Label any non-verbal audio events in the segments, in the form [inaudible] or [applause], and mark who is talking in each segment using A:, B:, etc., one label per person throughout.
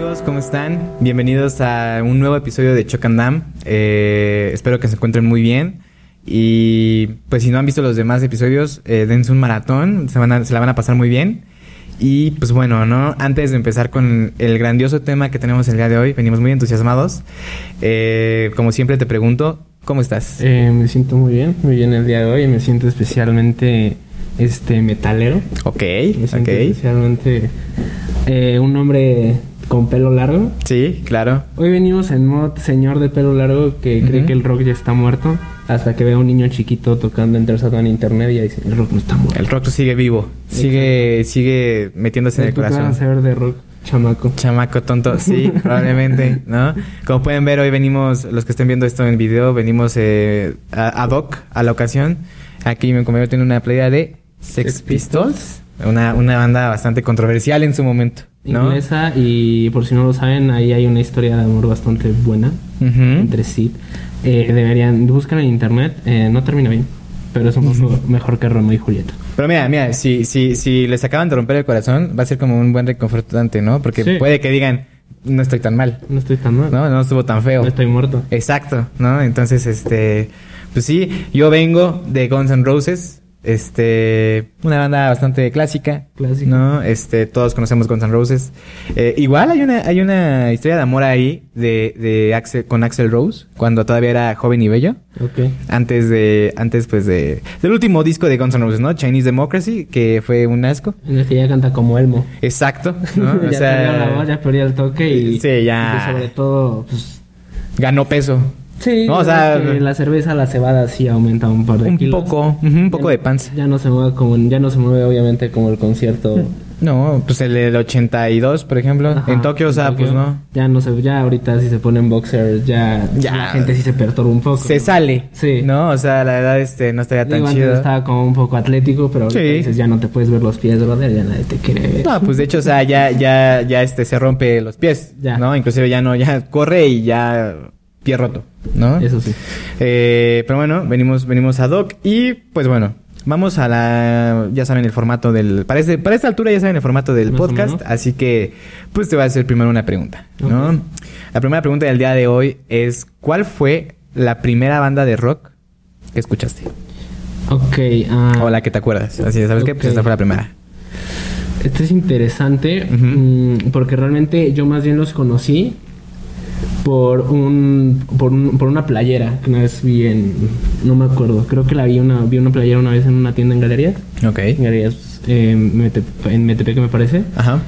A: todos, ¿cómo están? Bienvenidos a un nuevo episodio de Choc and Dam. Eh, espero que se encuentren muy bien. Y pues si no han visto los demás episodios, eh, dense un maratón, se, van a- se la van a pasar muy bien. Y pues bueno, ¿no? Antes de empezar con el grandioso tema que tenemos el día de hoy, venimos muy entusiasmados. Eh, como siempre te pregunto, ¿cómo estás?
B: Eh, me siento muy bien, muy bien el día de hoy. Me siento especialmente este metalero.
A: Ok,
B: Me siento
A: ok.
B: especialmente eh, un hombre con pelo largo.
A: Sí, claro.
B: Hoy venimos en mod señor de pelo largo que cree
A: Ujú.
B: que el rock ya está muerto. Hasta que ve a un niño chiquito tocando Enter Satan en internet y ya dice, el rock no está muerto.
A: El rock sigue vivo, sigue, sigue metiéndose en el
B: ¿Tú qué vas
A: corazón.
B: a saber de rock, chamaco?
A: Chamaco tonto,
B: [laughs]
A: sí, probablemente, ¿no? Como pueden ver, hoy venimos, los que estén viendo esto en video, venimos eh, a- ad hoc a la ocasión. Aquí mi compañero tiene una playa de Sex
B: Sex
A: Pistols, una, una banda bastante controversial en su momento, ¿no?
B: Inglesa y por si no lo saben, ahí hay una historia de amor bastante buena.
A: Ujú.
B: entre sí. Eh, deberían, buscan en internet, eh, no termina bien, pero es un poco mejor que Romeo y Julieta.
A: Pero mira, mira, si, si, si les acaban de romper el corazón, va a ser como un buen reconfortante, ¿no? Porque
B: Sí.
A: puede que digan, no estoy tan mal,
B: No estoy tan mal, no,
A: ¿no? No estuvo tan feo.
B: estoy muerto.
A: Exacto, ¿no? Entonces, este, pues sí, yo vengo de Guns N' Roses, este, una banda bastante clásica,
B: Clásica.
A: ¿no? Este, todos conocemos Guns N' Roses. Eh, igual hay una, hay una historia de amor ahí de, de Axel, con Axel Rose, cuando todavía era joven y bello.
B: Ok.
A: Antes de, antes pues de, del último disco de Guns N' Roses, ¿no? Chinese Democracy, que fue un asco.
B: En el que ya canta como Elmo.
A: Exacto, ¿no?
B: [laughs] ya perdió la voz, ya perdió el toque y,
A: Sí, ya.
B: y sobre todo, pues,
A: ganó peso.
B: sí,
A: No, o
B: la
A: sea,
B: verdad que la cerveza, la cebada sí aumenta un par de
A: Un
B: kilos.
A: poco, ujú, un poco
B: Ya
A: de
B: no-
A: panza.
B: Ya no se mueve como, ya no se mueve obviamente como el concierto.
A: No, pues el del 82, por ejemplo.
B: Ajá,
A: en Tokio, o sea,
B: Tokio.
A: pues no.
B: Ya no se, ya ahorita si se ponen boxer, ya,
A: Ya.
B: la gente sí se perturba un poco.
A: Se
B: ¿no?
A: sale.
B: Sí.
A: No, o sea, la verdad, este, no estaría tan
B: Digo, antes
A: chido.
B: estaba como un poco atlético, pero ahorita
A: Sí.
B: dices, ya no te puedes ver los pies, brother, ya nadie te quiere ver.
A: No, pues de hecho, o sea, ya, ya, ya, este, se rompe los pies.
B: Ya.
A: ¿No? Inclusive ya no, ya corre y ya pie roto, ¿no?
B: Eso sí.
A: Eh, pero bueno, venimos, venimos a Doc y, pues bueno. Vamos a la... Ya saben el formato del... Para, este- para esta altura ya saben el formato del
B: Más o
A: podcast.
B: menos.
A: Así que, pues te voy a hacer primero una pregunta, ¿no?
B: Ok.
A: La primera pregunta del día de hoy es... ¿Cuál fue la primera banda de rock que escuchaste?
B: Ok, ah,
A: O la que te acuerdas. Así es, ¿sabes qué? Pues
B: Ok.
A: esta fue la primera.
B: esto este es interesante
A: Ujú.
B: mm, porque realmente yo más bien los conocí por un, por un- por una playera que una vez vi en no me acuerdo creo que la vi una vi una playera una vez en una tienda en galerías
A: Ok.
B: en galerías eh, Metep- en Metepec me parece
A: Ajá.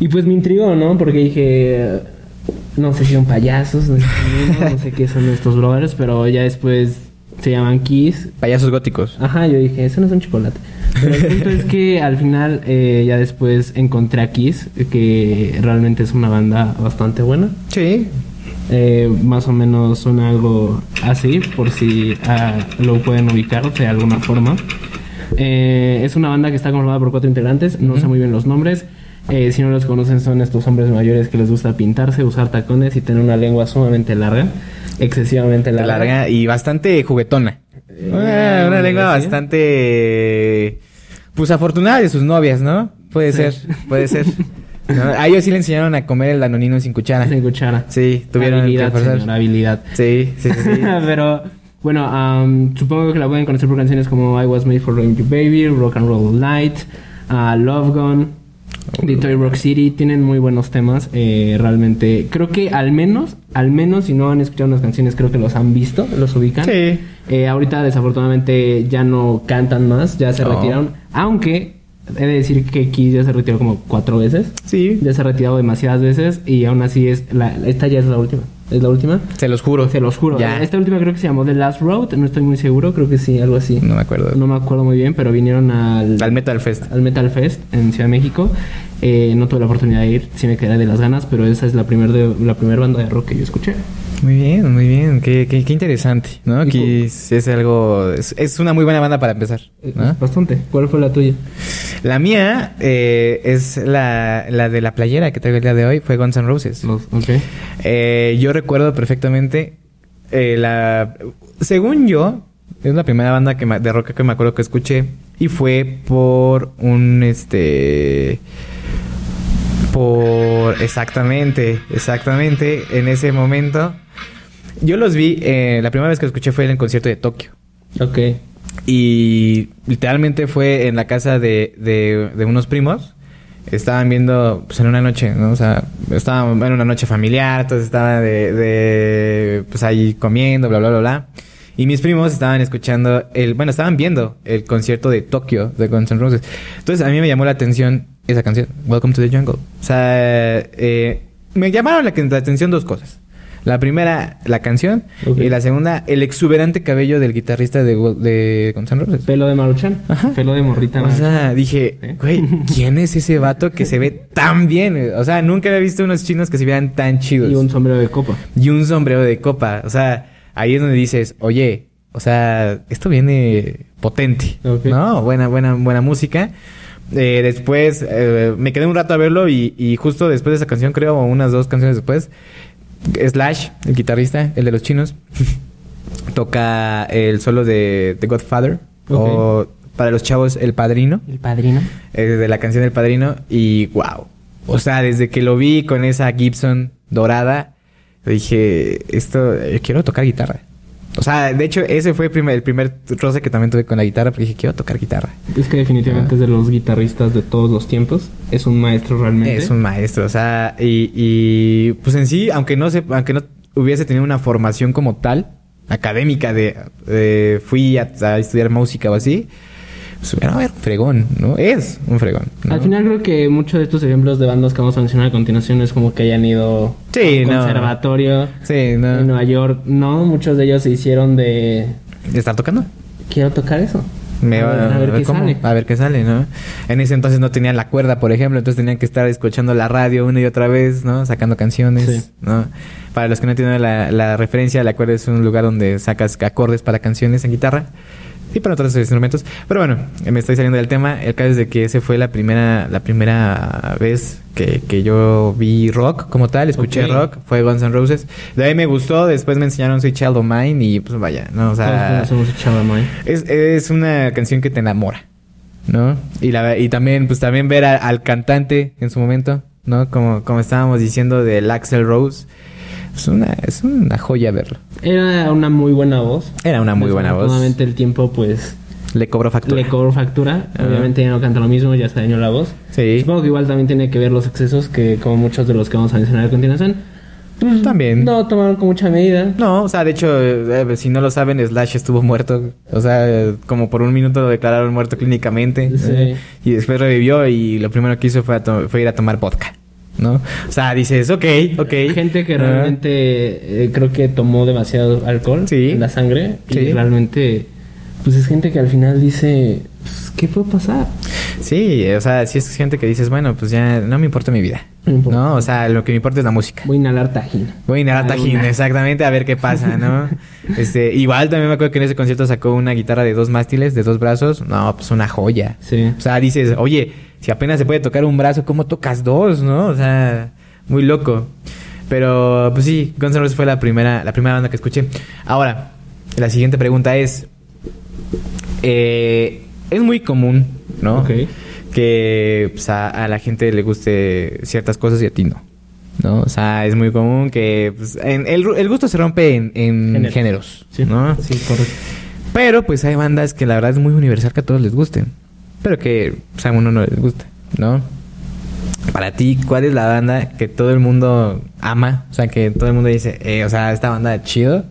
B: Y pues me intrigó, ¿no? Porque dije, no sé si son payasos, no sé, si son unos, no sé qué son estos brothers, pero ya después se llaman Kiss.
A: Payasos góticos.
B: Ajá, yo dije, eso no es un chocolate. Pero el punto es que al final eh, ya después encontré a Kiss, que realmente es una banda bastante buena.
A: Sí.
B: Eh, más o menos suena algo así, por si ah, lo pueden ubicar de alguna forma. Eh, es una banda que está conformada por cuatro integrantes, no sé muy bien los nombres. Eh, si no los conocen, son estos hombres mayores que les gusta pintarse, usar tacones y tener una lengua sumamente larga, excesivamente
A: La
B: larga.
A: larga y bastante juguetona.
B: Eh,
A: una, una lengua
B: sí.
A: bastante... Pues afortunada de sus novias, ¿no? Puede
B: Sí.
A: ser, puede ser. ¿No? A ellos sí le enseñaron a comer el danonino sin cuchara.
B: Sin cuchara.
A: Sí, tuvieron
B: habilidad,
A: que forzar.
B: señor, habilidad.
A: Sí, sí, sí. Este,
B: [laughs]
A: sí.
B: Pero bueno, am, supongo que la pueden conocer por canciones como I Was Made for Loving You Baby, Rock and Roll Night, ah, Love Gone, Detroit Rock City. Tienen muy buenos temas. eh, realmente creo que al menos, al menos si no han escuchado unas canciones, creo que los han visto, los ubican.
A: Sí.
B: Eh, ahorita desafortunadamente ya no cantan más, ya se
A: No.
B: retiraron. Aunque he de decir que Kiss ya se retiró como cuatro veces.
A: Sí.
B: Ya se ha retirado demasiadas veces y aún así es la, esta ya es la última. Es la última.
A: Se los juro.
B: Se los juro. eh,
A: Ya.
B: Esta última creo que se llamó The Last Road, no estoy muy seguro, creo que sí, algo así.
A: No me acuerdo.
B: No me acuerdo muy bien, pero vinieron al,
A: Al Metal Fest.
B: al Metal Fest en Ciudad de México. Eh, no tuve la oportunidad de ir, sí me quedé de las ganas, pero esa es la primera la primer banda de rock que yo escuché.
A: Muy bien, muy bien. Qué, qué, qué interesante, ¿no?
B: Y
A: Que es, es algo... Es, es una muy buena banda para empezar,
B: Eh,
A: ¿no?
B: Bastante. ¿Cuál fue la tuya?
A: La mía eh, es la, la de la playera que traigo el día de hoy. Fue Guns N' Roses.
B: Los, ok.
A: Eh, yo recuerdo perfectamente eh, la... Según yo, es la primera banda que me- de rock que me acuerdo que escuché. Y fue por un, este... Por. Exactamente, exactamente. En ese momento. Yo los vi, eh, la primera vez que los escuché fue en el concierto de Tokio.
B: Ok.
A: Y literalmente fue en la casa de, de, de unos primos. Estaban viendo, pues en una noche, ¿no? O sea, estaban en una noche familiar, entonces estaban de, de, pues ahí comiendo, bla, bla, bla, bla. Y mis primos estaban escuchando el, bueno, estaban viendo el concierto de Tokio de Guns N' Roses. Entonces a mí me llamó la atención esa canción, Welcome to the Jungle. O sea, eh, me llamaron la, la atención dos cosas. La primera, la canción.
B: Ok.
A: Y la segunda, el exuberante cabello del guitarrista de, Gu- de Guns N' Roses.
B: Pelo de Maruchan.
A: Ajá.
B: Pelo de morrita.
A: O sea, dije,
B: ¿Eh?
A: güey, ¿quién es ese vato que
B: [laughs]
A: se ve tan bien? O sea, nunca había visto unos chinos que se vieran tan chidos.
B: y un sombrero de copa.
A: Y un sombrero de copa. O sea, ahí es donde dices, oye, o sea, esto viene potente.
B: Ok.
A: ¿No? Buena, buena, buena música. Eh, después eh, me quedé un rato a verlo y, y justo después de esa canción, creo, o unas dos canciones después, Slash, el guitarrista, el de los chinos, [laughs] toca el solo de The Godfather. O para los chavos, El Padrino
B: El padrino.
A: eh, de la canción del padrino y wow. O sea, desde que lo vi con esa Gibson dorada, dije, esto, eh, quiero tocar guitarra. O sea, de hecho, ese fue el primer, el primer roce que también tuve con la guitarra, porque dije, quiero tocar guitarra.
B: Es que definitivamente
A: Ah.
B: es de los guitarristas de todos los tiempos. Es un maestro realmente.
A: Es un maestro, o sea, y, y, pues en sí, aunque no, se, aunque no hubiese tenido una formación como tal, académica, de eh, fui a, a estudiar música o así, pues bueno, era un fregón, ¿no? Es un fregón. ¿no?
B: Al final creo que muchos de estos ejemplos de bandas que vamos a mencionar a continuación es como que hayan ido
A: Sí,
B: a un
A: no.
B: conservatorio
A: Sí,
B: en
A: ¿no?
B: Nueva York. No, muchos de ellos se hicieron de
A: ¿Estar tocando?
B: quiero tocar eso.
A: Me
B: a,
A: va-
B: ver, a ver qué
A: cómo, Ah,
B: sale.
A: A ver qué sale, ¿no? En ese entonces no tenían la cuerda, por ejemplo, entonces tenían que estar escuchando la radio una y otra vez, ¿no? Sacando canciones,
B: Sí.
A: ¿no? Para los que no tienen la, la referencia, la cuerda es un lugar donde sacas acordes para canciones en guitarra y para otros instrumentos. Pero bueno, eh, me estoy saliendo del tema. El caso es de que esa fue la primera, la primera vez que, que yo vi rock como tal, escuché
B: Ok.
A: rock, fue Guns N' Roses. De ahí me gustó, después me enseñaron Sweet Child of Mine y pues vaya, ¿no? O
B: Todos
A: sea...
B: conocemos a Chalamet.
A: Es, es una canción que te enamora, ¿no? Y, la, y también, pues también ver a- al cantante en su momento, ¿no? Como, como estábamos diciendo del Axel Rose. Es una, es una joya verlo.
B: Era una muy buena voz.
A: Era una muy buena voz.
B: Desafortunadamente el tiempo pues
A: Le cobró factura.
B: le cobró factura.
A: Ah.
B: Obviamente ya no canta lo mismo, ya se dañó la voz.
A: sí.
B: Supongo que igual también tiene que ver los excesos que como muchos de los que vamos a mencionar a continuación. pues,
A: También.
B: No tomaron con mucha medida.
A: No, o sea, de hecho, eh, si no lo saben, Slash estuvo muerto. O sea, eh, como por un minuto lo declararon muerto clínicamente.
B: Sí.
A: ¿eh? Y después revivió y lo primero que hizo fue, a to- fue ir a tomar vodka, ¿no? O sea, dices, ok, ok.
B: Gente que
A: Ah.
B: realmente eh, creo que tomó demasiado alcohol
A: Sí.
B: en la sangre
A: Sí.
B: y realmente pues es gente que al final dice, pues, ¿qué puede pasar?
A: Sí, o sea, si es gente que dices, bueno, pues ya no me importa mi vida.
B: No me importa.
A: No, o sea, lo que me importa es la música.
B: Voy a inhalar tajina.
A: Voy a inhalar
B: Alguna.
A: Tajín, exactamente, a ver qué pasa,
B: [laughs]
A: ¿no? este, igual también me acuerdo que en ese concierto sacó una guitarra de dos mástiles, de dos brazos. No, pues una joya.
B: Sí.
A: O sea, dices, oye, si apenas se puede tocar un brazo, ¿cómo tocas dos, no? O sea, muy loco. Pero, pues sí, Guns N' Roses fue la primera, la primera banda que escuché. Ahora, la siguiente pregunta es... eh, es muy común, ¿no?
B: Ok.
A: Que pues, a, a la gente le guste ciertas cosas y a ti no. ¿No? O sea, es muy común que... pues, en- el, el gusto se rompe en, en
B: Géneros.
A: Mm, géneros,
B: Sí.
A: ¿no?
B: Sí, correcto.
A: Pero pues hay bandas que la verdad es muy universal que a todos les gusten. Pero que pues, a uno no les gusta, ¿no? Para ti, ¿cuál es la banda que todo el mundo ama? O sea, que todo el mundo dice, eh, o sea, esta banda chido.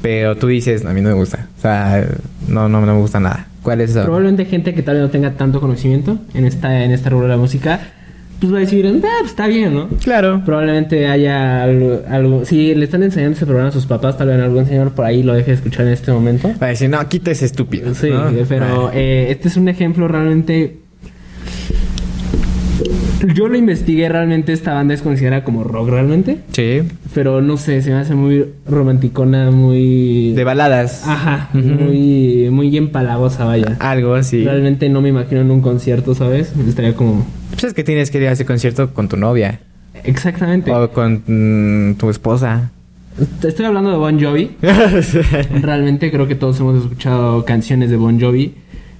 A: Pero tú dices, "No, a mí no me gusta. O sea, no, no, no me gusta nada. ¿Cuál es esa? banda?
B: Probablemente gente que tal vez no tenga tanto conocimiento en esta en esta rubro de la música, pues va a decir, "Ah, pues, está bien, ¿no?
A: Claro.
B: Probablemente haya algo, algo- Si le están enseñando ese programa a sus papás, tal vez algún señor por ahí lo deje de escuchar en este momento.
A: Para decir, no, quita ese estúpido.
B: Sí,
A: ¿no?
B: pero
A: Ah,
B: eh, este es un ejemplo realmente. Yo lo investigué realmente, esta banda es considerada como rock realmente,
A: Sí.
B: pero no sé, se me hace muy romanticona, muy.
A: De baladas.
B: Ajá,
A: Ujú.
B: muy, muy empalagosa, vaya.
A: Algo así.
B: Realmente no me imagino en un concierto, ¿sabes? Estaría como.
A: Pues es que tienes que ir a ese concierto con tu novia.
B: Exactamente.
A: O con mm, tu esposa. [laughs]
B: Te Estoy hablando de Bon Jovi. Realmente creo que todos hemos escuchado canciones de Bon Jovi.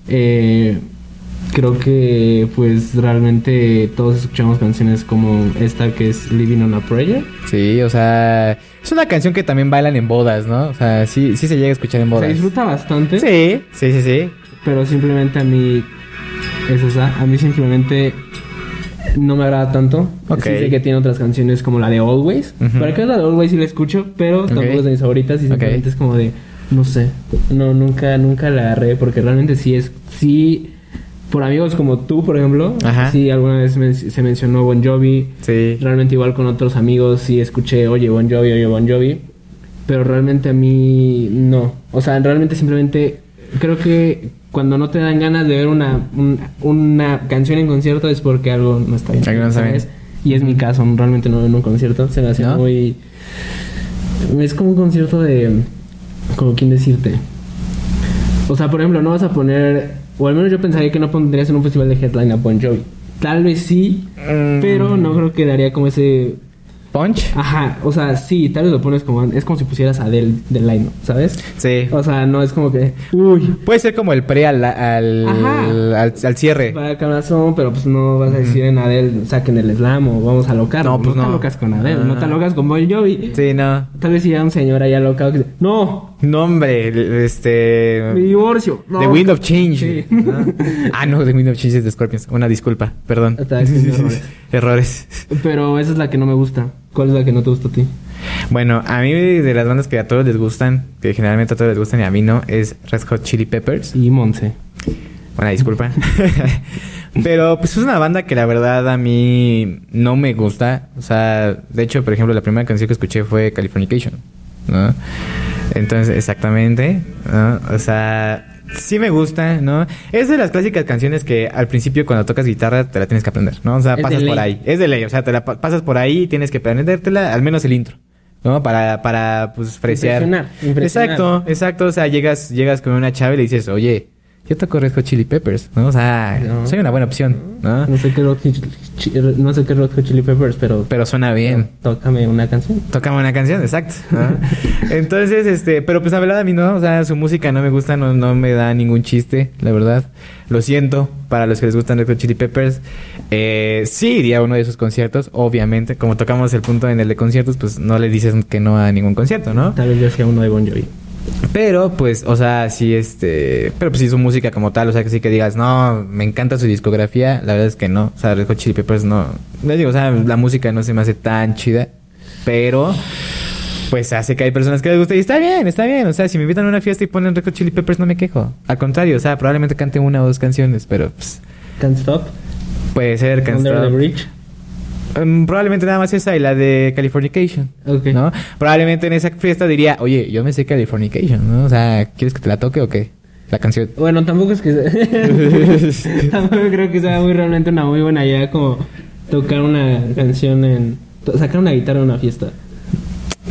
B: Eh, creo que pues realmente todos escuchamos canciones como esta que es Living on a Prayer.
A: Sí, o sea, es una canción que también bailan en bodas, ¿no? O sea, sí, sí se llega a escuchar en
B: Se
A: bodas.
B: disfruta bastante,
A: Sí, sí, sí, sí.
B: pero simplemente a mí es esa, a mí simplemente no me agrada tanto.
A: Ok.
B: Sí sé que tiene otras canciones como la de Always.
A: Ujú.
B: Para que la de Always sí la escucho, pero
A: Ok.
B: tampoco es de mis favoritas y simplemente
A: Ok.
B: es como de no sé. No, nunca nunca la agarré porque realmente sí es sí por amigos como tú, por ejemplo,
A: Ajá.
B: sí alguna vez men- se mencionó Bon Jovi,
A: Sí.
B: Realmente igual con otros amigos sí escuché, oye Bon Jovi, oye Bon Jovi, pero realmente a mí no. O sea, realmente simplemente creo que cuando no te dan ganas de ver una, un- una canción en concierto es porque algo no está bien.
A: Algo no está bien.
B: ¿sabes? Y es mi caso, realmente no en un concierto, se me hace
A: ¿No?
B: muy... Es como un concierto de... como quién decirte. O sea, por ejemplo, no vas a poner... O al menos yo pensaría que no pondrías en un festival de headline a Bon Jovi. Tal vez sí, pero
A: Mm.
B: no creo que daría como ese.
A: ¿Punch?
B: Ajá, o sea, sí, tal vez lo pones como. Es como si pusieras a Adele del line, ¿sabes?
A: Sí.
B: O sea, no es como que. Uy,
A: Puede ser como el pre al, al,
B: Ajá.
A: al, al cierre.
B: para el corazón, pero pues no vas a decir en Adele, saquen el slam o vamos a alocar.
A: No, pues
B: no.
A: no.
B: te alocas con Adele, no te
A: Ah.
B: alocas con Bon Jovi.
A: Sí, no.
B: Tal vez si era un señor ahí alocado que dice, ¡No!
A: No, hombre, el- este...
B: ¡Mi divorcio! no".
A: The Wind of Change.
B: Sí.
A: ¿no?
B: [laughs]
A: Ah, no, The Wind of Change es de Scorpions. Una disculpa, perdón. [laughs]
B: Está haciendo errores.
A: Errores.
B: Pero esa es la que no me gusta. ¿Cuál es la que no te gusta a ti?
A: Bueno, a mí de las bandas que a todos les gustan, que generalmente a todos les gustan y a mí no, es Red Hot Chili Peppers.
B: Y Monse.
A: Bueno, disculpa. [laughs] Pero pues es una banda que la verdad a mí no me gusta. O sea, de hecho, por ejemplo, la primera canción que escuché fue Californication. ¿no? Entonces, exactamente. ¿no? O sea, sí me gusta, ¿no? Es de las clásicas canciones que al principio cuando tocas guitarra te la tienes que aprender, ¿no? O sea,
B: Es de
A: pasas por
B: ley.
A: ahí. Es de ley. O sea, te la pa- pasas por ahí y tienes que aprendértela, al menos el intro. ¿no? Para, para pues, fresear.
B: Impresionar, impresionar.
A: Exacto, Exacto, o sea, llegas, llegas con una chava y le dices, oye, yo toco Red Hot Chili Peppers, ¿no? O sea,
B: No.
A: soy una buena opción, ¿no?
B: No sé qué Rock Hot Chi- no sé qué Rock Hot Chili Peppers, pero.
A: Pero suena bien.
B: Tócame una canción.
A: Tocamos una canción, exacto. ¿no? Entonces, este, pero pues la verdad a mí no, o sea, su música no me gusta, no, no me da ningún chiste, la verdad. Lo siento para los que les gustan Red Hot Chili Peppers. Eh, sí iría a uno de sus conciertos, obviamente. Como tocamos el punto en el de conciertos, pues no le dices que no a ningún concierto, ¿no?
B: Tal vez yo sea uno de Bon Jovi.
A: Pero, pues, o sea, sí, este. Pero, pues, sí, su música como tal. O sea, que sí que digas, no, me encanta su discografía. La verdad es que no. O sea, Red Hot Chili Peppers no. Les digo, o sea, la música no se me hace tan chida. Pero, pues, hace que hay personas que les guste. Y está bien, está bien. O sea, si me invitan a una fiesta y ponen Red Hot Chili Peppers, no me quejo. Al contrario, o sea, probablemente cante una o dos canciones. Pero, pues,
B: Can't Stop.
A: puede ser
B: Under the
A: cansado.
B: Bridge.
A: Mm, probablemente nada más esa y la de Californication.
B: Ok.
A: ¿No? Probablemente en esa fiesta diría, oye, yo me sé Californication, ¿no? O sea, ¿quieres que te la toque o qué? La canción.
B: Bueno, tampoco es que... tampoco creo que sea muy realmente una muy buena idea como tocar una canción en... to- Sacar una guitarra en una fiesta.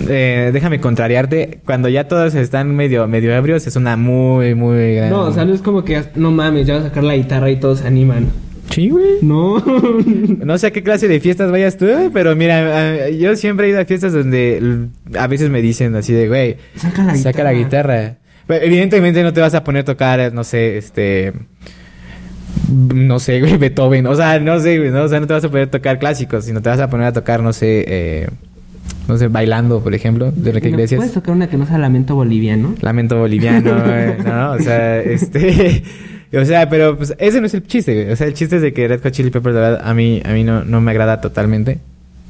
A: Eh, déjame contrariarte, cuando ya todos están medio, medio ebrios, es una muy, muy grande.
B: No, o sea, no es como que... No mames, ya vas a sacar la guitarra y todos se animan.
A: Sí, güey.
B: No. [laughs]
A: No sé a qué clase de fiestas vayas tú, pero mira, a- yo siempre he ido a fiestas donde l- a veces me dicen así de, güey,
B: Saca la
A: saca la
B: guitarra.
A: guitarra. Pero evidentemente no te vas a poner a tocar, eh, no sé, este... No sé, [laughs] güey, Beethoven. O sea, no sé, güey, ¿no? O sea, no te vas a poner a tocar clásicos, sino te vas a poner a tocar, no sé, eh, no sé, bailando, por ejemplo, de Enrique
B: ¿No
A: Iglesias.
B: puedes tocar una que no sea Lamento Boliviano?
A: Lamento boliviano,
B: [laughs]
A: eh, ¿no? O sea, este... [laughs] O sea, pero pues ese no es el chiste, güey. O sea, el chiste es de que Red Hot Chili Peppers, la verdad, a mí, a mí no, no me agrada totalmente.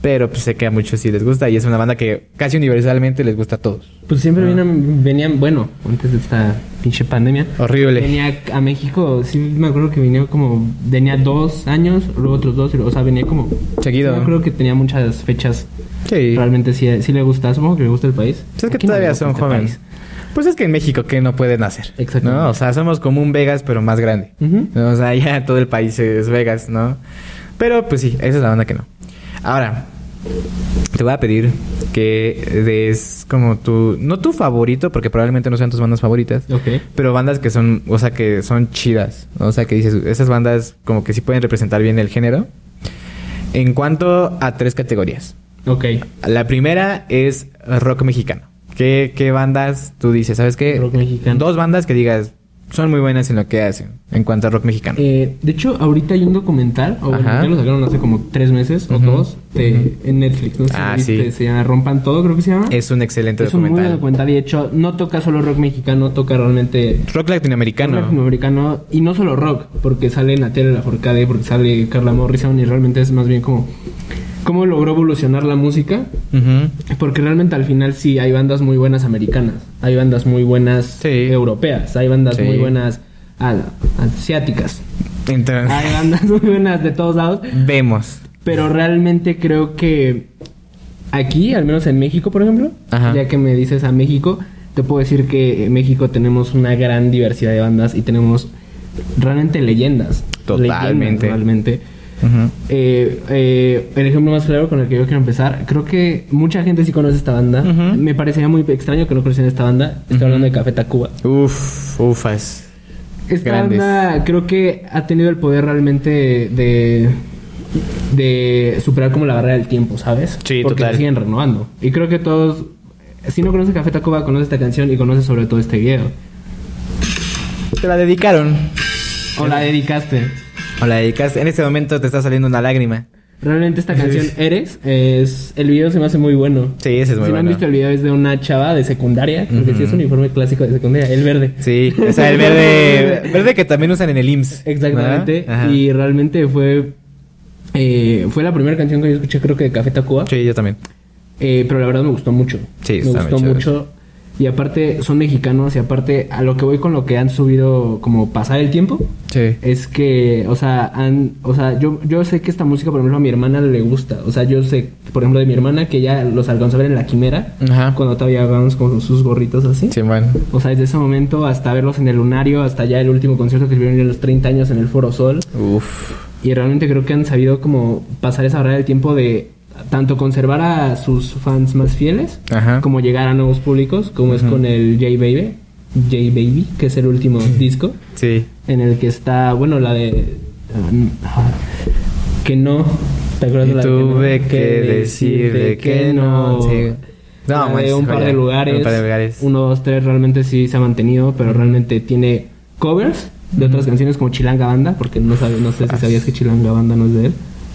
A: Pero pues sé que a muchos sí les gusta y es una banda que casi universalmente les gusta a todos.
B: Pues siempre
A: Ah.
B: venían, venían... Bueno, antes de esta pinche pandemia...
A: Horrible.
B: Venía a México, sí me acuerdo que venía como, tenía dos años, luego otros dos, y luego, o sea, venía como...
A: Seguido.
B: Yo creo que tenía muchas fechas,
A: Sí.
B: realmente sí, sí le gusta, supongo que le gusta el país.
A: Pues es que
B: Aquí no
A: todavía
B: le gusta
A: son
B: este
A: jóvenes.
B: país.
A: Pues es que en México, ¿qué no pueden hacer?
B: Exactamente.
A: ¿No? O sea, somos como un Vegas, pero más grande.
B: Ujú.
A: ¿no? O sea, ya todo el país es Vegas, ¿no? Pero pues sí, esa es la banda que no. Ahora, te voy a pedir que des como tu. No tu favorito, porque probablemente no sean tus bandas favoritas.
B: Ok.
A: Pero bandas que son, o sea, que son chidas. ¿no? O sea, que dices, esas bandas como que sí pueden representar bien el género. En cuanto a tres categorías.
B: Ok.
A: La primera es rock mexicano. ¿Qué, qué bandas tú dices? ¿Sabes qué?
B: Rock mexicano.
A: Dos bandas que digas, son muy buenas en lo que hacen en cuanto a rock mexicano.
B: Eh, de hecho, ahorita hay un documental, o bueno,
A: Ajá.
B: ya lo sacaron hace como tres meses o
A: Ujú.
B: dos, de- en Netflix, no sé si
A: Ah,
B: lo viste,
A: sí.
B: se llama Rompan Todo, creo que se llama.
A: es un excelente
B: Es un muy buen
A: documental.
B: documental y de hecho no toca solo rock mexicano, toca realmente
A: rock latinoamericano.
B: rock latinoamericano y no solo rock, porque sale Natalia Lafourcade, porque sale Carla Morrison y realmente es más bien como cómo logró evolucionar la música,
A: Ujú.
B: porque realmente al final sí hay bandas muy buenas americanas, hay bandas muy buenas
A: Sí.
B: europeas, hay bandas
A: Sí.
B: muy buenas ah, asiáticas,
A: Entonces,
B: hay bandas muy buenas de todos lados,
A: vemos.
B: pero realmente creo que aquí, al menos en México, por ejemplo,
A: Ajá.
B: ya que me dices a México, te puedo decir que en México tenemos una gran diversidad de bandas y tenemos realmente leyendas.
A: Totalmente.
B: Leyendas, realmente.
A: Ujú.
B: Eh, eh, el ejemplo más claro con el que yo quiero empezar, creo que mucha gente sí conoce esta banda.
A: Ujú.
B: Me parecería muy extraño que no conocieran esta banda. Estoy hablando de Café Tacuba.
A: Uf, ufas.
B: Esta
A: Grandes.
B: banda creo que ha tenido el poder realmente de, de superar como la barrera del tiempo, ¿sabes?
A: Sí,
B: Porque
A: total.
B: la siguen renovando. Y creo que todos, si no conoces Café Tacuba, conoces esta canción y conoces sobre todo este video.
A: Te la dedicaron.
B: O la dedicaste.
A: O la dedicas. En este momento te está saliendo una lágrima.
B: Realmente esta canción Eres es el video se me hace muy bueno.
A: Sí, ese es muy
B: si no han
A: bueno.
B: visto el video es de una chava de secundaria, porque sí es un uniforme clásico de secundaria, el verde.
A: Sí, o sea, el
B: [laughs]
A: verde. verde que también usan en el IMSS. ¿no?
B: Exactamente.
A: Ajá.
B: Y realmente fue eh, fue la primera canción que yo escuché creo que de Café Tacuba.
A: Sí, yo también.
B: Eh, pero la verdad me gustó mucho.
A: Sí,
B: me
A: está muy
B: gustó
A: chévere.
B: mucho. Y aparte son mexicanos y aparte a lo que voy con lo que han subido como pasar el tiempo
A: Sí.
B: es que, o sea, han, o sea, yo yo sé que esta música por ejemplo a mi hermana le gusta, o sea, yo sé, por ejemplo de mi hermana que ya los alcanzó a ver en la quimera
A: Ajá.
B: cuando todavía vamos con sus gorritos así.
A: Sí, bueno.
B: O sea, desde ese momento hasta verlos en el Lunario, hasta ya el último concierto que tuvieron en los 30 años en el Foro Sol.
A: Uf.
B: Y realmente creo que han sabido como pasar esa barrera del tiempo de tanto conservar a sus fans más fieles,
A: Ajá.
B: como llegar a nuevos públicos, como es con el J Baby, J Baby, que es el último disco,
A: Sí.
B: en el que está, bueno, la de... ah, n- ah, que no... ¿Te
A: Y
B: acuerdas de la de
A: tuve que decirle que no. Sí. No,
B: No,
A: manches,
B: un par
A: joya.
B: de lugares.
A: Un par de lugares.
B: Uno, dos, tres realmente sí se ha mantenido, pero realmente tiene covers de otras canciones como Chilanga Banda, porque no sabe, no sé si sabías que Chilanga Banda no es de él.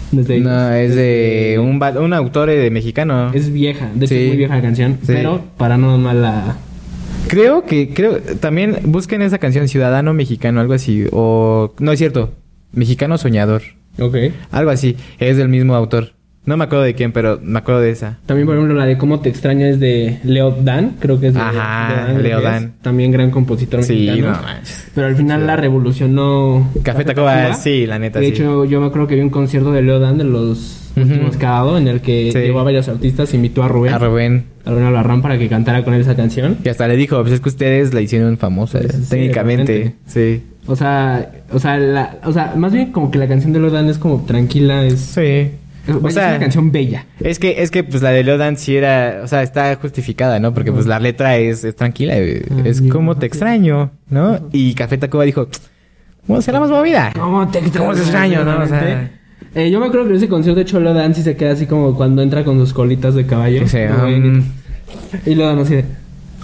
B: No es de ellos.
A: Ah. No, es de un, va- un autor eh, mexicano.
B: Es vieja, de hecho
A: Sí.
B: es muy vieja la canción,
A: Sí.
B: pero para no mala.
A: Creo que, creo, también busquen esa canción Ciudadano Mexicano, algo así. O, no es cierto, Mexicano Soñador,
B: Ok.
A: algo así. Es del mismo autor. No me acuerdo de quién, pero me acuerdo de esa.
B: También, por ejemplo, la de Cómo te extraño es de Leo Dan, creo que es de
A: Ajá,
B: de creo
A: Leo
B: que es.
A: Dan.
B: También gran compositor
A: Sí,
B: mexicano.
A: no manches.
B: Pero al final la revolucionó.
A: Café Tacuba, sí, la neta,
B: De
A: sí.
B: hecho, yo me acuerdo que vi un concierto de Leo Dan de los
A: Ujú.
B: últimos que ha dado, en el que
A: Sí.
B: llevó a varios artistas, invitó a Rubén,
A: A Ah, Rubén.
B: a Rubén Albarrán para que cantara con él esa canción.
A: Y hasta le dijo, pues es que ustedes la hicieron famosa,
B: Pues, sí,
A: técnicamente.
B: realmente.
A: Sí.
B: O sea, o sea, la- o sea, más bien como que la canción de Leo Dan es como tranquila, es,
A: Sí. O
B: es
A: sea,
B: una canción bella.
A: es que, es que pues la de Lodan sí era, o sea, está justificada, ¿no? Porque pues la letra es, es tranquila, eh, es
B: Amigo,
A: como te extraño, ¿no? Y Café Tacuba dijo, vamos a hacer la más movida.
B: ¿Cómo te
A: ¿Cómo es extraño, no? O sea-
B: Eh, yo me acuerdo que en ese concierto de hecho Leo Dan sí se queda así como cuando entra con sus colitas de caballo.
A: Sí,
B: Como
A: um,
B: bien- y Leo Dan así de,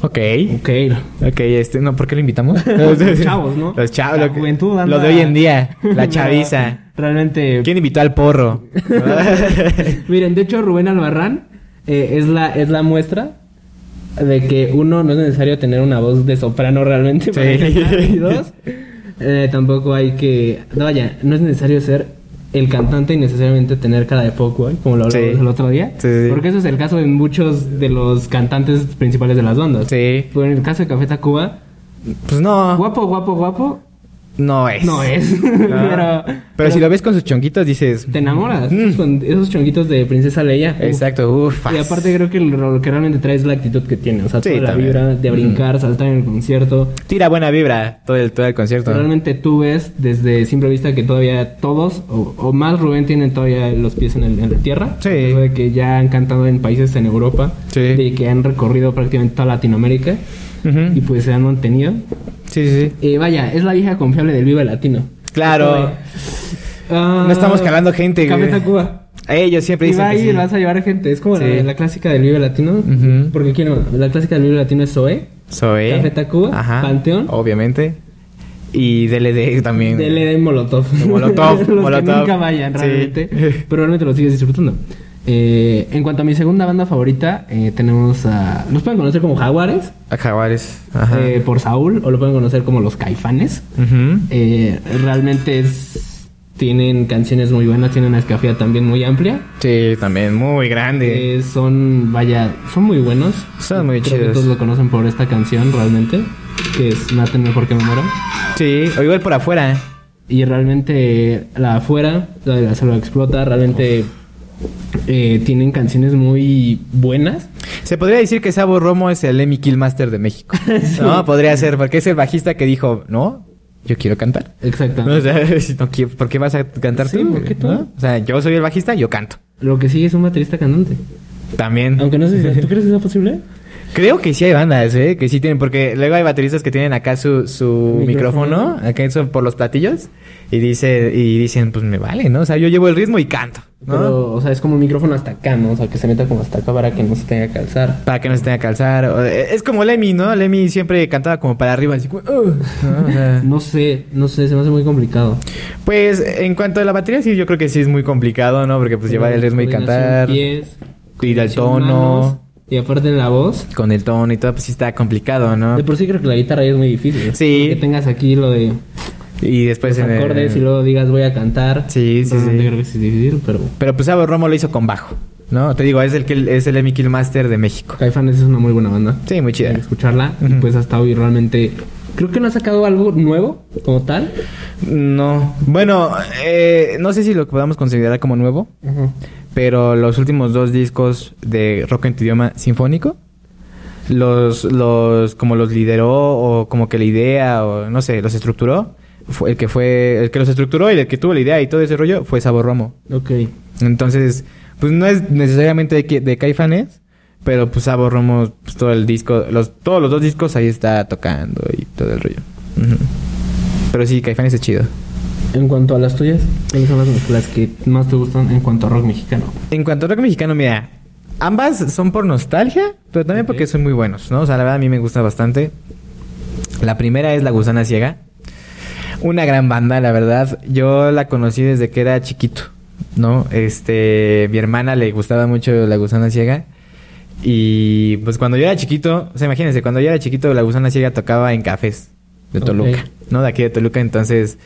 A: ok.
B: ok,
A: Ok, este, no, ¿por qué lo invitamos?
B: [laughs] Los chavos, ¿no?
A: Los chavos.
B: La
A: lo que-
B: juventud anda-
A: Lo de hoy en día,
B: [laughs]
A: la chaviza.
B: Realmente.
A: ¿Quién invitó al porro?
B: [laughs] Miren, de hecho, Rubén Albarrán eh, es, la, es la muestra de que uno no es necesario tener una voz de soprano realmente. para
A: Sí.
B: cantar, y dos, eh, tampoco hay que. no, Vaya, no es necesario ser el cantante y necesariamente tener cara de fuckboy, como lo hablamos
A: Sí.
B: el otro día.
A: Sí, sí, sí.
B: Porque eso es el caso de muchos de los cantantes principales de las bandas.
A: Sí.
B: Pero en el caso de Café Tacuba,
A: Pues no,
B: guapo, guapo, guapo,
A: [laughs] no es.
B: no es.
A: Ah.
B: [laughs] pero,
A: Pero si lo ves con sus chonquitos dices...
B: Te enamoras con esos chonguitos de Princesa Leia. Uf.
A: Exacto, ufa.
B: Y aparte creo que lo lo que realmente trae es la actitud que tiene. O sea,
A: Sí,
B: toda la
A: también. Mm.
B: vibra de brincar, saltar en el concierto.
A: Tira buena vibra todo el, todo el concierto.
B: Realmente tú ves desde simple vista que todavía todos, o, o más Rubén, tienen todavía los pies en, el- en la tierra.
A: Sí.
B: Eso De que ya han cantado en países en Europa.
A: Sí.
B: De que han recorrido prácticamente toda Latinoamérica.
A: Ujú.
B: Y pues se han mantenido.
A: Sí, sí, sí.
B: Eh, vaya, es la vieja confiable del Viva Latino.
A: Claro.
B: Ah,
A: No estamos calando gente, güey.
B: Café Tacuba.
A: Ellos siempre
B: Y
A: dicen
B: va
A: que
B: ahí
A: sí.
B: y vas a llevar gente. Es como la-
A: Sí.
B: la, clásica del Vive Latino.
A: Ujú.
B: Porque ¿quién no? La clásica del Vive Latino es Zoe.
A: Soy...
B: Café Tacuba,
A: Ajá.
B: Panteón.
A: Obviamente. Y DLD también.
B: DLD Molotov.
A: Molotov,
B: [laughs] Los que
A: Molotov.
B: nunca vayan,
A: Sí. [laughs]
B: realmente. Pero realmente lo sigues disfrutando. Eh, en cuanto a mi segunda banda favorita, eh, tenemos a. Los pueden conocer como Jaguares,
A: A Jaguares. Ajá.
B: eh, por Saúl, o lo pueden conocer como los Caifanes.
A: Ujú.
B: Eh, realmente es- tienen canciones muy buenas, tienen una escafía también muy amplia.
A: Sí, también, muy grande.
B: Eh, son, vaya, son muy buenos.
A: Son muy
B: Creo que
A: chidos.
B: todos lo conocen por esta canción, realmente. Que es Matenme porque me muero.
A: Sí, o igual por afuera. ¿eh?
B: Y realmente la afuera, la de la selva explota, realmente eh, tienen canciones muy buenas.
A: Se podría decir que Sabo Romo es el Emmy Killmaster de
B: [laughs]
A: México. No, podría ser, porque es el bajista que dijo, no, yo quiero cantar. No,
B: Exactamente.
A: o sea, [laughs] si no quiero- ¿por qué vas a cantar
B: Sí,
A: tú?
B: ¿por qué tú?
A: ¿No? O sea, yo soy el bajista, yo canto.
B: Lo que sigue es un baterista cantante.
A: También.
B: Aunque no sé si... ¿Tú crees que sea posible?
A: Creo que sí hay bandas, ¿eh? Que sí tienen, porque luego hay bateristas que tienen acá su, su
B: Micrófono.
A: micrófono, acá eso por los platillos, y dice, y dicen, pues me vale, ¿no? O sea, yo llevo el ritmo y canto, ¿no?
B: Pero, o sea, es como un micrófono hasta acá, ¿no? O sea, que se meta como hasta acá para que no se tenga que alzar.
A: Para que no se tenga que calzar. Es como Lemmy, ¿no? Lemmy siempre cantaba como para arriba, así como, "Ugh", ¿no? O sea,
B: [laughs] No sé, no sé, se me hace muy complicado.
A: Pues en cuanto a la batería, sí, yo creo que sí es muy complicado, ¿no? Porque pues llevar el ritmo y
B: Coordinación,
A: cantar,
B: pies,
A: ir al
B: coordinación, manos,
A: tono,
B: y aparte en la voz.
A: con el tono y todo, pues sí está complicado, ¿no?
B: De por sí creo que la guitarra es muy difícil.
A: Ah.
B: ¿eh?
A: Sí.
B: Que tengas aquí lo de
A: Y después en el-
B: acordes y luego digas voy a cantar.
A: Sí, sí,
B: Realmente
A: sí.
B: creo que sí es difícil, pero
A: Pero pues Sabo Romo lo hizo con bajo, ¿no? Te digo, es el que es el Emmy Killmaster de México.
B: Caifanes es una muy buena banda.
A: Sí, muy chida.
B: Hay que escucharla. Y pues hasta hoy realmente creo que no ha sacado algo nuevo como tal.
A: No, bueno, eh, no sé si lo podamos considerar como nuevo, pero los últimos dos discos de rock en tu idioma sinfónico los los como los lideró o como que la idea o no sé los estructuró fue el que fue el que los estructuró y el que tuvo la idea y todo ese rollo fue Sabor Romo
B: Ok.
A: entonces pues no es necesariamente de, que- de Caifanes pero pues Sabor Romo pues, todo el disco los todos los dos discos ahí está tocando y todo el rollo Ujú. pero sí Caifanes es chido
B: En cuanto a las tuyas, ¿cuáles son las, las que más te gustan en cuanto a rock mexicano?
A: En cuanto a rock mexicano, mira, ambas son por nostalgia, pero también porque
B: Ok.
A: son muy buenos, ¿no? O sea, la verdad a mí me gusta bastante. La primera es La Gusana Ciega. Una gran banda, la verdad. Yo la conocí desde que era chiquito, ¿no? Este, mi hermana le gustaba mucho La Gusana Ciega. Y pues cuando yo era chiquito, o sea, imagínense, cuando yo era chiquito, La Gusana Ciega tocaba en cafés de
B: Ok.
A: Toluca, ¿no? De aquí de Toluca, entonces,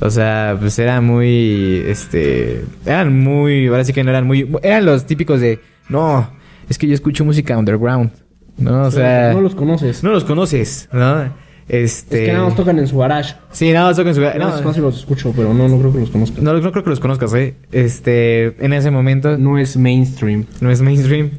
A: o sea, pues era muy, este, eran muy, ahora sí que no eran muy, eran los típicos de, no, es que yo escucho música underground, ¿no? O sea,
B: no los conoces.
A: no los conoces, ¿no?
B: Es
A: Este...
B: que nada más tocan en su garage.
A: Sí, nada más tocan su...
B: No, es
A: No,
B: fácil los escucho, pero no, no creo que los conozca.
A: no, no creo que los conozcas, ¿eh? Este, en ese momento...
B: No es mainstream.
A: no es mainstream.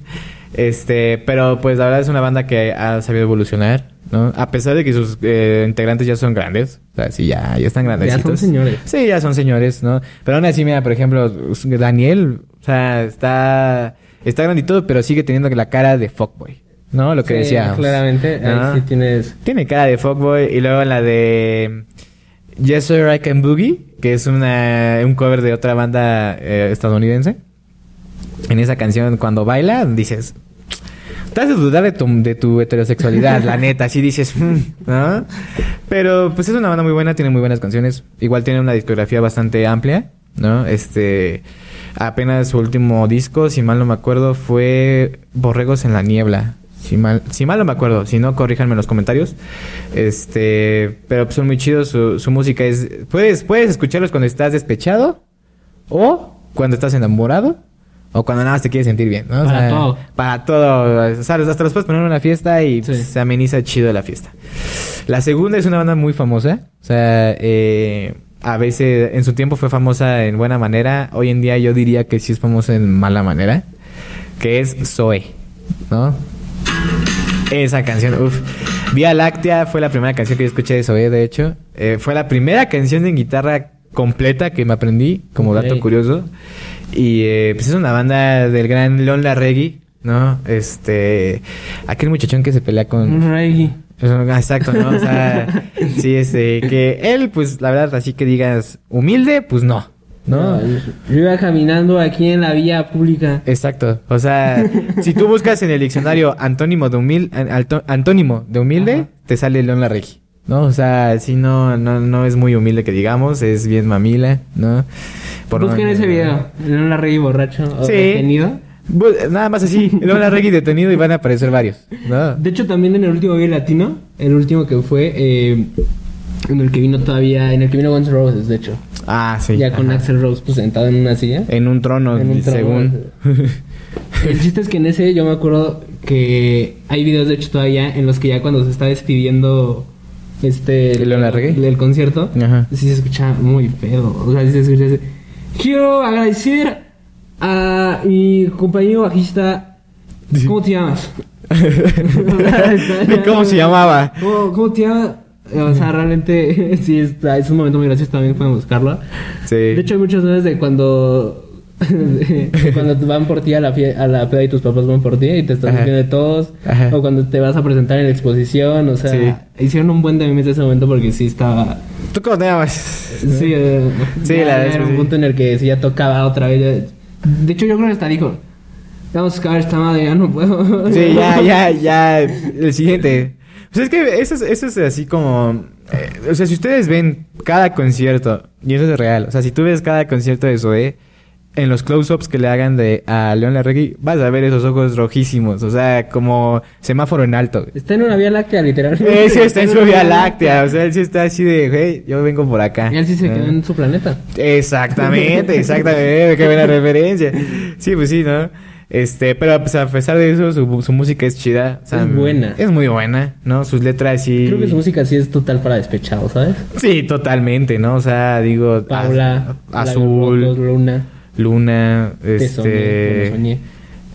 A: Este, pero pues la verdad es una banda que ha sabido evolucionar, ¿no? A pesar de que sus eh, integrantes ya son grandes, o sea, sí, ya, ya están grandecitos.
B: Ya son señores.
A: Sí, ya son señores, ¿no? Pero aún así, mira, por ejemplo, Daniel, o sea, está, está grandito, pero sigue teniendo la cara de fuckboy, ¿no? Lo que
B: Sí,
A: decíamos.
B: Claramente,
A: ¿no?
B: ahí sí tienes.
A: Tiene cara de fuckboy y luego la de Yes Sir I Can Boogie, que es una, un cover de otra banda eh, estadounidense. En esa canción cuando baila dices, te haces dudar de tu, de tu heterosexualidad, la neta, así dices, "Mm", ¿no? Pero pues es una banda muy buena, tiene muy buenas canciones, igual tiene una discografía bastante amplia, ¿no? Este, apenas su último disco, si mal no me acuerdo, fue Borregos en la Niebla. Si mal, si mal no me acuerdo, si no, corríjanme en los comentarios. Este, pero pues, son muy chidos, su, su música es... Puedes, puedes escucharlos cuando estás despechado o cuando estás enamorado. O cuando nada más te quieres sentir bien, ¿no? O
B: Para
A: sea,
B: todo.
A: Para todo. O sea, hasta los puedes poner en una fiesta y
B: Sí.
A: pues, se ameniza chido la fiesta. La segunda es una banda muy famosa. O sea, eh, a veces en su tiempo fue famosa en buena manera. Hoy en día yo diría que sí es famosa en mala manera. Que es Zoe, ¿no? Esa canción, uff. Vía Láctea fue la primera canción que yo escuché de Zoe, de hecho. Eh, fue la primera canción en guitarra completa que me aprendí, como
B: Ok.
A: dato curioso. Y eh, pues es una banda del gran Leon Larregui, ¿no? Este. Aquel muchachón que se pelea con.
B: Un reggae.
A: Es un- [laughs] ah, Exacto, ¿no? O
B: [laughs]
A: sea, sí, este, que él, pues, la verdad, así que digas humilde, pues no, ¿no?
B: Yo iba caminando aquí en la vía pública.
A: Exacto, o sea, si tú buscas en el diccionario antónimo de humilde, antónimo de humilde,
B: Ajá.
A: te sale León Larregui, ¿no? O sea, sí, no, no, no es muy humilde que digamos, es bien mamila, ¿no?
B: Busquen
A: no-
B: ese video. En la rey borracho o
A: Sí.
B: detenido.
A: Bu- Pues, Nada más así, [laughs] Lola Reggie detenido y van a aparecer varios, ¿no?
B: De hecho, también en el último video latino, el último que fue, eh, en el que vino todavía, en el que vino Guns N' Roses, de hecho.
A: Ah, sí.
B: ya con
A: ajá.
B: Axel Rose pues, sentado en una silla.
A: En un trono,
B: En un trono,
A: según.
B: El chiste es que en ese yo me acuerdo que hay videos de hecho todavía en los que ya cuando se está despidiendo este
A: ¿El León Larregui?
B: el concierto
A: Ajá.
B: sí se escucha muy pedo. O sea, sí se escucha ese, Quiero agradecer a mi compañero bajista. ¿Cómo te llamas?
A: [laughs] ¿Cómo se llamaba?
B: ¿Cómo, cómo te llamas? O sea, realmente [laughs] sí está, es un momento muy gracioso también pueden buscarlo.
A: Sí.
B: De hecho, hay muchas veces de cuando. [laughs] de cuando te van por ti a la, fie- a la peda y tus papás van por ti y te están
A: Ajá.
B: viendo de todos.
A: Ajá.
B: O cuando te vas a presentar en la exposición. O sea,
A: Sí.
B: hicieron un buen de memes de ese momento porque sí estaba.
A: ¿Tú cómo te llamas?
B: Sí, eh,
A: Sí,
B: ya
A: la verdad es
B: Era
A: que
B: un
A: sí.
B: punto en el que sí ya tocaba otra vez. ya- De hecho, yo creo que hasta dijo: Vamos a acabar esta madre, ya no puedo.
A: Sí, ya, ya, ya. El siguiente. Pues es que eso es, eso es así como. eh, o sea, si ustedes ven cada concierto, y eso es real. O sea, si tú ves cada concierto de Zoé, en los close-ups que le hagan de a León Larregui, vas a ver esos ojos rojísimos. O sea, como semáforo en alto. güey.
B: [laughs] Está en una vía láctea, literalmente.
A: Él Eh, sí está en su
B: una
A: vía láctea. O sea, él sí está así de, hey, yo vengo por acá.
B: Y él sí se
A: Ah.
B: quedó en su planeta.
A: Exactamente, exactamente, qué buena referencia. Sí, pues sí, ¿no? Este, pero pues, a pesar de eso, su, su música es chida. o sea,
B: Es buena.
A: Es muy buena, ¿no? Sus letras sí.
B: Creo que su música sí es total para despechado, ¿sabes?
A: Sí, totalmente, ¿no? O sea, digo. az-
B: Paula,
A: Azul,
B: Lagos Rotos, Luna,
A: Luna,
B: Te soñé,
A: este.
B: cuando soñé,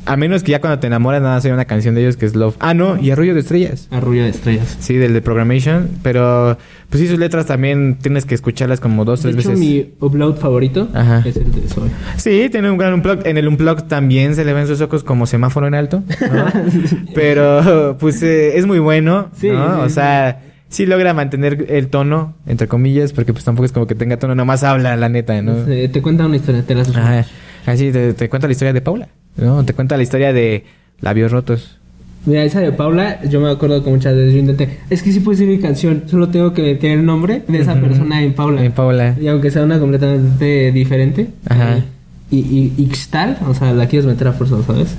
A: A menos que ya cuando te enamoras, nada, soy una canción de ellos que es Love. Ah, no, y Arrullo de Estrellas.
B: Arrullo de Estrellas.
A: Sí, del de Programmation. Pero, pues sí, sus letras también tienes que escucharlas como dos,
B: De
A: tres
B: hecho,
A: veces.
B: mi upload favorito
A: Ajá.
B: es el de Soy.
A: Sí, tiene un gran unplug. En el unplug también se le ven sus ojos como semáforo en alto. ¿no?
B: [laughs]
A: Pero, pues, eh, es muy bueno,
B: Sí,
A: ¿no?
B: sí,
A: o
B: sí.
A: sea, sí logra mantener el tono, entre comillas, porque pues tampoco es como que tenga tono, nomás habla, la neta, [laughs] ¿no?
B: [laughs] Eh, te cuenta una historia, te la susurro.
A: Ajá. Así te, te cuenta la historia de Paula, ¿no? Te cuenta la historia de labios rotos.
B: Mira, esa de Paula, yo me acuerdo que muchas veces yo intenté. Es que sí puede ser mi canción, solo tengo que meter el nombre de esa
A: Ujú.
B: persona en Paula.
A: En Paula.
B: Y aunque sea una completamente diferente. eh,
A: Ajá.
B: Y, y, y Xtal, o sea, la quieres meter a fuerza, ¿sabes?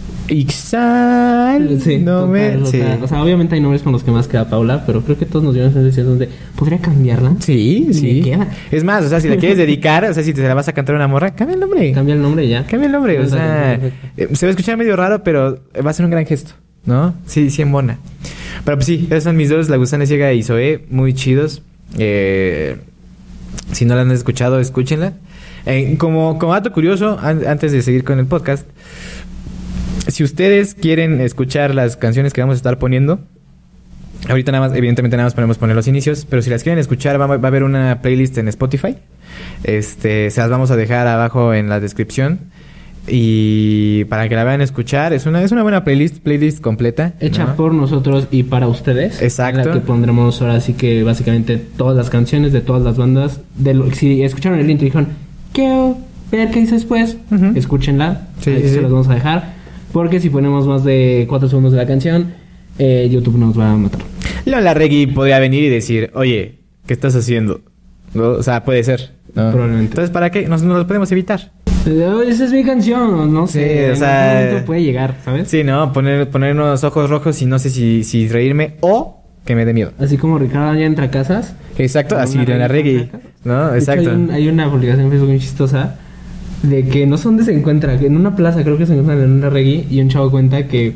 A: Ixal,
B: Sí,
A: no me...
B: total,
A: sí.
B: total. O sea, obviamente hay nombres con los que más queda Paula, pero creo que todos nos dieron esa sensación donde podría cambiarla.
A: Sí,
B: Y
A: sí.
B: me queda.
A: Es más, o sea, si la quieres dedicar, o sea, si te la vas a cantar a una morra, cambia el nombre.
B: Cambia el nombre y ya.
A: Cambia el nombre, o
B: Cambia el
A: sea,
B: nombre,
A: eh, se va a escuchar medio raro, pero va a ser un gran gesto, ¿no? Sí, sí, en bona. Pero pues sí, esos son mis dos, La Gusana Ciega y Zoe, muy chidos. Eh, si no la han escuchado, escúchenla. Eh, como, como dato curioso, an- antes de seguir con el podcast, si ustedes quieren escuchar las canciones que vamos a estar poniendo, ahorita nada más, evidentemente nada más podemos poner los inicios, pero si las quieren escuchar, va, va a haber una playlist en Spotify. Este, se las vamos a dejar abajo en la descripción. Y para que la vean escuchar, es una, es una buena playlist, playlist completa.
B: Hecha
A: ¿no?
B: por nosotros y para ustedes.
A: Exacto.
B: En La que pondremos ahora sí que básicamente todas las canciones de todas las bandas. De lo, si escucharon el intro y dijeron, quiero ver qué hice después,
A: Ujú.
B: escúchenla.
A: Sí,
B: Ahí
A: sí,
B: se
A: sí.
B: las vamos a dejar. Porque si ponemos más de 4 segundos de la canción, eh, YouTube nos va a matar.
A: Lola Reggie podría venir y decir, oye, ¿qué estás haciendo? ¿No? O sea, puede ser. ¿no?
B: Probablemente.
A: Entonces, ¿para qué? Nos, nos lo podemos evitar.
B: Eh, Esa es mi canción, no sé.
A: Sí, o
B: en algún
A: sea,
B: momento puede llegar, ¿sabes?
A: Sí, ¿no? Poner, poner unos ojos rojos y no sé si, si reírme o que me dé miedo.
B: Así como Ricardo ya entra a casas.
A: Exacto,
B: Con
A: así
B: una
A: Lola
B: regla
A: Reggie.
B: con placas.
A: ¿No?
B: De hecho,
A: Exacto.
B: Hay, un- hay una publicación en Facebook muy chistosa de que no sé dónde se encuentra, que en una plaza creo que se encuentra León Larregui y un chavo cuenta que,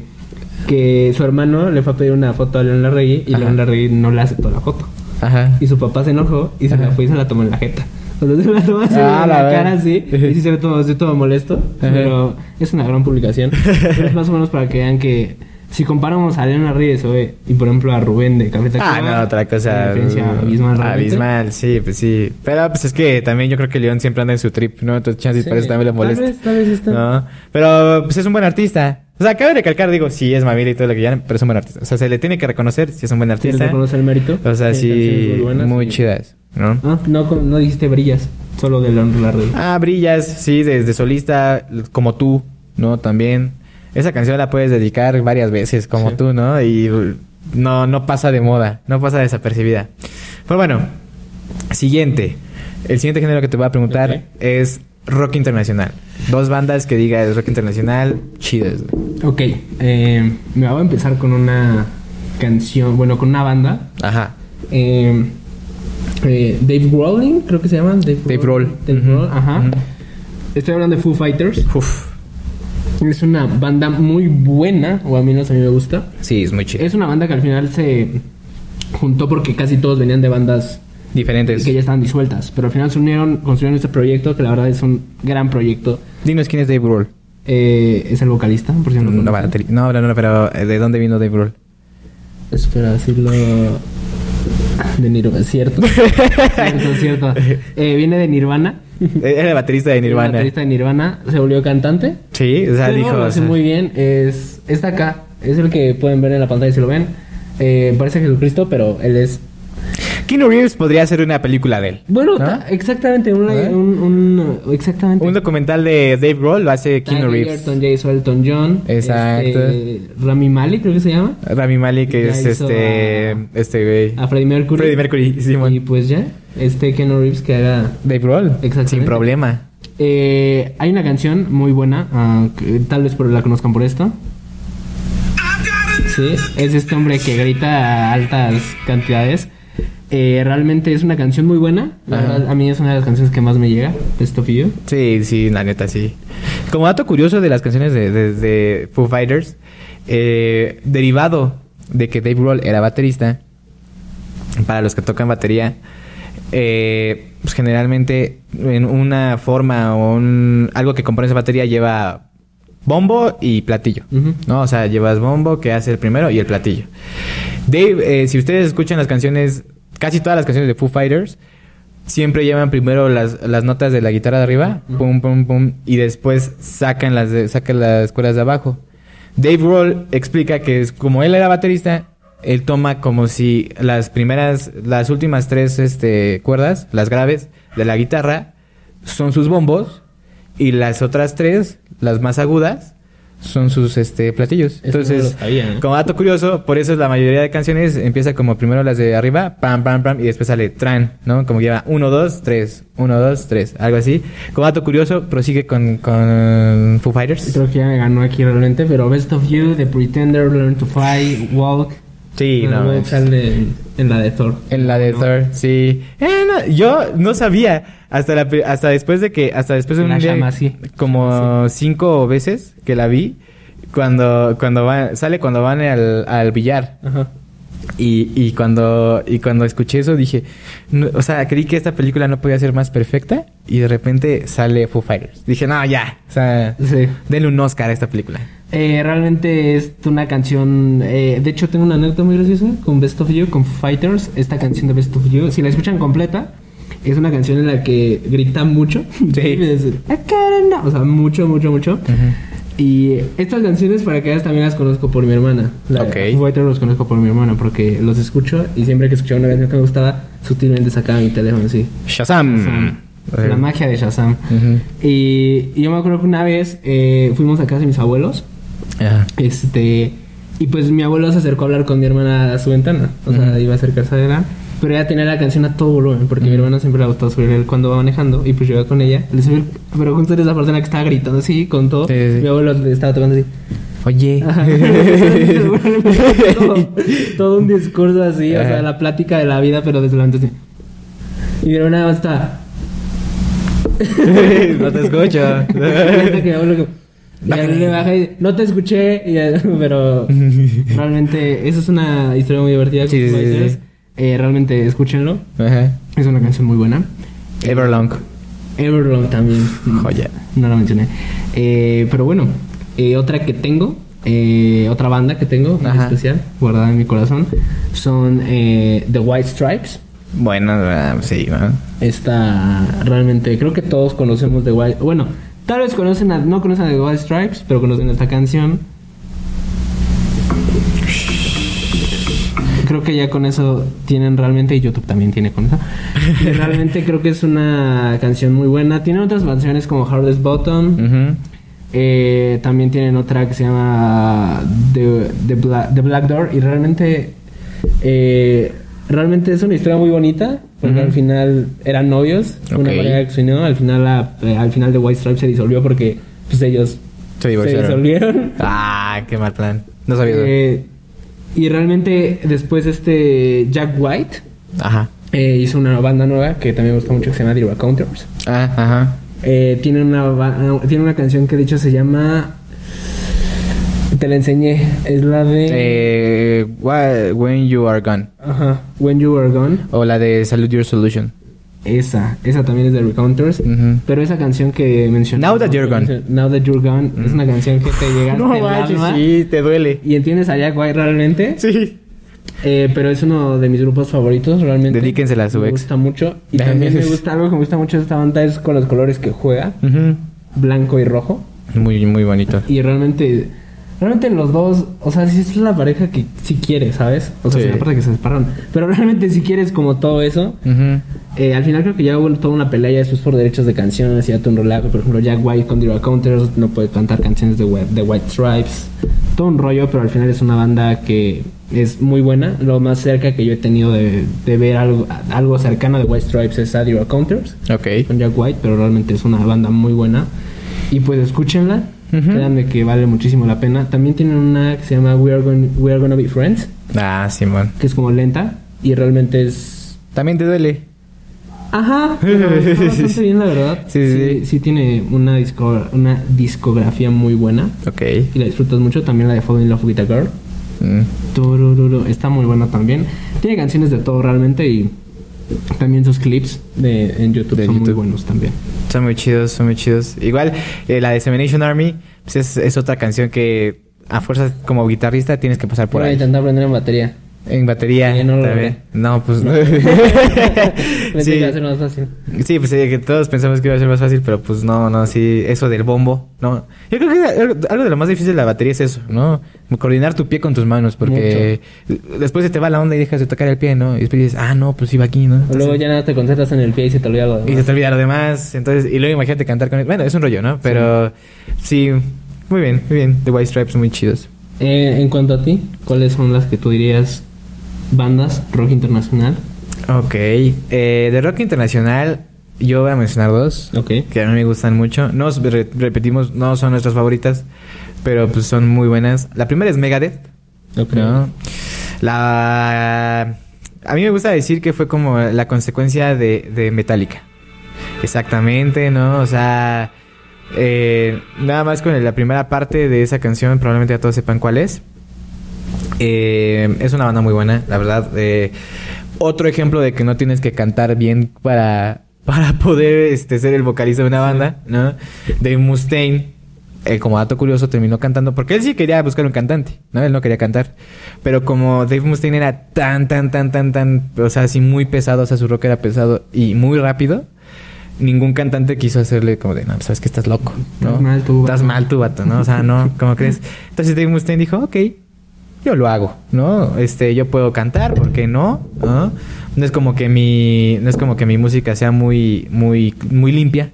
B: que su hermano le fue a pedir una foto a León Larregui y
A: Ajá.
B: León Larregui no le aceptó la foto.
A: Ajá.
B: Y su papá se enojó y se la
A: Ajá.
B: fue y se la tomó en la jeta. O sea, se la tomó así
A: Ah,
B: en
A: la
B: la,
A: ver-
B: cara
A: [laughs]
B: así y sí se ve todo, así todo molesto, pero es una
A: [laughs]
B: gran publicación. Pero es más o menos para que vean que si comparamos a León Larregui de Zoe y por ejemplo a Rubén de Café
A: Ah,
B: Tacuba,
A: no, otra
B: la
A: cosa. uh, mm,
B: diferencia abismal, realmente.
A: Abismal, sí, pues sí. Pero pues es que también yo creo que León siempre anda en su trip, ¿no? Entonces, chances
B: Sí,
A: por eso también le
B: tal
A: molesta.
B: vez, tal vez está.
A: ¿no? Pero pues es un buen artista. O sea, cabe recalcar, digo, sí es mamila y todo lo que ya, pero es un buen artista. O sea, se le tiene que reconocer si es un buen
B: Sí,
A: artista.
B: le reconoce el mérito.
A: o sea,
B: Tiene canciones
A: sí,
B: buenas
A: muy
B: y-
A: chidas, ¿no?
B: Ah, no, con- no dijiste brillas, solo de la, la red.
A: Ah, brillas, sí, desde solista, como tú, ¿no? También. Esa canción la puedes dedicar varias veces, como
B: Sí.
A: tú, ¿no? Y no, no pasa de moda, no pasa desapercibida. Pero bueno, siguiente. El siguiente género que te voy a preguntar
B: Ok.
A: es rock internacional. Dos bandas que digas rock internacional, chidas. güey.
B: Ok, eh, me voy a empezar con una canción, bueno, con una banda.
A: Ajá.
B: Eh, eh, Dave Rowling, creo que se llaman. Dave,
A: Dave
B: Grohl.
A: Grohl.
B: Dave
A: Ujú,
B: Grohl, ajá.
A: ujú.
B: Estoy hablando de Foo Fighters.
A: Uf.
B: Es una banda muy buena, o al menos a mí me gusta.
A: Sí, es muy chido.
B: Es una banda que al final se juntó porque casi todos venían de bandas
A: Diferentes.
B: que ya estaban disueltas. Pero al final se unieron, construyeron este proyecto que la verdad es un gran proyecto.
A: Dinos quién es Dave Grohl.
B: Eh, es el vocalista, por si no lo
A: No,
B: conocen.
A: batería- no, no, no, pero eh, ¿de dónde vino Dave
B: [laughs]
A: Grohl?
B: Espera, decirlo. De Nirvana, es
A: [laughs]
B: cierto. cierto, es cierto. Eh, viene de Nirvana.
A: Era el baterista de
B: Era
A: Nirvana.
B: baterista de Nirvana. Se volvió cantante.
A: Sí, o sea,
B: Pero
A: dijo.
B: Lo
A: o
B: hace
A: sea,
B: muy bien. Es, está acá. Es el que pueden ver en la pantalla si lo ven. Eh, parece Jesucristo, pero él es.
A: Keanu Reeves podría hacer una película de él.
B: Bueno,
A: ¿no?
B: ta- exactamente. una-
A: ¿Eh?
B: un, un- exactamente.
A: Un documental de Dave Grohl lo hace Keanu
B: Tyler
A: Reeves.
B: Egerton ya hizo Elton John.
A: Exacto.
B: Este, Rami Malik, creo que se llama.
A: Rami Malek que
B: Ya
A: es
B: hizo
A: este.
B: a-
A: este güey.
B: A Freddie Mercury.
A: Freddie Mercury, Simón.
B: Y pues ya. Este Keanu Reeves que haga
A: Dave Grohl.
B: Exactamente.
A: Sin problema.
B: Eh, hay una canción muy buena, ah, que tal vez por- la conozcan por esto. Sí, es este hombre que grita a altas cantidades. Eh, realmente es una canción muy buena. La
A: Ajá.
B: verdad, a mí es una de las canciones que más me llega, de Stuff You.
A: Sí, sí, la neta, sí. Como dato curioso de las canciones de, de- de Foo Fighters, eh, derivado de que Dave Grohl era baterista, para los que tocan batería, eh, pues generalmente en una forma o un, algo que compone esa batería lleva bombo y platillo.
B: Ujú.
A: ¿no? O sea, llevas bombo, que hace el primero y el platillo. Dave, eh, si ustedes escuchan las canciones, casi todas las canciones de Foo Fighters, siempre llevan primero las, las notas de la guitarra de arriba, pum, pum, pum, y después sacan las, de- sacan las cuerdas de abajo. Dave Roll explica que es como él era baterista, él toma como si las primeras, las últimas tres este, cuerdas, las graves de la guitarra, son sus bombos y las otras tres, las más agudas, son sus este platillos.
B: no
A: Entonces,
B: lo sabía, ¿eh?
A: como dato curioso, por eso la mayoría de canciones empieza como primero las de arriba, pam, pam, pam, y después sale tran, ¿no? Como lleva 1, 2, 3, 1, 2, 3, algo así. Como dato curioso, prosigue con, con Foo Fighters.
B: Creo que ya me ganó aquí realmente, pero Best of You, The Pretender, Learn to Fly, Walk.
A: Sí,
B: Bueno,
A: no.
B: Walk
A: es- Eh,
B: sale en, en la de Thor.
A: En la de
B: No.
A: Thor, sí. Eh, no, yo no sabía. Hasta, la, pri- hasta después de que. Hasta después de un
B: La
A: día.
B: llama así.
A: Como cinco veces que la vi. Cuando, cuando va- sale cuando van al, al billar.
B: Ajá.
A: Y, y cuando y cuando escuché eso dije, no, o sea, creí que esta película no podía ser más perfecta y de repente sale Foo Fighters. Dije, no, ya, o sea,
B: Sí.
A: denle un Oscar a esta película.
B: Eh, realmente es una canción. eh, de hecho, tengo una anécdota muy graciosa con Best of You, con Fighters. Esta canción de Best of You, si la escuchan completa, es una canción en la que grita mucho. [laughs]
A: Sí.
B: Es, "I can't know", O sea, mucho, mucho, mucho. Y estas canciones, para que veas, también las conozco por mi hermana. La
A: Ok.
B: Fighters los conozco por mi hermana porque los escucho y siempre que escuchaba una canción que me gustaba, sutilmente sacaba mi teléfono así.
A: Shazam.
B: La magia de Shazam.
A: Ujú.
B: y, y yo me acuerdo que una vez eh, fuimos a casa de mis abuelos.
A: Ajá.
B: Este. Y pues mi abuelo se acercó a hablar con mi hermana a su ventana. O sea,
A: Ujú.
B: iba a acercarse a ella. Pero ella tenía la canción a todo volumen. Porque mi hermana siempre le ha gustado subir él cuando va manejando. Y pues yo iba con ella. Le subí el- pero justo eres la persona que estaba gritando así, con todo.
A: Sí, sí, sí.
B: Mi abuelo le estaba
A: [laughs]
B: tocando así. [laughs]
A: Oye.
B: Ajá. todo, todo un discurso así. O sea,
A: Ajá.
B: la plática de la vida, pero desde la ventana así. Y mi hermana estaba.
A: no te escucho.
B: Y hasta Este que mi
A: [laughs]
B: abuelo como- y ya le baja y dice, no te escuché, y ya- [laughs]
A: [laughs]
B: pero realmente esa es una historia muy divertida.
A: Sí,
B: como
A: sí, sí,
B: dices.
A: sí.
B: Eh, realmente escúchenlo,
A: Ajá.
B: es una canción muy buena.
A: Everlong.
B: Everlong
A: [laughs]
B: también.
A: Joya.
B: No la mencioné. Eh, pero bueno, eh, otra que tengo, eh, otra banda que tengo, muy
A: Ajá.
B: especial, guardada en mi corazón, son eh, The White Stripes.
A: Bueno, ah, sí, ¿no?
B: Esta realmente creo que todos conocemos de White. Bueno, tal vez conocen a- no conocen a The White Stripes, pero conocen esta canción. Creo que ya con eso tienen realmente, y YouTube también tiene con eso. Y Realmente creo que es una canción muy buena. Tienen otras canciones como Hardest Button.
A: Ujú.
B: Eh, también tienen otra que se llama The, The Bla- The Black Door. Y realmente Eh, realmente es una historia muy bonita, porque
A: Ujú.
B: al final eran novios, fue una
A: Ok.
B: pareja que se unió, al final, la- eh, al final de White Stripes se disolvió porque pues, ellos
A: Se divorciaron.
B: disolvieron.
A: Ah, qué mal plan. No sabía. eso.
B: Eh, y realmente después este Jack White
A: Ajá.
B: eh, hizo una banda nueva que también me gusta mucho que se llama The Counters.
A: Ah, ajá.
B: Eh, tiene, una, ba- eh, tiene una canción que de hecho se llama... Te la enseñé, es la de...
A: Eh, wha- when you are gone.
B: Ajá, When You Were Gone.
A: O la de Salute Your Solution.
B: Esa, esa también es de Recounters.
A: Ujú.
B: Pero esa canción que mencioné.
A: Now That You're Gone.
B: Now That You're Gone es una canción que te
A: [laughs]
B: llega hasta el alma.
A: sí, te duele.
B: Y entiendes a Jack White realmente.
A: Sí.
B: Eh, pero es uno de mis grupos favoritos, realmente.
A: Dedíquensela a su
B: Me
A: ex.
B: gusta mucho.
A: [laughs]
B: Y también me gusta algo que me gusta mucho de esta banda es con los colores que juega:
A: Ujú.
B: blanco y rojo.
A: Muy, muy bonito.
B: Y realmente, realmente los dos, o sea, si es la pareja que si quieres, ¿sabes? O sea,
A: Sí.
B: si la pareja que se separaron. Pero realmente, si quieres, como todo eso,
A: Ujú.
B: Eh, al final creo que ya hubo toda una pelea ya después por derechos de canciones, ya todo un relajo. Por ejemplo, Jack White con Dira Counters no puede cantar canciones de, Whi- de White Stripes. Todo un rollo, pero al final es una banda que es muy buena. Lo más cerca que yo he tenido de, de ver algo, algo cercano de White Stripes es a Dira Counters
A: Ok.
B: con Jack White, pero realmente es una banda muy buena. Y pues escúchenla,
A: Ujú.
B: créanme que vale muchísimo la pena. También tienen una que se llama We Are, Gon- We Are Gonna Be Friends,
A: Ah, Simón.
B: que es como lenta y realmente es
A: También te duele.
B: [laughs] Ajá, pero está bastante bien, la verdad.
A: Sí, sí, sí.
B: sí tiene una, disco, una discografía muy buena
A: Ok.
B: y la disfrutas mucho. También la de Fall in Love with a Girl.
A: Mm.
B: Turururu, está muy buena también. Tiene canciones de todo realmente y también sus clips de, en YouTube
A: De
B: son muy
A: YouTube.
B: buenos también.
A: Son muy chidos, son muy chidos. Igual, eh, la de Semination Army pues es, es otra canción que a fuerzas como guitarrista tienes que pasar por
B: Voy a
A: ahí.
B: intentar aprender en batería.
A: En batería.
B: Sí, no lo
A: también.
B: logré.
A: No, [laughs]
B: [laughs]
A: pues.
B: Me
A: sí.
B: tiene que hacer más fácil.
A: Sí, pues eh, que todos pensamos que iba a ser más fácil, pero pues no, no, sí, eso del bombo, no. Yo creo que algo- algo de lo más difícil de la batería es eso, ¿no? Coordinar tu pie con tus manos, porque después se te va la onda y dejas de tocar el pie, ¿no? Y después dices, ah, no, pues iba aquí, ¿no?
B: O luego ya nada te concentras en el pie y se te olvida lo
A: Y se
B: demás.
A: te olvida lo demás, entonces, y luego imagínate cantar con él. Bueno, es un rollo, ¿no? Pero sí, muy bien, muy bien. The White Stripes, muy chidos.
B: Eh, en cuanto a ti, ¿cuáles son las que tú dirías bandas rock internacional?
A: Ok, eh, de rock internacional, yo voy a mencionar dos.
B: Ok.
A: que a mí me gustan mucho. No, re- repetimos, no son nuestras favoritas, pero pues son muy buenas. La primera es Megadeth,
B: Ok.
A: ¿no? La... A mí me gusta decir que fue como la consecuencia de, de Metallica. Exactamente, ¿no? O sea, eh, nada más con la primera parte de esa canción, probablemente ya todos sepan cuál es. Eh, es una banda muy buena, la verdad. Eh, otro ejemplo de que no tienes que cantar bien para, para poder este, ser el vocalista de una banda, ¿no? Dave Mustaine, eh, como dato curioso, terminó cantando porque él sí quería buscar un cantante, ¿no? Él no quería cantar. Pero como Dave Mustaine era tan, tan, tan, tan, tan, o sea, así muy pesado, o sea, su rock era pesado y muy rápido. Ningún cantante quiso hacerle como de, no, sabes que estás loco, ¿no?
B: Estás mal tú,
A: Estás
B: vato".
A: mal tú, vato, ¿no? O sea,
B: [laughs]
A: no, ¿cómo crees? Entonces Dave Mustaine dijo, ok, yo lo hago, ¿no? Este, yo puedo cantar, ¿por qué no? ¿No? No es como que mi, no es como que mi música sea muy, muy, muy limpia.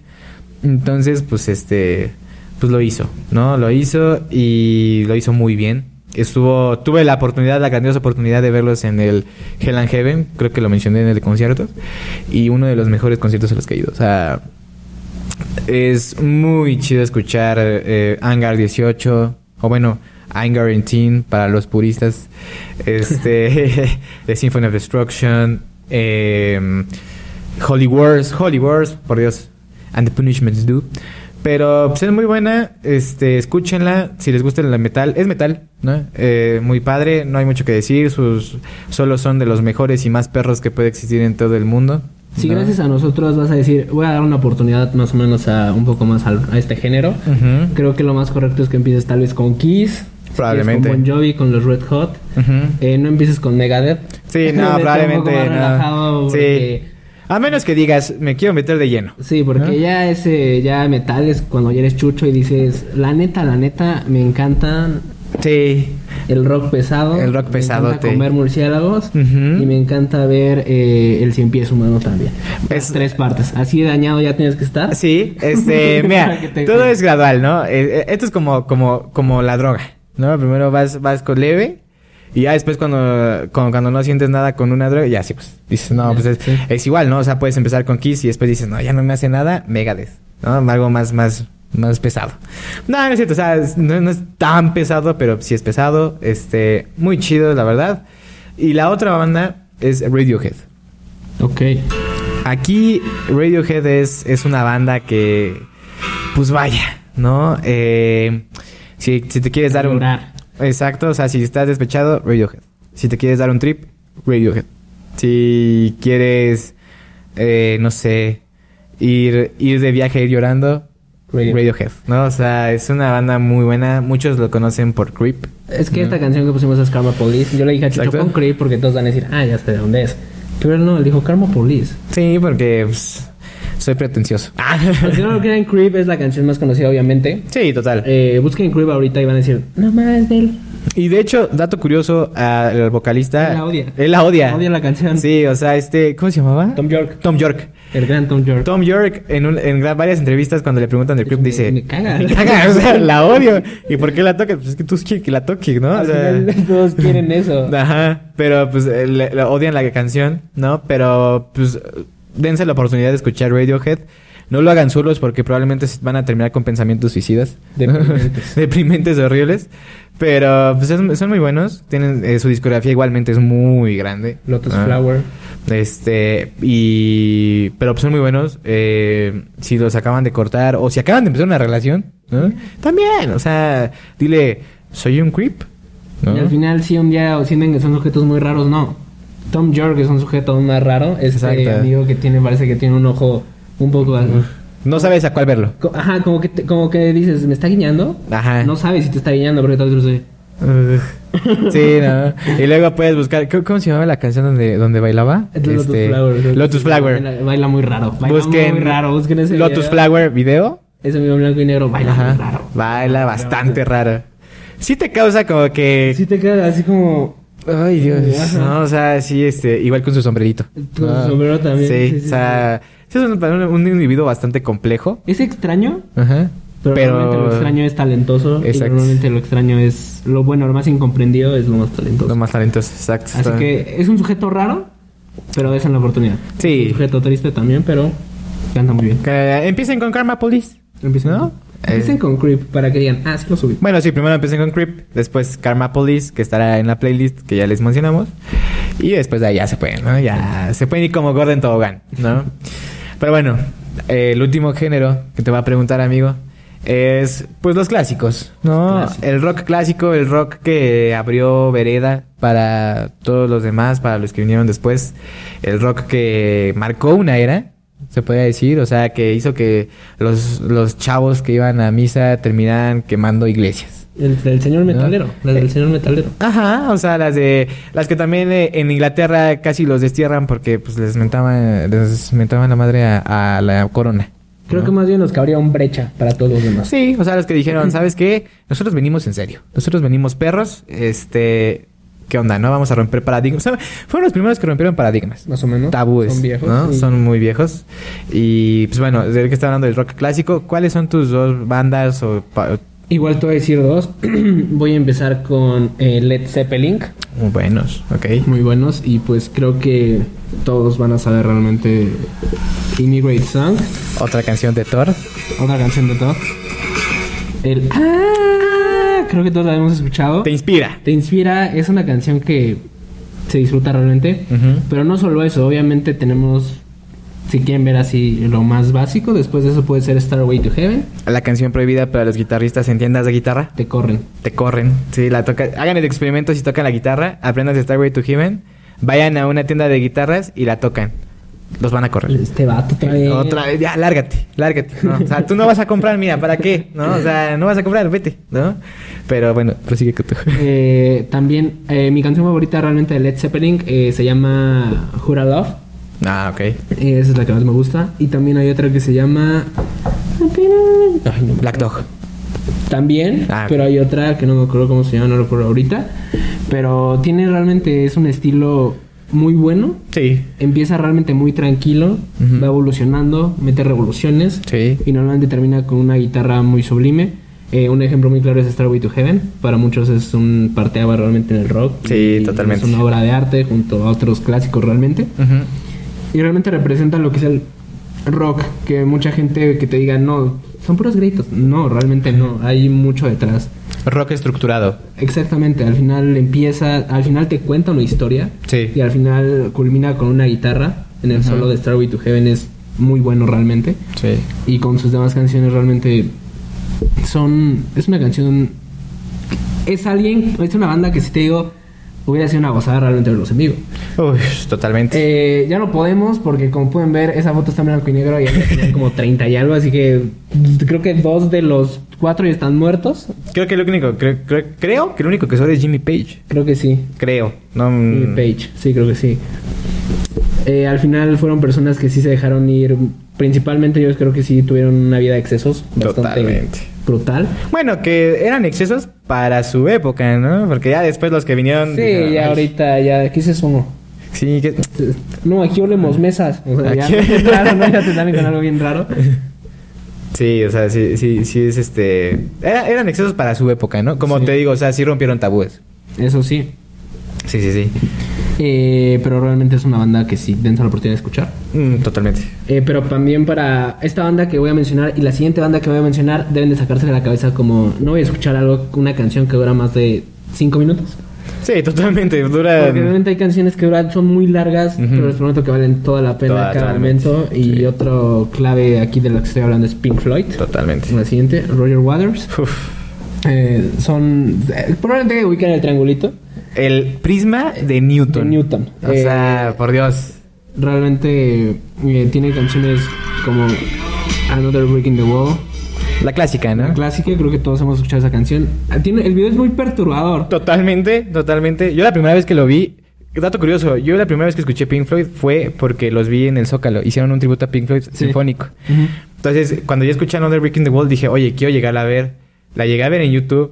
A: Entonces, pues este, pues lo hizo, ¿no? Lo hizo y lo hizo muy bien. Estuvo, tuve la oportunidad, la grandiosa oportunidad de verlos en el Hell and Heaven, creo que lo mencioné en el concierto, y uno de los mejores conciertos a los que he ido. O sea, es muy chido escuchar eh, Hangar 18, o bueno, Hangar 18 para los puristas, este, [laughs] The Symphony of Destruction, eh, Holy Wars, Holy Wars, por Dios, and the Punishment is Due. Pero pues, es muy buena, este, escúchenla, si les gusta el metal, es metal, ¿no? Eh, muy padre, no hay mucho que decir, sus solos son de los mejores y más perros que puede existir en todo el mundo.
B: Si
A: ¿no?
B: gracias a nosotros vas a decir, voy a dar una oportunidad más o menos a un poco más al- a este género,
A: Ujú.
B: creo que lo más correcto es que empieces tal vez con Kiss, si quieres
A: Probablemente.
B: con Bon Jovi, con los Red Hot,
A: Ujú.
B: Eh, no empieces con Megadeth. [laughs]
A: Sí, no,
B: Vete un
A: probablemente
B: poco más
A: no.
B: relajado
A: sí.
B: porque-
A: A menos que digas, me quiero meter de lleno.
B: Sí, porque ya ese ya metal es cuando ya eres chucho y dices, la neta, la neta, me encantan
A: Sí.
B: el rock pesado,
A: El rock
B: me encanta
A: pesadote.
B: comer murciélagos
A: Ujú.
B: y me encanta ver eh, el cien pies humano también.
A: Es-
B: Las tres partes, así dañado ya tienes que estar.
A: Sí,
B: [laughs]
A: este, mira,
B: Para que te-
A: todo es gradual, ¿no? Eh, eh, esto es como, como, como la droga, ¿no? Primero vas, vas con leve Y ya después cuando, cuando, cuando no sientes nada con una droga, ya sí, pues dices, no, pues es,
B: Sí.
A: es igual, ¿no? O sea, puedes empezar con Kiss y después dices, no, ya no me hace nada, Megadeth, ¿no? Algo más, más, más pesado. No, no es cierto, o sea, es- no, no es tan pesado, pero sí es pesado. Este, muy chido, la verdad. Y la otra banda es Radiohead.
B: Ok.
A: Aquí Radiohead es, es una banda que, pues vaya, ¿no? Eh, si, si te quieres dar un...
B: Valorar.
A: Exacto, o sea, si estás despechado, Radiohead. Si te quieres dar un trip, Radiohead. Si quieres, eh, no sé, ir, ir de viaje, ir llorando,
B: Radiohead.
A: Radiohead. ¿no? O sea, es una banda muy buena. Muchos lo conocen por Creep.
B: Es que esta canción que pusimos es Karma Police. Yo le dije a Chucho
A: Exacto.
B: con Creep porque todos van a decir, ah, ya sé de dónde es. Pero él no, él dijo Karma Police.
A: Sí, porque pues, soy pretencioso. Ah.
B: Al que Pues no lo crean, Creep es la canción más conocida, obviamente.
A: [laughs] Sí, total.
B: Eh, busquen Creep ahorita y van a decir, no más de él.
A: Y de hecho, dato curioso, al vocalista...
B: Él la odia.
A: Él la odia.
B: Odia la canción.
A: Sí, o sea, este... ¿Cómo se llamaba?
B: Tom York.
A: Tom York.
B: El gran Tom York.
A: Tom York, en, un- en gra- varias entrevistas, cuando le preguntan del club,
B: Me-
A: dice:
B: me caga.
A: Me caga, o sea, la odio. ¿Y por qué la toca? Pues es que tú quieres que la toque, ¿no? O
B: Al
A: sea,
B: final, [laughs] todos
A: [laughs]
B: quieren eso.
A: Ajá. Pero pues eh, le- le odian la canción, ¿no? Pero pues eh, dense la oportunidad de escuchar Radiohead. No lo hagan solos porque probablemente se van a terminar con pensamientos suicidas. [laughs]
B: Deprimentes.
A: Deprimentes horribles. Pero pues es- son muy buenos. Tienen eh, su discografía igualmente es muy grande.
B: Lotus
A: Ah.
B: Flower.
A: Este, y. Pero pues son muy buenos. Eh, si los acaban de cortar o si acaban de empezar una relación, ¿no? También, o sea, dile, soy un creep. ¿no?
B: Y al final, sí, un día sienten que son sujetos muy raros, no. Tom York es un sujeto más raro. Este
A: Exacto.
B: amigo que tiene, parece que tiene un ojo un poco.
A: No sabes a cuál verlo.
B: Co- Ajá, como que, te- como que dices, ¿me está guiñando?
A: Ajá.
B: No sabes si te está guiñando, porque tal vez lo sé.
A: Ugh. [laughs] Sí, ¿no? Y luego puedes buscar. ¿Cómo cómo se llamaba la canción donde, donde bailaba?
B: Lotus
A: Este,
B: Flower.
A: Lotus Flower.
B: Baila, baila muy raro. Baila
A: Busquen
B: muy raro. Busquen ese
A: Lotus
B: video.
A: Flower video.
B: Ese video en blanco y negro baila
A: Ajá.
B: muy raro.
A: Baila bastante raro. Sí te causa como que.
B: Sí te queda así como...
A: Ay, Dios.
B: Ajá.
A: No, o sea, sí, este, igual con su sombrerito.
B: Con su
A: Ah,
B: sombrero también,
A: Sí,
B: sí,
A: o
B: sí,
A: sea, sí es un, un- un individuo bastante complejo.
B: Es extraño,
A: Ajá.
B: pero, normalmente lo extraño es talentoso. Y
A: Exacto.
B: normalmente lo extraño es... Lo bueno, lo más incomprendido es lo más talentoso.
A: lo más talentoso, exacto.
B: Así
A: está-
B: que es un sujeto raro, pero es en la oportunidad.
A: Sí.
B: Es un sujeto triste también, pero canta muy bien.
A: Que eh, empiecen con Karma Police.
B: Empiecen,
A: ¿No? Eh.
B: Empiecen con Creep para que digan, ah, sí lo subí.
A: Bueno, sí, primero empiecen con Creep, después Karma Police, que estará en la playlist que ya les mencionamos. Y después de ahí ya se pueden, ¿no? Ya se pueden ir como Gordon Tobogán, ¿no? Pero bueno, eh, el último género que te va a preguntar, amigo, es pues los clásicos, ¿no?
B: Clásicos.
A: El rock clásico, el rock que abrió vereda para todos los demás, para los que vinieron después. El rock que marcó una era, se podría decir, o sea, que hizo que los, los chavos que iban a misa terminaran quemando iglesias.
B: El del señor metalero. La
A: Eh.
B: del señor metalero.
A: Ajá, o sea, las de las que también eh, en Inglaterra casi los destierran porque pues les mentaban les mentaban la madre a, a la corona.
B: Creo que más bien nos cabría un brecha para todos los demás.
A: Sí, o sea, los que dijeron, ¿sabes qué? Nosotros venimos en serio. Nosotros venimos perros, este, ¿qué onda? No vamos a romper paradigmas. O sea, fueron los primeros que rompieron paradigmas.
B: Más o menos.
A: Tabúes,
B: Son viejos.
A: ¿no?
B: y-
A: Son muy viejos. Y pues bueno, desde que está hablando del rock clásico, ¿cuáles son tus dos bandas o pa-
B: Igual te voy a decir dos. [clears throat] voy a empezar con eh, Led Zeppelin.
A: muy buenos? Ok.
B: Muy buenos. Y pues creo que todos van a saber realmente Immigrate Song.
A: Otra canción de Thor.
B: Otra canción de Todd. El... Ah, creo que todos la hemos escuchado.
A: Te inspira.
B: Te inspira, es una canción que se disfruta realmente.
A: Ujú.
B: Pero no solo eso, obviamente tenemos, si quieren ver así, lo más básico. Después de eso puede ser Starway to Heaven.
A: La canción prohibida para los guitarristas en tiendas de guitarra.
B: Te corren.
A: Te corren. Sí, la toca. Hagan el experimento si tocan la guitarra. Aprendan de Starway to Heaven. Vayan a una tienda de guitarras y la tocan. Los van a correr.
B: Este vato otra vez.
A: Eh, Otra vez, ya, lárgate, lárgate. ¿no? O sea, tú no vas a comprar, mira, ¿para qué? ¿No? O sea, no vas a comprar, vete, ¿no? Pero bueno, prosigue con tu.
B: Eh, también, eh, mi canción favorita realmente de Led Zeppelin eh, se llama Jura Love.
A: Ah, ok.
B: Eh, esa es la que más me gusta. Y también hay otra que se llama. Ay, no me
A: Black Dog.
B: También,
A: Ah,
B: pero
A: ok.
B: hay otra que no me acuerdo cómo se llama, no lo recuerdo ahorita. Pero tiene realmente, es un estilo muy bueno.
A: Sí.
B: Empieza realmente muy tranquilo,
A: Ujú.
B: va evolucionando, mete revoluciones
A: Sí.
B: y normalmente termina con una guitarra muy sublime. Eh, un ejemplo muy claro es Starway to Heaven. Para muchos es un parteaba realmente en el rock.
A: Sí, totalmente.
B: Es una obra de arte junto a otros clásicos realmente.
A: Ujú.
B: Y realmente representa lo que es el rock. Que mucha gente que te diga, no, son puros gritos. No, realmente no. Hay mucho detrás.
A: Rock estructurado.
B: Exactamente, al final empieza, al final te cuenta una historia
A: Sí.
B: y al final culmina con una guitarra en el solo de Starway to Heaven es muy bueno realmente
A: Sí.
B: y con sus demás canciones realmente son es una canción es alguien es una banda que si te digo hubiera sido una gozada realmente verlos en vivo.
A: Uy, totalmente.
B: Eh, ya no podemos porque como pueden ver esa foto está en blanco y negro y ya tienen como 30 y algo así que creo que dos de los cuatro ya están muertos
A: Creo que lo único, creo, creo, creo que lo único que sobra es Jimmy Page.
B: creo que sí
A: Creo. No,
B: Y
A: mm,
B: Page, sí, creo que sí. Eh, al final fueron personas que sí se dejaron ir. Principalmente ellos creo que sí tuvieron una vida de excesos bastante
A: Totalmente.
B: brutal.
A: Bueno, que eran excesos para su época, ¿no? Porque ya después los que vinieron.
B: Sí,
A: dijeron, "Ay,
B: ya ahorita, ya, aquí se sonó.
A: Sí, que.
B: No, aquí olemos mesas. O sea, ya,
A: Aquí.
B: claro, ¿no? [laughs] ya te salen con algo bien raro.
A: Sí, o sea, sí, sí, sí es este. era- eran excesos para su época, ¿no? Como
B: Sí.
A: te digo, o sea, sí rompieron tabúes.
B: Eso sí.
A: Sí, sí, sí.
B: Eh, pero realmente es una banda que sí, dense la oportunidad de escuchar.
A: Mm, totalmente.
B: Eh, pero también para esta banda que voy a mencionar y la siguiente banda que voy a mencionar deben de sacarse de la cabeza como no voy a escuchar algo, una canción que dura más de 5 minutos.
A: Sí, [laughs] totalmente. Dura.
B: Porque obviamente hay canciones que duran, son muy largas,
A: Em. Ujú.
B: pero les prometo que valen toda la pena
A: Toda-
B: cada
A: totalmente,
B: momento. Y
A: sí.
B: otro clave aquí de lo que estoy hablando es Pink Floyd.
A: Totalmente.
B: La siguiente, Roger Waters.
A: Uf.
B: Eh, son. eh, probablemente ubican el triangulito.
A: El prisma de Newton.
B: De Newton.
A: O
B: Eh,
A: sea, por Dios.
B: Realmente eh, tiene canciones como Another Brick in the Wall.
A: La clásica, ¿no?
B: La clásica, creo que todos hemos escuchado esa canción. Ah, Tiene, el video es muy perturbador.
A: Totalmente, totalmente. Yo la primera vez que lo vi, dato curioso, yo la primera vez que escuché Pink Floyd fue porque los vi en el Zócalo. Hicieron un tributo a Pink Floyd sinfónico.
B: Ujú.
A: Entonces, cuando yo escuché Another Brick in the Wall, dije, oye, quiero llegar a ver. La llegué a ver en YouTube.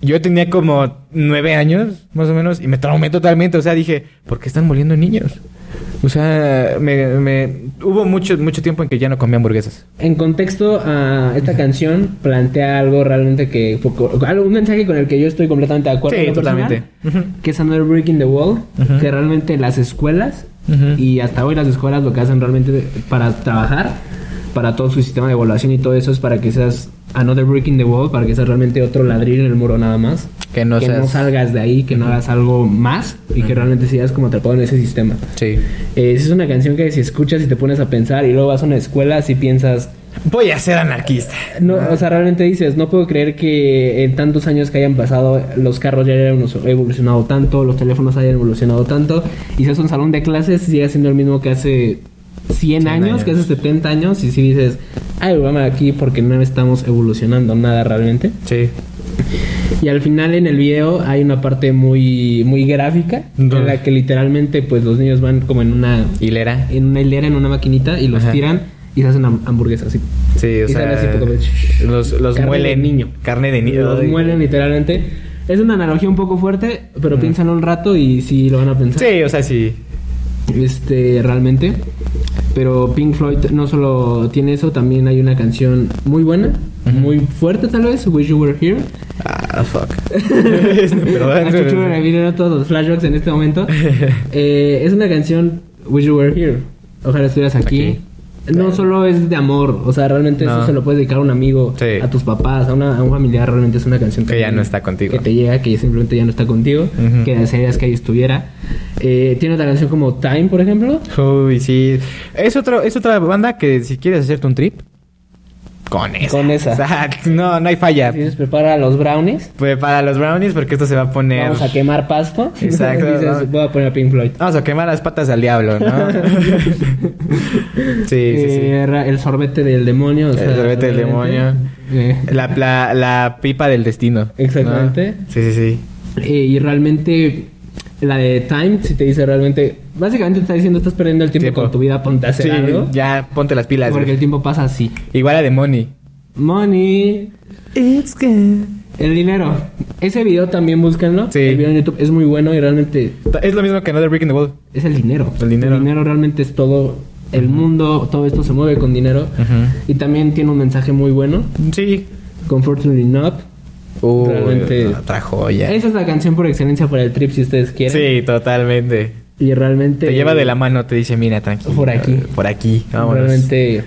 A: Yo tenía como nueve años, más o menos, y me traumé totalmente. O sea, dije, ¿por qué están muriendo niños? O sea, me, me- hubo mucho, mucho tiempo en que ya no comía hamburguesas.
B: En contexto a esta canción, plantea algo realmente que. poco- algo- Un mensaje con el que yo estoy completamente de acuerdo.
A: Sí,
B: en lo personal,
A: totalmente. Ujú.
B: Que es Another Brick in the Wall.
A: Ujú.
B: Que realmente las escuelas.
A: Ujú.
B: Y hasta hoy las escuelas lo que hacen realmente para trabajar. Para todo su sistema de evaluación y todo eso es para que seas Another Brick in the Wall. Para que seas realmente otro ladrillo en el muro nada más.
A: Que no
B: que
A: seas-
B: no salgas de ahí, que no hagas algo más. Y que realmente sigas como atrapado en ese sistema.
A: Sí.
B: Eh, es una canción que si escuchas y te pones a pensar y luego vas a una escuela, si piensas.
A: Voy a ser anarquista.
B: No, o sea, realmente dices, no puedo creer que en tantos años que hayan pasado, los carros ya hayan evolucionado tanto, los teléfonos hayan evolucionado tanto, y si es un salón de clases, sigue siendo el mismo que hace 100 años,
A: años.
B: que hace 70 años, y si dices, ay, vamos aquí porque no estamos evolucionando nada realmente.
A: Sí.
B: Y al final en el video hay una parte muy, muy gráfica,
A: Ujú.
B: en la que literalmente pues los niños van como en una,
A: Hilera.
B: en una hilera, en una maquinita, y los
A: Ajá.
B: tiran y se hacen ham- hamburguesas así.
A: Sí, o
B: Y sale
A: sea,
B: así poco a poco.
A: los, los
B: Carne
A: muelen.
B: de niño.
A: Carne de niño.
B: Los
A: Ay.
B: muelen literalmente. Es una analogía un poco fuerte, pero piénsalo un rato y sí lo van a pensar.
A: Sí, o sea, sí.
B: Este, realmente. Pero Pink Floyd no solo tiene eso, también hay una canción muy buena, muy fuerte tal vez, Wish You Were Here.
A: Ah,
B: [laughs]
A: fuck.
B: Aquí chulo, me
A: Perdón.
B: vinieron todos los flashbacks en
A: [laughs]
B: este momento. Eh, es una canción Wish You Were Here. Ojalá estuvieras aquí. No solo es de amor, o sea, realmente
A: No.
B: eso se lo puedes dedicar a un amigo,
A: Sí.
B: a tus papás, a, una- a un familiar. Realmente es una canción
A: Que ya
B: también
A: no está contigo.
B: Que te llega, que simplemente ya no está contigo,
A: Ujú.
B: que desearías que ahí estuviera. Eh, tiene otra canción como Time, por ejemplo.
A: Uy, sí. Es, otro, es otra banda que si quieres hacerte un trip, con esa.
B: Con esa.
A: O sea, no, no hay falla.
B: Dices, prepara los brownies.
A: Pues para los brownies, porque esto se va a poner.
B: Vamos a quemar pasto. [laughs]
A: Exacto,
B: Dices,
A: ¿no?
B: voy a poner a Pink Floyd.
A: Vamos a quemar las patas al diablo,
B: [laughs]
A: ¿no? sí, sí, sí.
B: Eh, ra- El sorbete del demonio. o sea,
A: sorbete del
B: realmente,
A: demonio.
B: eh,
A: La, la, la pipa del destino. ¿no?
B: Exactamente.
A: Sí, sí, sí.
B: Eh, y realmente la de Time, si te dice realmente, básicamente te está diciendo estás perdiendo el tiempo,
A: Tiempo.
B: con tu vida, ponte a hacer
A: Sí,
B: algo.
A: ya ponte las pilas.
B: porque
A: güey.
B: el tiempo pasa así.
A: Igual a de Money.
B: Money,
A: It's good.
B: el dinero. Ese video también búsquenlo.
A: Sí.
B: El video en YouTube es muy bueno y realmente
A: Es lo mismo que Another Brick in the Wall.
B: es el dinero.
A: El dinero.
B: El dinero realmente es todo. El mundo, todo esto se mueve con dinero.
A: Ujú.
B: Y también tiene un mensaje muy bueno.
A: Sí.
B: Comfortably Not.
A: Uh,
B: Realmente-
A: otra joya.
B: Esa es la canción por excelencia para el trip, si ustedes quieren.
A: Sí, totalmente.
B: Y realmente.
A: Te lleva de la mano, te dice, mira, tranquilo.
B: Por aquí.
A: Por aquí, vámonos.
B: Realmente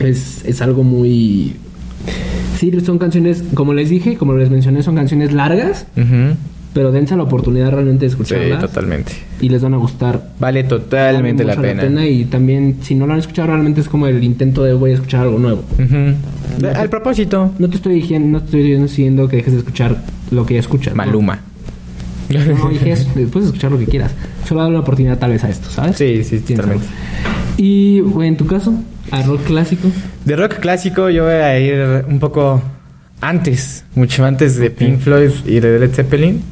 B: es, es algo muy. Sí, son canciones, como les dije, como les mencioné, son canciones largas,
A: Ujú.
B: pero dense la oportunidad realmente de
A: Sí,
B: escucharlas.
A: totalmente.
B: Y les van a gustar.
A: Vale totalmente
B: Vale
A: la
B: mucho
A: pena.
B: Y también, si no lo han escuchado, realmente es como el intento de voy a escuchar algo nuevo.
A: Ujú.
B: No te-
A: Al propósito,
B: No te estoy diciendo, no te estoy diciendo que dejes de escuchar lo que ya escuchas. ¿no?
A: Maluma.
B: No,
A: [laughs]
B: dije eso, puedes escuchar lo que quieras. Solo dale la oportunidad tal vez a esto, ¿sabes?
A: Sí, sí,
B: Piénsalo.
A: totalmente.
B: Y güey, en tu caso, a rock clásico.
A: De rock clásico yo voy a ir un poco antes, mucho antes de Pink Floyd y de Led Zeppelin.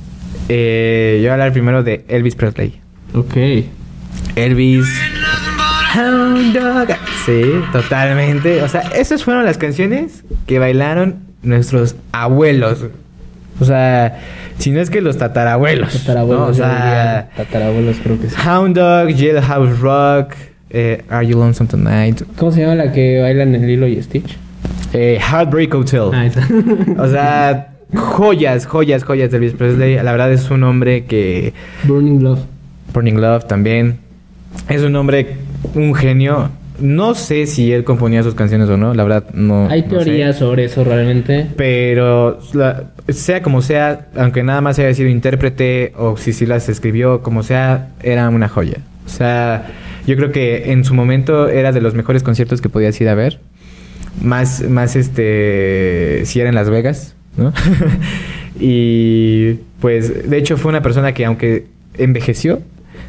A: Eh, yo voy a hablar primero de Elvis Presley.
B: Ok.
A: Elvis. Hound Dog. Sí, totalmente. O sea, esas fueron las canciones que bailaron nuestros abuelos. O sea, si no es que los tatarabuelos.
B: Tatarabuelos,
A: ¿no? O
B: yo
A: sea,
B: diría, tatarabuelos creo que sí.
A: Hound Dog, Jailhouse Rock, eh, Are You Lonesome Tonight,
B: ¿Cómo se llama la que bailan en Lilo y Stitch?
A: eh, Heartbreak Hotel.
B: Ah, esa. [laughs]
A: O sea, joyas, joyas, joyas de Elvis Presley. La verdad es un hombre que.
B: Burning Love.
A: Burning Love también. Es un hombre, un genio. No sé si él componía sus canciones o no, la verdad no.
B: Hay
A: no sé.
B: teorías sobre eso realmente.
A: Pero la- sea como sea, aunque nada más haya sido intérprete o si sí las escribió, como sea, era una joya. O sea, yo creo que en su momento era de los mejores conciertos que podías ir a ver. Más, más este, si era en Las Vegas, ¿no? [laughs] y pues, de hecho, fue una persona que aunque envejeció,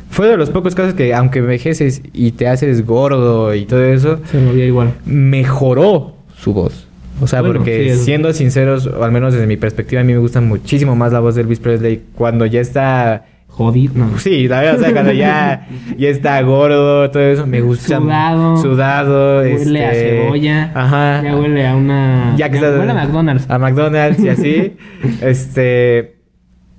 A: fue de los pocos casos que aunque envejeces y te haces gordo y todo eso,
B: Se movía igual.
A: mejoró su voz. O sea,
B: Bueno, sí,
A: porque
B: es-
A: siendo sinceros, o al menos desde mi perspectiva, a mí me gusta muchísimo más la voz de Elvis Presley cuando ya está.
B: Jodido. No.
A: Sí, la verdad, o sea, cuando
B: [laughs]
A: ya, ya está gordo, todo eso, me gusta.
B: Sudado.
A: Sudado.
B: Huele a
A: este,
B: cebolla.
A: Ajá.
B: Ya huele a una.
A: Ya que está- Ah.
B: huele a McDonald's.
A: A McDonald's y así.
B: [laughs]
A: este.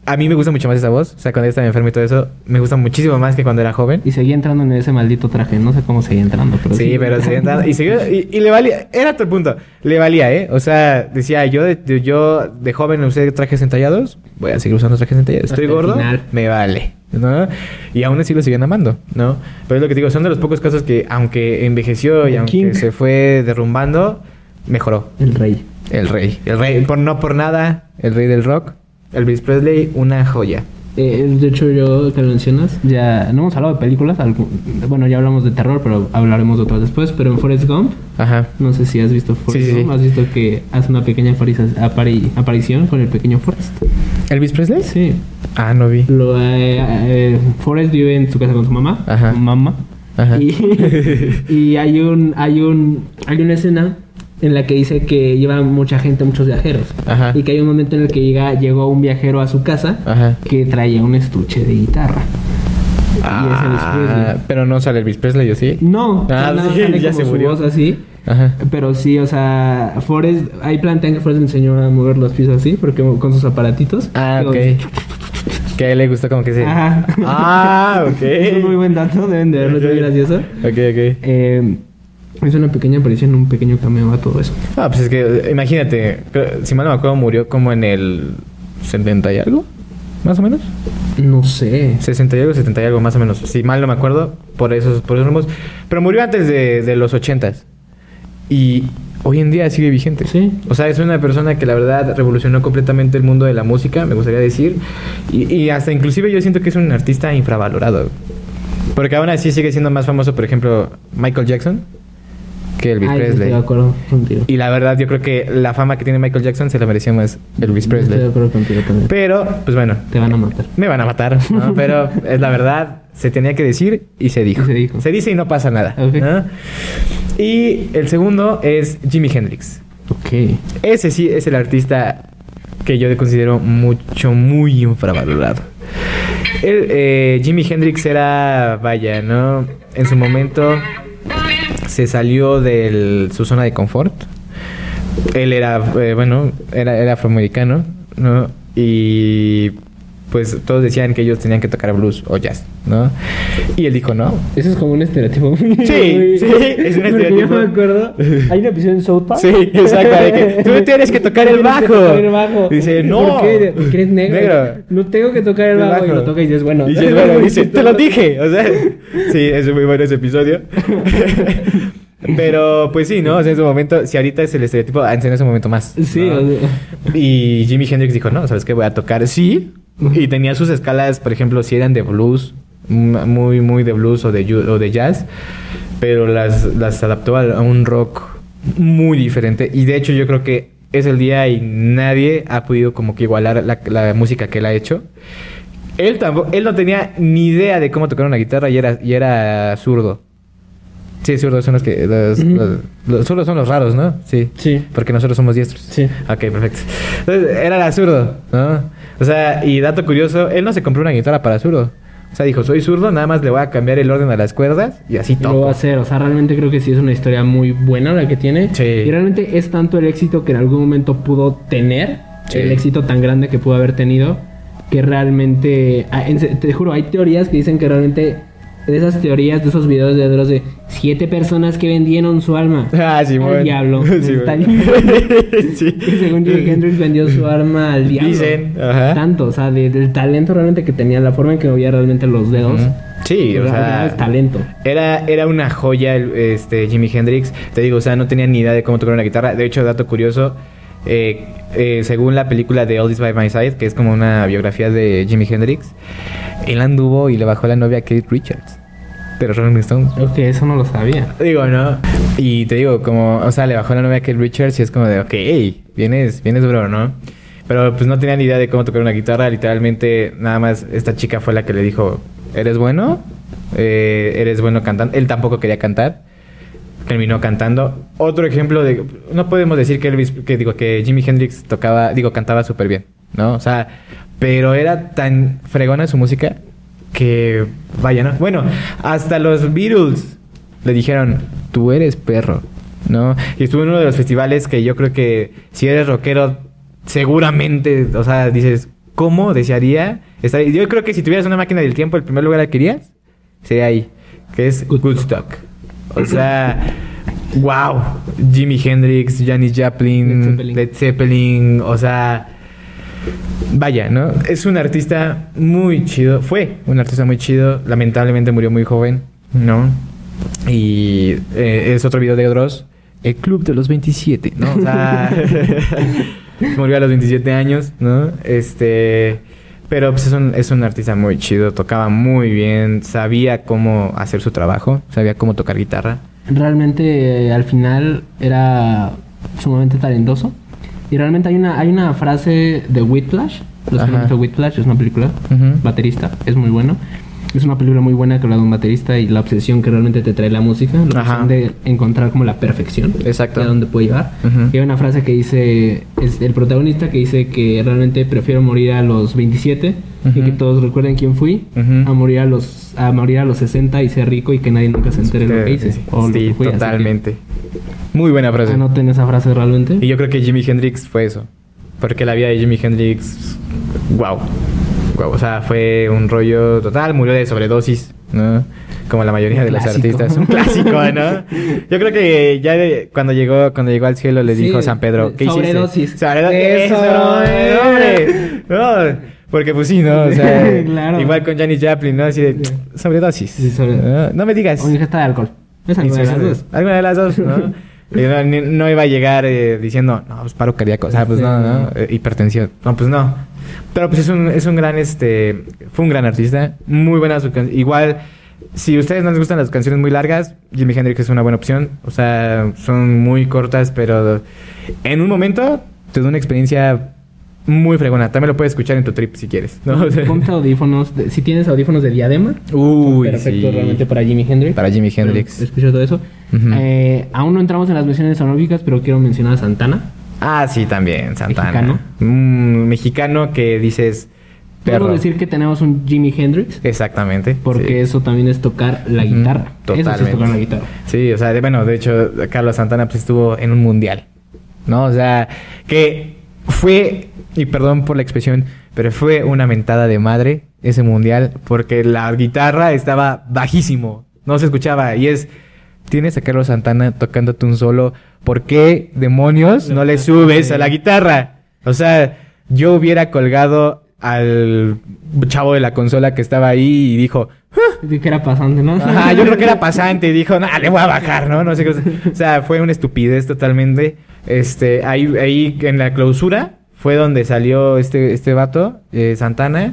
A: A mí me gusta mucho más esa voz. O sea, cuando ya estaba enfermo y todo eso, me gusta muchísimo más que cuando era joven.
B: Y seguía entrando en ese maldito traje. No sé cómo seguía entrando, pero.
A: Sí, pero se andaba-
B: [laughs]
A: y, siguió- y, y le valía, era todo el punto, le valía, ¿eh? O sea, decía, yo de, de- yo de joven usé trajes entallados, voy a seguir usando trajes entallados, estoy
B: Hasta el
A: gordo,
B: final.
A: me vale, ¿no? Y aún así lo siguen amando, ¿no? Pero es lo que te digo, son de los pocos casos que aunque envejeció y
B: El
A: aunque
B: king.
A: se fue derrumbando, mejoró.
B: El rey.
A: El rey, el rey, por, no por nada, el rey del rock, Elvis Presley, una joya.
B: Eh, de hecho, yo que lo mencionas, ya no hemos hablado de películas. algu- Bueno, ya hablamos de terror, pero hablaremos de otras después. Pero en Forrest Gump,
A: Ajá.
B: no sé si has visto Forrest
A: Sí, sí, sí.
B: Gump, has visto que hace una pequeña apariza- apari- aparición con el pequeño Forrest.
A: ¿Elvis Presley?
B: Sí.
A: Ah, no vi.
B: Lo, eh, eh, Forrest vive en su casa con su mamá.
A: Ajá.
B: Mamá.
A: Ajá. [laughs]
B: Y, y hay un, hay un, hay una escena en la que dice que lleva mucha gente, muchos viajeros.
A: Ajá.
B: Y que hay un momento en el que llega, llegó un viajero a su casa
A: Ajá.
B: que traía un estuche de guitarra. Y es Elvis
A: Ah,
B: Presley.
A: pero no sale Elvis Presley, ¿o sí?
B: No,
A: Ah,
B: nada,
A: sí,
B: sale
A: ya
B: como
A: se
B: su
A: murió.
B: voz así.
A: Ajá.
B: Pero sí, o sea, Forrest, ahí plantean que Forrest enseñó a mover los pies así, porque con sus aparatitos.
A: Ah,
B: Pero-
A: ok. Que a él le gustó como que se...
B: Ajá. [laughs]
A: Ah, ok.
B: Es un muy buen dato, deben de verlo, es muy gracioso.
A: Ok, ok.
B: Eh, es una pequeña aparición, un pequeño cameo a todo eso.
A: Ah, pues es que eh, imagínate, creo- si mal no me acuerdo, murió como en el 70 y algo, más o menos.
B: No sé.
A: 60 y algo, 70 y algo, más o menos. Si mal no me acuerdo, por esos, por esos rumbos. Pero murió antes de, de los 80 Y hoy en día sigue vigente.
B: Sí.
A: O sea, es una persona que la verdad revolucionó completamente el mundo de la música, me gustaría decir. Y, y hasta inclusive yo siento que es un artista infravalorado. Porque aún así sigue siendo más famoso, por ejemplo, Michael Jackson que Elvis
B: Ay, sí, Estoy
A: Presley.
B: de acuerdo contigo.
A: Y la verdad yo creo que la fama que tiene Michael Jackson se la merecía más Elvis
B: Estoy de
A: Presley.
B: acuerdo contigo también.
A: Pero, pues bueno,
B: Te van a matar.
A: me van a matar,
B: [laughs]
A: ¿no? pero es la verdad, se tenía que decir y se dijo.
B: Y se dijo.
A: dice y no pasa nada.
B: Ok.
A: ¿no? Y el segundo es Jimi Hendrix.
B: Ok.
A: Ese sí es el artista que yo considero mucho, muy infravalorado. El, eh, Jimi Hendrix era, vaya, ¿no? En su momento se salió de su zona de confort. Él era, eh, bueno, era, era afroamericano, ¿no? Y pues todos decían que ellos tenían que tocar blues o jazz, ¿no? Y él dijo, no.
B: Eso es como un estereotipo. Sí,
A: sí, es un estereotipo.
B: Yo me acuerdo. Hay un episodio en South Park.
A: Sí, exacto, de que
B: [laughs]
A: tú tienes que tocar el
B: Tienes que
A: bajo.
B: tocar el bajo.
A: Dice, no.
B: ¿Por qué? Porque eres negro.
A: Negro.
B: No tengo que tocar el
A: El
B: bajo. Y
A: bajo.
B: lo toca y dices, bueno.
A: Y dices,
B: [laughs]
A: bueno, dice, te lo dije. O sea, sí, es muy bueno ese
B: [laughs]
A: episodio. Pero pues sí, ¿no? O sea, en su momento, si ahorita es el estereotipo, antes en ese momento más.
B: Sí,
A: ¿no?
B: o sea,
A: Y Jimi Hendrix dijo, no, ¿sabes qué? Voy a tocar, sí. Y tenía sus escalas, por ejemplo, si eran de blues, m- muy, muy de blues o de, ju- o de jazz, pero las, las adaptó al- a un rock muy diferente. Y de hecho yo creo que es el día y nadie ha podido como que igualar la, la música que él ha hecho. Él tampoco, él no tenía ni idea de cómo tocar una guitarra y era, y era zurdo. Sí, zurdos son los que... Los,
B: Ujú.
A: los- los zurdos son los raros, ¿no? Sí.
B: Sí.
A: Porque nosotros somos diestros.
B: Sí.
A: Ok, perfecto. Entonces, era la zurdo, ¿no? O sea, y dato curioso, él no se compró una guitarra para zurdo. O sea, dijo, soy zurdo, nada más le voy a cambiar el orden a las cuerdas y así
B: Lo va a
A: toco.
B: hacer, o sea, realmente creo que sí es una historia muy buena la que tiene.
A: Sí.
B: Y realmente es tanto el éxito que en algún momento pudo tener,
A: Sí.
B: el éxito tan grande que pudo haber tenido, que realmente, ah, en se- te juro, hay teorías que dicen que realmente de esas teorías, de esos videos de Dross de siete personas que vendieron su alma.
A: [laughs] [laughs] Ah, sí,
B: Al
A: bueno.
B: diablo.
A: [laughs] Sí,
B: Está
A: bueno. [laughs] sí.
B: [laughs] Que según Jimi Hendrix vendió su alma al diablo.
A: Dicen, ajá.
B: Tanto, o sea, de- del talento realmente que tenía, la forma en que movía realmente los dedos.
A: Ujú. Sí, o
B: Era-
A: sea...
B: era el talento.
A: Era, era una joya el- este, Jimi Hendrix. Te digo, o sea, no tenía ni idea de cómo tocar una guitarra. De hecho, dato curioso, eh, eh, según la película de All This By My Side, que es como una biografía de Jimi Hendrix, él anduvo y le bajó la novia a Kate Richards. Pero Rolling Stones.
B: Ok, eso no lo sabía.
A: Digo, ¿no? Y te digo, como, o sea, le bajó la novia a Kate Richards y es como de, ok, hey, vienes, vienes bro, ¿no? Pero pues no tenía ni idea de cómo tocar una guitarra, literalmente nada más esta chica fue la que le dijo, ¿eres bueno? Eh, ¿Eres bueno cantando? Él tampoco quería cantar, terminó cantando. Otro ejemplo de, no podemos decir que Elvis, que digo, que Jimi Hendrix tocaba, digo, cantaba súper bien, ¿no? O sea, pero era tan fregona su música que, vaya, ¿no? Bueno, hasta los Beatles le dijeron, tú eres perro, ¿no? Y estuvo en uno de los festivales que yo creo que si eres rockero, seguramente, o sea, dices, ¿cómo desearía estar? ahí? Yo creo que si tuvieras una máquina del tiempo, el primer lugar al que irías sería ahí, que es Woodstock. O sea, wow, Jimi Hendrix, Janis Joplin,
B: Led Zeppelin.
A: Led Zeppelin o sea... Vaya, ¿no? Es un artista muy chido. Fue un artista muy chido. Lamentablemente murió muy joven, ¿no? Y eh, es otro video de Dross. El club de los 27, ¿no? O
B: [laughs]
A: sea, murió a los 27 años, ¿no? Este. Pero pues, es, un, es un artista muy chido. Tocaba muy bien. Sabía cómo hacer su trabajo. Sabía cómo tocar guitarra.
B: realmente eh, al final era sumamente talentoso. Y realmente hay una, hay una frase de Whiplash, los que no han
A: Ajá.
B: visto Whiplash, es una película,
A: Ujú.
B: baterista, es muy bueno. Es una película muy buena que habla de un baterista y la obsesión que realmente te trae la música, la
A: Ajá.
B: obsesión de encontrar como la perfección,
A: Exacto.
B: de dónde puede llevar.
A: Ujú.
B: Y hay una frase que dice, es el protagonista que dice que realmente prefiero morir a los 27 y
A: Ujú.
B: que todos recuerden quién fui,
A: Ujú.
B: a morir a los a morir a los 60 y ser rico y que nadie nunca se entere lo que hice.
A: Este, Sí,
B: o lo que fui, así que Ah,
A: totalmente. Muy buena frase.
B: Anoten esa frase realmente.
A: Y yo creo que Jimi Hendrix fue eso. Porque la vida de Jimi Hendrix, wow. wow. O sea, fue un rollo total, murió de sobredosis, ¿no? Como la mayoría
B: Un
A: de los
B: clásico.
A: artistas. Un clásico, ¿no? Yo creo que ya de- cuando llegó cuando llegó al cielo le
B: Sí,
A: dijo San Pedro, ¿qué hiciste?
B: sobredosis.
A: Sobredo-
B: Eso, eh.
A: ¡Eso, hombre! No, porque pues sí, ¿no? O sea,
B: [laughs] Claro.
A: igual con Janis Joplin, ¿no? Así de, sobredosis.
B: Sí, sobre-
A: ¿no? No me digas.
B: O ingesta Pues de alcohol. Esa es
A: Insuficiente.
B: las dos.
A: [laughs] Alguna de las dos,
B: [laughs]
A: ¿no? Y no, ni- no iba a llegar eh, diciendo, no, pues paro cardíaco. O sea, pues
B: Sí,
A: no, ¿no?
B: no.
A: Eh, hipertensión. No, pues no. Pero pues es un, es un gran, este... Fue un gran artista. Muy buena su can- Igual, si a ustedes no les gustan las canciones muy largas, Jimi Hendrix es una buena opción. O sea, son muy cortas, pero... En un momento, te da una experiencia muy fregona. También lo puedes escuchar en tu trip si quieres. ¿no? [laughs] O sea,
B: Ponte audífonos, de- si tienes audífonos de diadema,
A: Uy,
B: perfecto
A: sí.
B: realmente para Jimi Hendrix.
A: Para Jimi
B: Pero
A: Hendrix.
B: Escucho todo eso.
A: Ujú.
B: Eh, aún no entramos en las menciones honoríficas, pero quiero mencionar a Santana.
A: Ah, sí, también, Santana.
B: Mexicano.
A: Mexicano. mexicano que dices perro.
B: Puedo decir que tenemos un Jimi Hendrix,
A: Exactamente.
B: porque
A: sí.
B: eso también es tocar la
A: Ujú,
B: guitarra. Eso sí es tocar la
A: totalmente.
B: guitarra.
A: Sí, o sea, de- bueno, de hecho, Carlos Santana pues estuvo en un mundial, ¿no? O sea, que fue, y perdón por la expresión, pero fue una mentada de madre ese mundial porque la guitarra estaba bajísimo, no se escuchaba y es... Tienes a Carlos Santana tocándote un solo. ¿Por qué demonios no le subes a la guitarra? O sea, yo hubiera colgado al chavo de la consola que estaba ahí y dijo,
B: Yo que era pasante, ¿no? [laughs]
A: Ajá, yo creo que era pasante y dijo, nah, le voy a bajar, ¿no? No sé qué. cosa. O sea, fue una estupidez totalmente. Este, ahí, ahí en la clausura fue donde salió este, este vato, eh, Santana,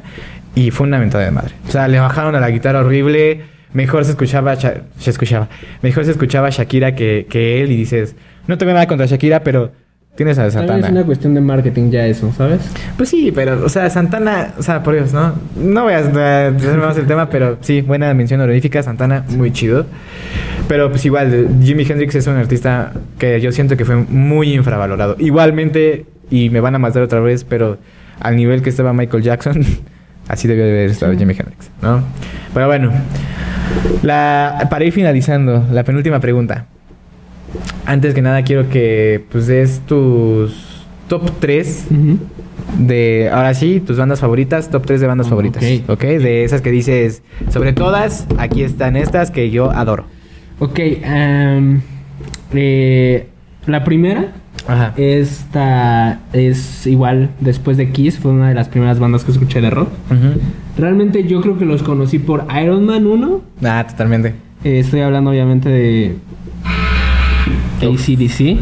A: y fue una mentada de madre. O sea, le bajaron a la guitarra horrible. Mejor se escuchaba, Sha- se escuchaba. Mejor se escuchaba Shakira que, que él y dices, no tengo nada contra Shakira, pero tienes a
B: También
A: Santana.
B: es una cuestión de marketing ya eso, ¿sabes?
A: Pues sí, pero, o sea, Santana, o sea, por Dios, ¿no? No voy a eh, hacer más el tema, pero sí, buena mención honorífica, Santana, muy chido. Pero pues igual, Jimi Hendrix es un artista que yo siento que fue muy infravalorado. Igualmente, y me van a matar otra vez, pero al nivel que estaba Michael Jackson, [laughs] así debió de haber estado Jimi Hendrix, ¿no? Pero bueno, la, para ir finalizando, la penúltima pregunta. Antes que nada, quiero que pues des tus top 3
B: Ujú.
A: de, ahora sí, tus bandas favoritas, top 3 de bandas
B: Ah,
A: favoritas.
B: ok.
A: ok, de esas que dices, sobre todas, aquí están estas que yo adoro.
B: Ok, em, eh, la primera,
A: Ajá.
B: esta es igual después de Kiss, fue una de las primeras bandas que escuché de rock. Realmente yo creo que los conocí por Iron Man 1.
A: Ah, totalmente.
B: Eh, estoy hablando obviamente de ACDC.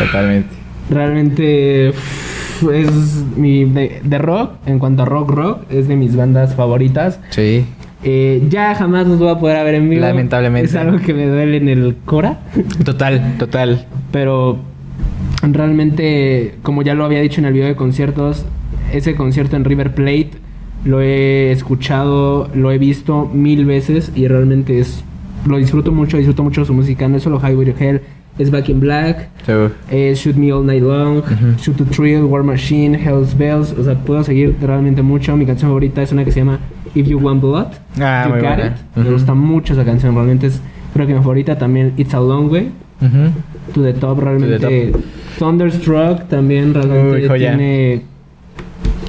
A: Totalmente.
B: Realmente f- es mi de, de rock, en cuanto a rock rock, es de mis bandas favoritas.
A: Sí.
B: Eh, ya jamás los voy a poder ver en vivo.
A: Lamentablemente.
B: Es algo que me duele en el cora.
A: Total, total.
B: Pero realmente, como ya lo había dicho en el video de conciertos, ese concierto en River Plate lo he escuchado, lo he visto mil veces y realmente es lo disfruto mucho, disfruto mucho su música. No es solo Highway to Hell, es Back in Black, es Shoot Me All Night Long,
A: Ujú.
B: Shoot to Thrill, War Machine, Hell's Bells. O sea, puedo seguir realmente mucho. Mi canción favorita es una que se llama If You Want Blood.
A: Ah,
B: You
A: muy
B: Got
A: buena.
B: It. Me
A: Ujú.
B: gusta mucho esa canción, realmente es creo que mi favorita también It's a Long Way.
A: Ujú.
B: To the Top realmente.
A: To the Top.
B: Thunderstruck también realmente
A: Uy, joya.
B: tiene.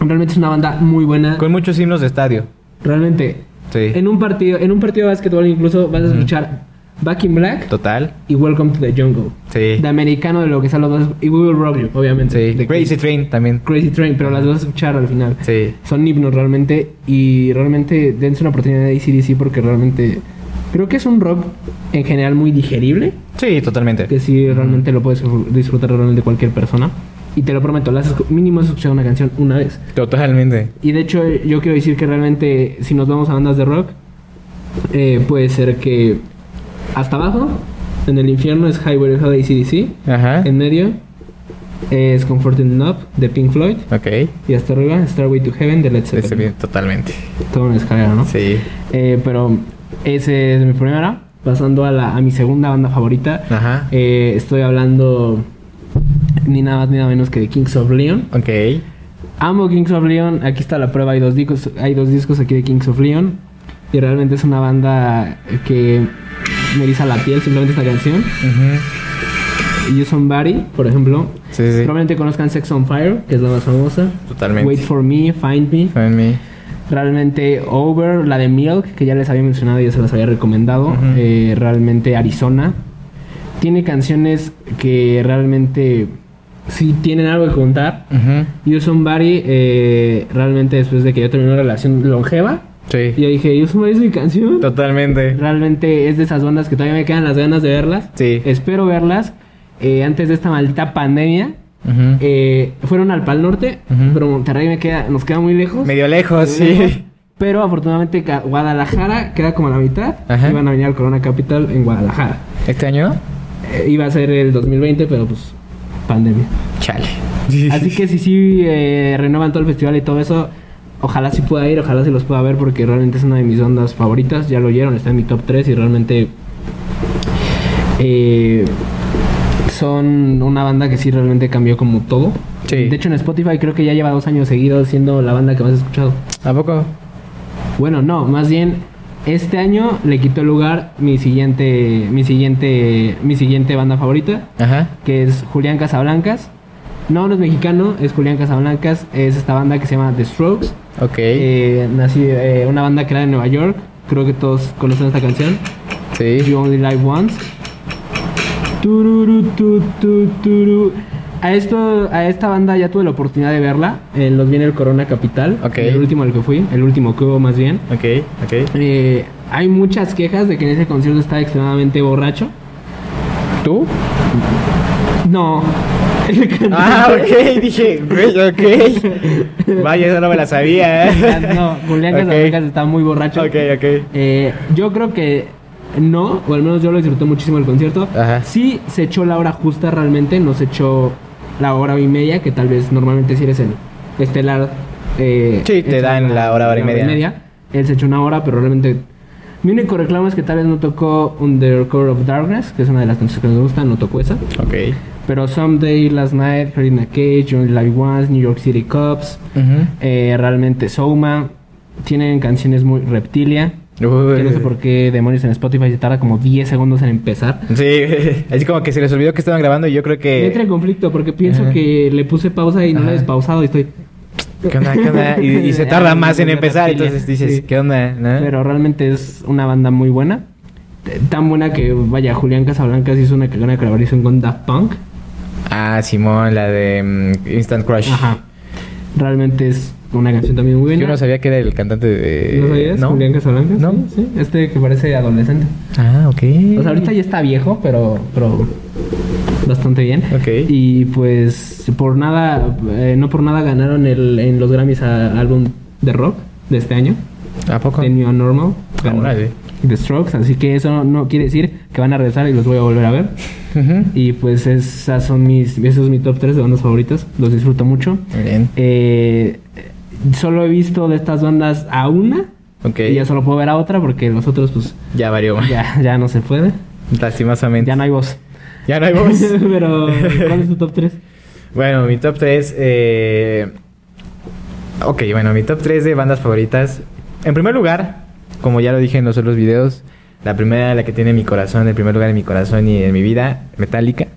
B: Realmente es una banda muy buena.
A: Con muchos himnos de estadio.
B: Realmente.
A: Sí.
B: En un partido, en un partido de básquetbol incluso vas a
A: Ujú.
B: escuchar Back in Black
A: Total.
B: y Welcome to the Jungle.
A: Sí.
B: De americano de lo que sean los dos. Y We Will Rock You, obviamente.
A: Sí.
B: de
A: Crazy Train también.
B: Crazy Train, pero las vas a escuchar al final.
A: Sí.
B: Son himnos realmente. Y realmente dense una oportunidad de ACDC porque realmente. Creo que es un rock en general muy digerible
A: Sí, totalmente.
B: que sí realmente lo puedes disfrutar realmente cualquier persona. Y te lo prometo, la has escu- mínimo has escuchado una canción una vez.
A: Totalmente.
B: Y de hecho, eh, yo quiero decir que realmente, si nos vamos a bandas de rock, eh, puede ser que hasta abajo, en el infierno es Highway to Hell de ACDC,
A: Ajá.
B: en medio es Comforting Up de Pink Floyd,
A: Ok.
B: y hasta arriba Starway to Heaven de Led
A: Ese
B: Zeppelin.
A: bien, totalmente.
B: Toda una escalera, ¿no?
A: Sí.
B: Eh, pero esa es mi primera. Pasando a, la, a mi segunda banda favorita,
A: Ajá.
B: eh, estoy hablando ni nada más ni nada menos que de Kings of Leon.
A: Ok.
B: Amo Kings of Leon. Aquí está la prueba. Hay dos discos, hay dos discos aquí de Kings of Leon. Y realmente es una banda que me eriza la piel simplemente esta canción.
A: Ujú.
B: You Somebody, por ejemplo.
A: Sí, sí.
B: Probablemente conozcan Sex on Fire, que es la más famosa.
A: Totalmente.
B: Wait for Me, Find Me.
A: Find me.
B: Realmente Over, la de Milk, que ya les había mencionado y ya se las había recomendado.
A: Ujú.
B: Eh, realmente Arizona. Tiene canciones que realmente sí tienen algo que contar.
A: Ujú.
B: You Somebody, eh, realmente después de que yo terminé una relación longeva,
A: Sí.
B: yo dije, You Somebody es mi canción.
A: Totalmente.
B: Realmente es de esas bandas que todavía me quedan las ganas de verlas.
A: Sí.
B: Espero verlas eh, antes de esta maldita pandemia.
A: Ujú.
B: Eh, fueron al Pal Norte,
A: Ujú.
B: pero Monterrey me queda, nos queda muy lejos.
A: Medio lejos, Ah, sí.
B: Pero afortunadamente Ca- Guadalajara queda como a la mitad.
A: Ajá.
B: Iban a venir al Corona Capital en Guadalajara.
A: ¿Este año?
B: Eh, iba a ser el 2020, pero pues pandemia.
A: Chale.
B: Así que si sí eh, renuevan todo el festival y todo eso, ojalá sí pueda ir, ojalá se los pueda ver porque realmente es una de mis ondas favoritas. Ya lo oyeron, está en mi top 3 y realmente eh, son una banda que sí realmente cambió como todo.
A: Sí.
B: De hecho en Spotify creo que ya lleva dos años seguidos siendo la banda que más he escuchado.
A: ¿A poco?
B: Bueno, no, más bien este año le quitó el lugar mi siguiente mi siguiente mi siguiente banda favorita,
A: Ajá.
B: que es Julián Casablancas. No, no es mexicano, es Julián Casablancas, es esta banda que se llama The Strokes.
A: Ok.
B: Eh, nací, eh, una banda creada en Nueva York, creo que todos conocen esta canción.
A: sí.
B: You Only Live Once. Tururu, tu, tu, turu. A, esto, a esta banda ya tuve la oportunidad de verla. En los viene el Corona Capital.
A: Ok.
B: El último al que fui, el último que hubo más bien.
A: Ok,
B: [laughs]
A: ok.
B: Eh, hay muchas quejas de que en ese concierto estaba extremadamente borracho.
A: ¿Tú?
B: No. [laughs] El cantante-
A: Ah, ok, dije, güey, ok. Vaya, eso no me la
B: [laughs]
A: sabía, ¿eh?
B: Ah, no, Julián
A: Ok.
B: Casablancas está muy borracho.
A: Ok, ok.
B: Eh, yo creo que no, o al menos yo lo disfruté muchísimo el concierto.
A: Ajá.
B: Sí se echó la hora justa realmente, no se echó la hora y media, que tal vez normalmente si eres el estelar... eh,
A: Sí, te
B: echan
A: dan la hora, hora y media.
B: Él se echó una hora, pero realmente... Mi único reclamo es que tal vez no tocó Undercover of Darkness, que es una de las canciones que me gusta, no tocó esa.
A: Ok.
B: Pero Someday, Last Night, Heard in a Cage, You Only Live Once, New York City Cops, eh, realmente Soma. Tienen canciones muy reptilia.
A: Uy.
B: Que no sé por qué demonios en Spotify se tarda como 10 segundos en empezar.
A: Sí, [laughs] así como que se les olvidó que estaban grabando y yo creo
B: Me entra
A: que...
B: en conflicto porque pienso
A: Eh, Ajá.
B: que le puse pausa y no
A: Ajá.
B: le he despausado y estoy.
A: ¿Qué onda, qué onda? Y, y
B: [laughs]
A: se tarda
B: Ay,
A: más en
B: una
A: empezar,
B: pila.
A: entonces dices,
B: Sí.
A: ¿qué onda? no?
B: Pero realmente es una banda muy buena. T- Tan buena que, vaya, Julián Casablancas hizo una cagona colaboración con Daft Punk.
A: Ah, Simón, la de mm, Instant Crush.
B: Ajá. Realmente es una canción también muy buena.
A: Yo no sabía que era el cantante de...
B: ¿No sabías?
A: ¿No?
B: Julián Casablancas.
A: No.
B: Sí, sí. Este que parece adolescente.
A: Ah, ok.
B: O sea, ahorita ya está viejo, pero, pero bastante bien.
A: Ok.
B: Y pues por nada, eh, no por nada ganaron el, en los Grammys a- álbum de rock de este año.
A: ¿A poco?
B: The New Normal.
A: Ah, órale.
B: The Strokes. Así que eso no quiere decir que van a regresar y los voy a volver a ver.
A: Ujú.
B: Y pues esas son mis, esos son mi top 3 de bandas favoritas. Los disfruto mucho.
A: Muy bien.
B: Eh, solo he visto de estas bandas a una.
A: Ok.
B: Y ya solo puedo ver a otra porque los otros pues
A: Ya varió.
B: ya, ya no se puede.
A: Lastimosamente.
B: Ya no hay voz.
A: Ya no hay voz.
B: [laughs] Pero, ¿cuál es tu top 3?
A: Bueno, mi top 3. Eh... Ok, bueno, mi top 3 de bandas favoritas. En primer lugar, como ya lo dije en los otros videos, la primera, la que tiene mi corazón, el primer lugar en mi corazón y en mi vida, Metallica.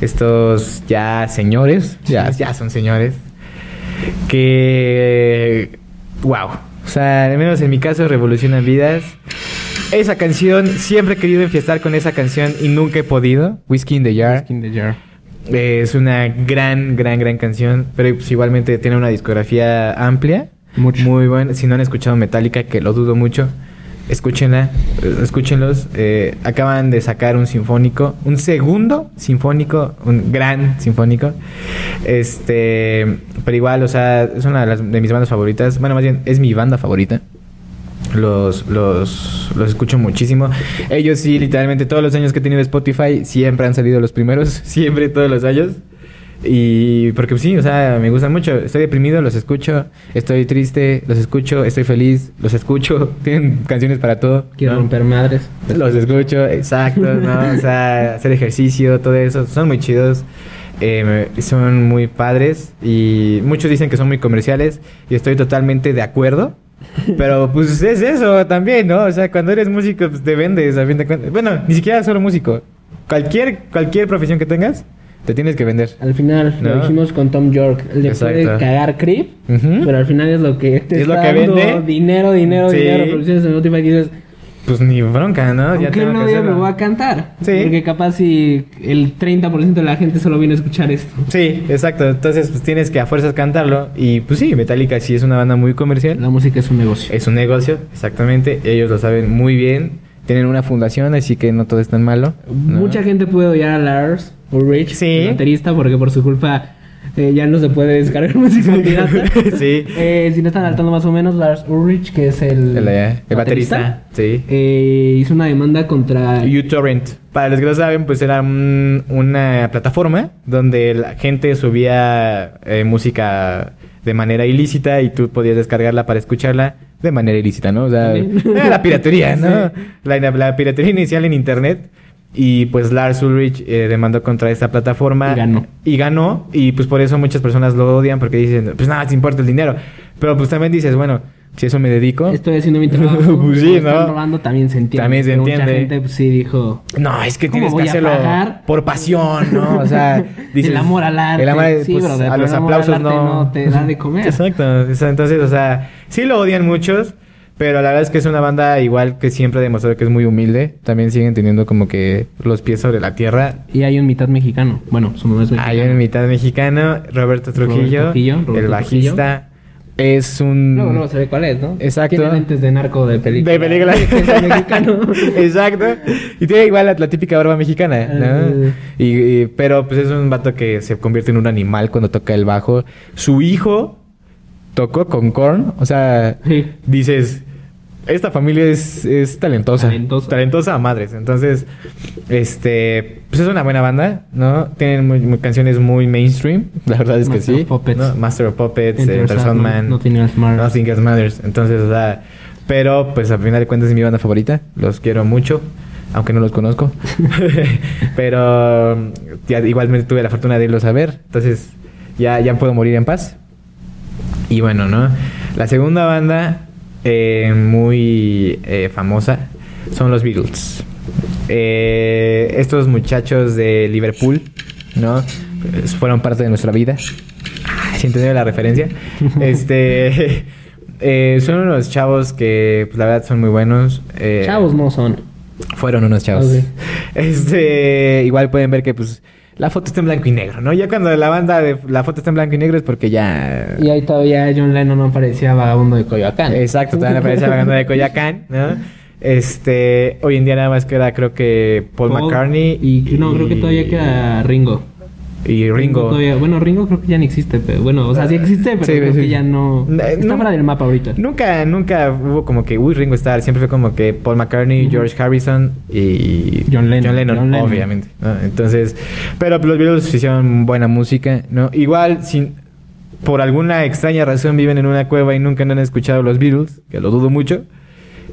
A: Estos ya señores, ya,
B: Sí.
A: ya son señores. Que. ¡Wow! O sea, al menos en mi caso, revolucionan vidas. Esa canción, siempre he querido enfiestar con esa canción y nunca he podido. Whiskey in the Jar.
B: the Jar.
A: Eh, es una gran, gran, gran canción. Pero pues, igualmente tiene una discografía amplia.
B: Mucho.
A: Muy buena. Si no han escuchado Metallica, que lo dudo mucho, escúchenla. eh, Escúchenlos. Eh, acaban de sacar un sinfónico. Un segundo sinfónico. Un gran sinfónico. Este. Pero igual, o sea, es una de, las- de mis bandas favoritas. Bueno, más bien, es mi banda favorita. Los, los, los escucho muchísimo. Ellos sí, literalmente todos los años que he tenido Spotify, siempre han salido los primeros, [laughs] siempre todos los años. Y porque pues, sí, o sea, me gustan mucho. Estoy deprimido, los escucho. Estoy triste, los escucho. Estoy feliz, los escucho. [laughs] Tienen canciones para todo.
B: Quiero
A: ¿no?
B: romper madres.
A: Los escucho, exacto, ¿no? O sea, [laughs] hacer ejercicio, todo eso. Son muy chidos. eh, son muy padres. Y muchos dicen que son muy comerciales. Y estoy totalmente de acuerdo. Pero pues es eso también, ¿no? O sea, cuando eres músico, pues te vendes a fin de cuentas. Bueno, ni siquiera solo músico. Cualquier, cualquier profesión que tengas, te tienes que vender.
B: Al final,
A: No.
B: lo dijimos con Tom York. Le puede
A: Ah. Exacto.
B: cagar creep,
A: Ujú.
B: pero al final es lo que te
A: Es lo
B: está
A: que
B: dando
A: vende.
B: Dinero, dinero,
A: Sí.
B: dinero. Producciones en Spotify y dices,
A: Pues ni bronca, ¿no?
B: aunque
A: tengo
B: no
A: que
B: día me
A: hacerlo.
B: voy a cantar.
A: Sí.
B: Porque capaz si el 30% de la gente solo viene a escuchar esto.
A: Sí, exacto. Entonces, pues tienes que a fuerzas cantarlo. Y pues sí, Metallica sí es una banda muy comercial.
B: La música es un negocio.
A: Es un negocio, exactamente. Ellos lo saben muy bien. Tienen una fundación, así que no todo es tan malo. ¿no?
B: Mucha gente puede odiar a Lars Ulrich,
A: Sí.
B: el baterista, porque por su culpa eh, ya no se puede descargar [laughs] música pirata.
A: [laughs] Sí.
B: Eh, si no están saltando más o menos, Lars Ulrich, que es el,
A: El, eh, el baterista, sí.
B: eh, hizo una demanda contra
A: uTorrent. Para los que no saben, pues era un- una plataforma donde la gente subía eh, música de manera ilícita y tú podías descargarla para escucharla de manera ilícita, ¿no? O sea,
B: También.
A: era la
B: [laughs]
A: piratería, ¿no?
B: Sí.
A: La, la- la piratería inicial en internet. Y pues Lars Ulrich eh, demandó contra esta plataforma.
B: Y ganó.
A: Y ganó. Y pues por eso muchas personas lo odian porque dicen, pues nada, te importa el dinero. Pero pues también dices, bueno, Si a eso me dedico.
B: Estoy haciendo mi trabajo.
A: [laughs] Pues sí,
B: me están
A: ¿no?
B: robando, también se entiende.
A: También se
B: Pero Mucha
A: entiende.
B: gente pues, sí dijo.
A: No, es que
B: ¿Cómo
A: tienes
B: voy
A: que
B: a
A: hacerlo
B: pagar?
A: por pasión, ¿no? O
B: [laughs]
A: sea, dices,
B: el amor al arte.
A: El amor al-
B: sí,
A: pues,
B: brother,
A: a
B: pero
A: los
B: el amor al
A: aplausos
B: arte
A: no.
B: te da
A: [laughs]
B: de comer.
A: Exacto. esa- Entonces, o sea, sí lo odian muchos, pero la verdad es que es una banda igual que siempre ha demostrado que es muy humilde. También siguen teniendo como que los pies sobre la tierra.
B: Y hay un mitad mexicano. Bueno, su mamá es mexicana.
A: Hay en mitad mexicano, Roberto Trujillo,
B: Trujillo, Roberto
A: el bajista. Es un...
B: Luego, luego se ve cuál es, ¿no?
A: Exacto.
B: Tiene lentes de narco de película.
A: De película.
B: Que [laughs] es el mexicano.
A: [laughs] Exacto. Y tiene igual la, la típica barba mexicana, ¿no?
B: Eh.
A: Y, y- pero pues es un vato que se convierte en un animal cuando toca el bajo. Su hijo tocó con Korn. O sea,
B: Sí.
A: dices, esta familia es, es talentosa.
B: Talentosa.
A: a madres. Entonces, este, pues es una buena banda, ¿no? Tienen muy- muy- canciones muy mainstream. La verdad es
B: Master
A: que sí.
B: of Puppets.
A: ¿no? Master of Puppets, eh,
B: Enter
A: Enter
B: Sandman,
A: Sandman.
B: Nothing Else Matters.
A: Nothing Else Matters. Entonces, o sea, pero pues al final de cuentas es mi banda favorita. Los quiero mucho, aunque no los
B: [laughs]
A: conozco. [laughs] pero ya, igualmente tuve la fortuna de irlos a ver. Entonces, ya, ya puedo morir en paz. Y bueno, ¿no? La segunda banda eh, muy eh, famosa son los Beatles. Eh, estos muchachos de Liverpool, ¿no? Eh, Fueron parte de nuestra vida. Ah, Si entendieron la
B: [laughs]
A: referencia. Este. eh, son unos chavos que, pues, la verdad, son muy buenos. Eh,
B: Chavos no son.
A: fueron unos chavos.
B: Ok.
A: [laughs] Este, igual pueden ver que pues la foto está en blanco y negro, ¿no? Ya cuando la banda de la foto está en blanco y negro es porque ya
B: Y ahí todavía John Lennon no parecía vagabundo de Coyoacán.
A: Exacto, también aparece la banda de Coyacán, ¿no? Este, hoy en día nada más queda creo que Paul, McCartney
B: Y, no, creo que todavía queda Ringo.
A: y Ringo.
B: todavía- bueno, Ringo creo que ya no existe. Pero, bueno, o sea, sí existe, pero
A: Sí,
B: creo
A: sí.
B: que ya no.
A: No,
B: Está
A: no.
B: fuera del mapa ahorita.
A: Nunca, nunca hubo como que, uy, Ringo Starr. Siempre fue como que Paul McCartney, George Harrison y
B: John Lennon. John Lennon.
A: obviamente. ¿no? Entonces, pero los Beatles hicieron buena música, ¿no? Igual, sin, por alguna extraña razón viven en una cueva y nunca han escuchado los Beatles, que lo dudo mucho.